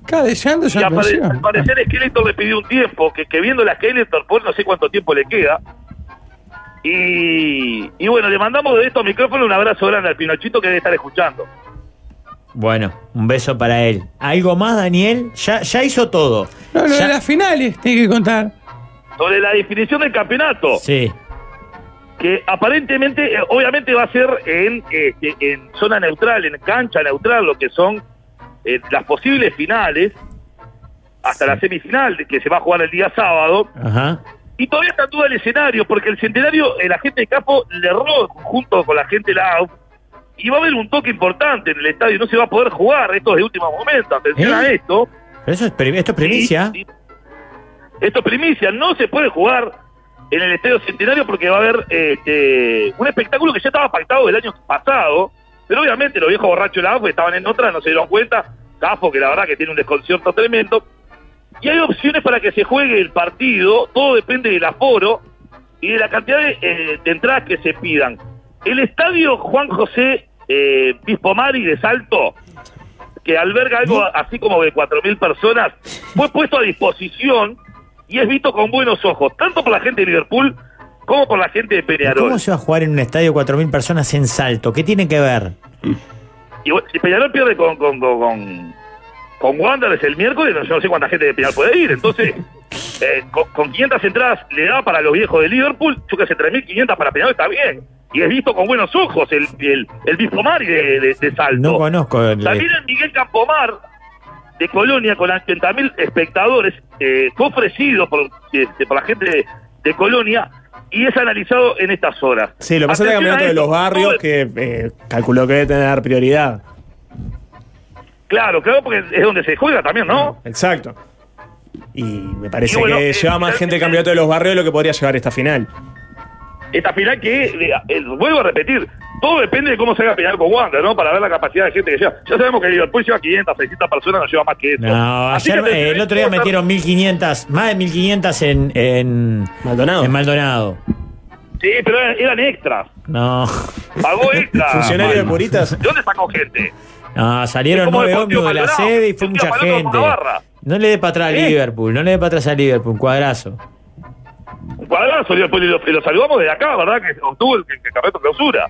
[SPEAKER 11] Cada deseando
[SPEAKER 12] Y
[SPEAKER 11] esa
[SPEAKER 12] al pare- al
[SPEAKER 11] canción.
[SPEAKER 12] parecer Skeletor le pidió un tiempo, que, que viendo la Skeletor, pues no sé cuánto tiempo le queda. Y, y bueno, le mandamos de estos micrófonos un abrazo grande al Pinochito que debe estar escuchando.
[SPEAKER 4] Bueno, un beso para él. ¿Algo más, Daniel? Ya, ya hizo todo.
[SPEAKER 11] No, lo
[SPEAKER 4] Ya-
[SPEAKER 11] de las finales, tiene que contar.
[SPEAKER 12] Sobre la definición del campeonato.
[SPEAKER 4] Sí.
[SPEAKER 12] Que aparentemente, eh, obviamente va a ser en, este, en zona neutral, en cancha neutral, lo que son eh, las posibles finales, hasta la semifinal que se va a jugar el día sábado.
[SPEAKER 4] Ajá.
[SPEAKER 12] Y todavía está en duda el escenario, porque el centenario, eh, la gente de Capo le erró junto con la gente de la AUF. Y va a haber un toque importante en el estadio, no se va a poder jugar, esto es de último momento, atención
[SPEAKER 4] ¿Eh?
[SPEAKER 12] a esto.
[SPEAKER 4] Pero eso es, pre- esto es primicia.
[SPEAKER 12] Sí, sí. Esto es primicia, no se puede jugar en el Estadio Centenario porque va a haber este, un espectáculo que ya estaba pactado del año pasado, pero obviamente los viejos borrachos de la AFE estaban en otra, no se dieron cuenta, Cafo que la verdad que tiene un desconcierto tremendo, y hay opciones para que se juegue el partido, todo depende del aforo y de la cantidad de, eh, de entradas que se pidan. El estadio Juan José eh, Pispomari de Salto, que alberga algo así como de 4.000 personas, fue puesto a disposición y es visto con buenos ojos, tanto por la gente de Liverpool como por la gente de Peñarol.
[SPEAKER 4] ¿Cómo se va a jugar en un estadio de 4.000 personas en salto? ¿Qué tiene que ver?
[SPEAKER 12] Y bueno, si Peñarol pierde con, con, con, con, con Wanderers el miércoles, no, yo no sé cuánta gente de Peñarol puede ir.
[SPEAKER 2] [LAUGHS]
[SPEAKER 12] Entonces, eh, con, con 500 entradas le da para los viejos de Liverpool, yo que sé, 3.500 para Peñarol está bien. Y es visto con buenos ojos el, el, el Bispo Mari de, de- de Salto.
[SPEAKER 4] No conozco el-
[SPEAKER 12] También el Miguel Campomar de Colonia con 80.000 espectadores eh, fue ofrecido por, este, por la gente de, de Colonia y es analizado en estas horas.
[SPEAKER 2] Sí, lo que pasa es que el
[SPEAKER 12] Atención a
[SPEAKER 2] campeonato de
[SPEAKER 12] esto,
[SPEAKER 2] los barrios
[SPEAKER 12] todo-
[SPEAKER 2] que eh, calculó que debe tener prioridad.
[SPEAKER 12] Claro, claro, porque es donde se juega también, ¿no?
[SPEAKER 2] Exacto. Y me parece
[SPEAKER 12] Y bueno,
[SPEAKER 2] que
[SPEAKER 12] eh,
[SPEAKER 2] lleva más gente el campeonato de los barrios de lo que podría llevar esta final.
[SPEAKER 12] Esta final que, eh, eh, vuelvo a repetir, todo depende de cómo se haga pelear con Wanda, ¿no? Para ver la capacidad de gente que lleva. Ya sabemos que Liverpool lleva 500, 600 personas, no lleva más que eso.
[SPEAKER 4] No,
[SPEAKER 12] Así
[SPEAKER 4] ayer,
[SPEAKER 12] que te-
[SPEAKER 4] eh, el otro día metieron 1.500, más de 1.500 en, en Maldonado. En Maldonado.
[SPEAKER 12] Sí, pero eran, eran extras.
[SPEAKER 4] No, [LAUGHS]
[SPEAKER 12] Pagó extras.
[SPEAKER 4] Funcionario de Puritas.
[SPEAKER 12] ¿De dónde sacó gente?
[SPEAKER 4] no
[SPEAKER 12] Es
[SPEAKER 4] salieron
[SPEAKER 12] como
[SPEAKER 4] nueve
[SPEAKER 12] Deportivo
[SPEAKER 4] ómnibus de la
[SPEAKER 12] Maldonado,
[SPEAKER 4] sede y
[SPEAKER 12] Deportivo
[SPEAKER 4] fue mucha
[SPEAKER 12] Maldonado con
[SPEAKER 4] gente.
[SPEAKER 12] una barra.
[SPEAKER 4] No le dé para atrás a
[SPEAKER 12] ¿Eh?
[SPEAKER 4] Liverpool, no le dé para atrás a Liverpool, un cuadrazo.
[SPEAKER 12] Un cuadrazo, Liverpool, y lo, y lo saludamos desde acá, ¿verdad? Que obtuvo el, el campeonato de clausura.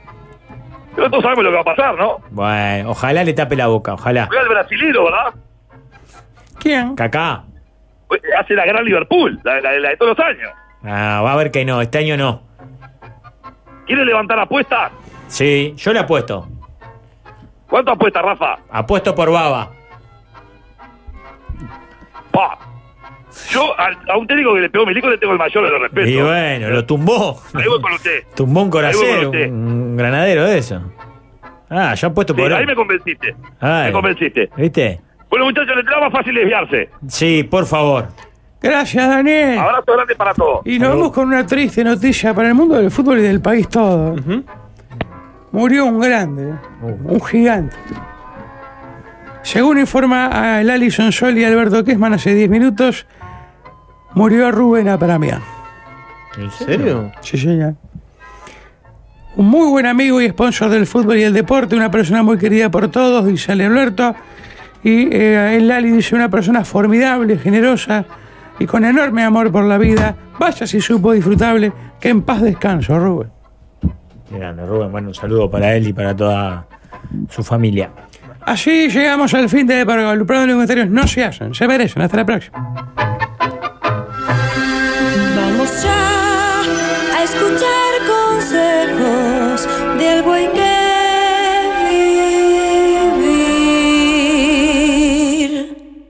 [SPEAKER 12] Pero todos sabemos lo que va a pasar, ¿no?
[SPEAKER 4] Bueno, ojalá le tape la boca, ojalá.
[SPEAKER 12] Juega el brasilero, ¿verdad? Pues,
[SPEAKER 11] ¿Quién?
[SPEAKER 4] Cacá.
[SPEAKER 12] Hace la gran Liverpool, la, la- la de todos los años.
[SPEAKER 4] Ah, va a ver que no, este año no.
[SPEAKER 12] ¿Quiere levantar apuestas?
[SPEAKER 4] Sí, yo le apuesto.
[SPEAKER 12] ¿Cuánto apuesta, Rafa?
[SPEAKER 4] Apuesto por Baba.
[SPEAKER 12] Pa. Yo al- a un técnico que le pegó milico le tengo el mayor de los respetos.
[SPEAKER 4] Y bueno, lo tumbó.
[SPEAKER 12] Ahí voy con usted.
[SPEAKER 4] [LAUGHS] Tumbó un
[SPEAKER 12] Ahí voy
[SPEAKER 4] coracero,
[SPEAKER 12] con usted.
[SPEAKER 4] un granadero de eso. Ah, yo apuesto
[SPEAKER 12] Sí,
[SPEAKER 4] por
[SPEAKER 12] ahí
[SPEAKER 4] él.
[SPEAKER 12] me convenciste.
[SPEAKER 4] Ay.
[SPEAKER 12] Me convenciste.
[SPEAKER 4] ¿Viste?
[SPEAKER 12] Bueno, muchachos, les queda más fácil desviarse.
[SPEAKER 4] Sí, por favor.
[SPEAKER 11] Gracias, Daniel.
[SPEAKER 12] Abrazo grande para todos.
[SPEAKER 11] Y nos vamos con una triste noticia para el mundo del fútbol y del país todo. Murió un grande, un gigante. Según informa a el Alison Sol y Alberto Kessman hace 10 minutos, murió Rubén Apramián.
[SPEAKER 4] ¿En
[SPEAKER 11] serio? Sí, señor. Un muy buen amigo y sponsor del fútbol y el deporte, una persona muy querida por todos, dice Ale Alberto. Y eh, el Lali dice una persona formidable, generosa y con enorme amor por la vida. Vaya si supo disfrutable, que en paz descanso, Rubén.
[SPEAKER 4] Qué grande, Rubén. Bueno, un saludo para él y para toda su familia.
[SPEAKER 11] Así llegamos al fin de Paraguay. Los comentarios no se hacen, se merecen. Hasta la próxima.
[SPEAKER 9] Vamos ya a escuchar consejos del buen que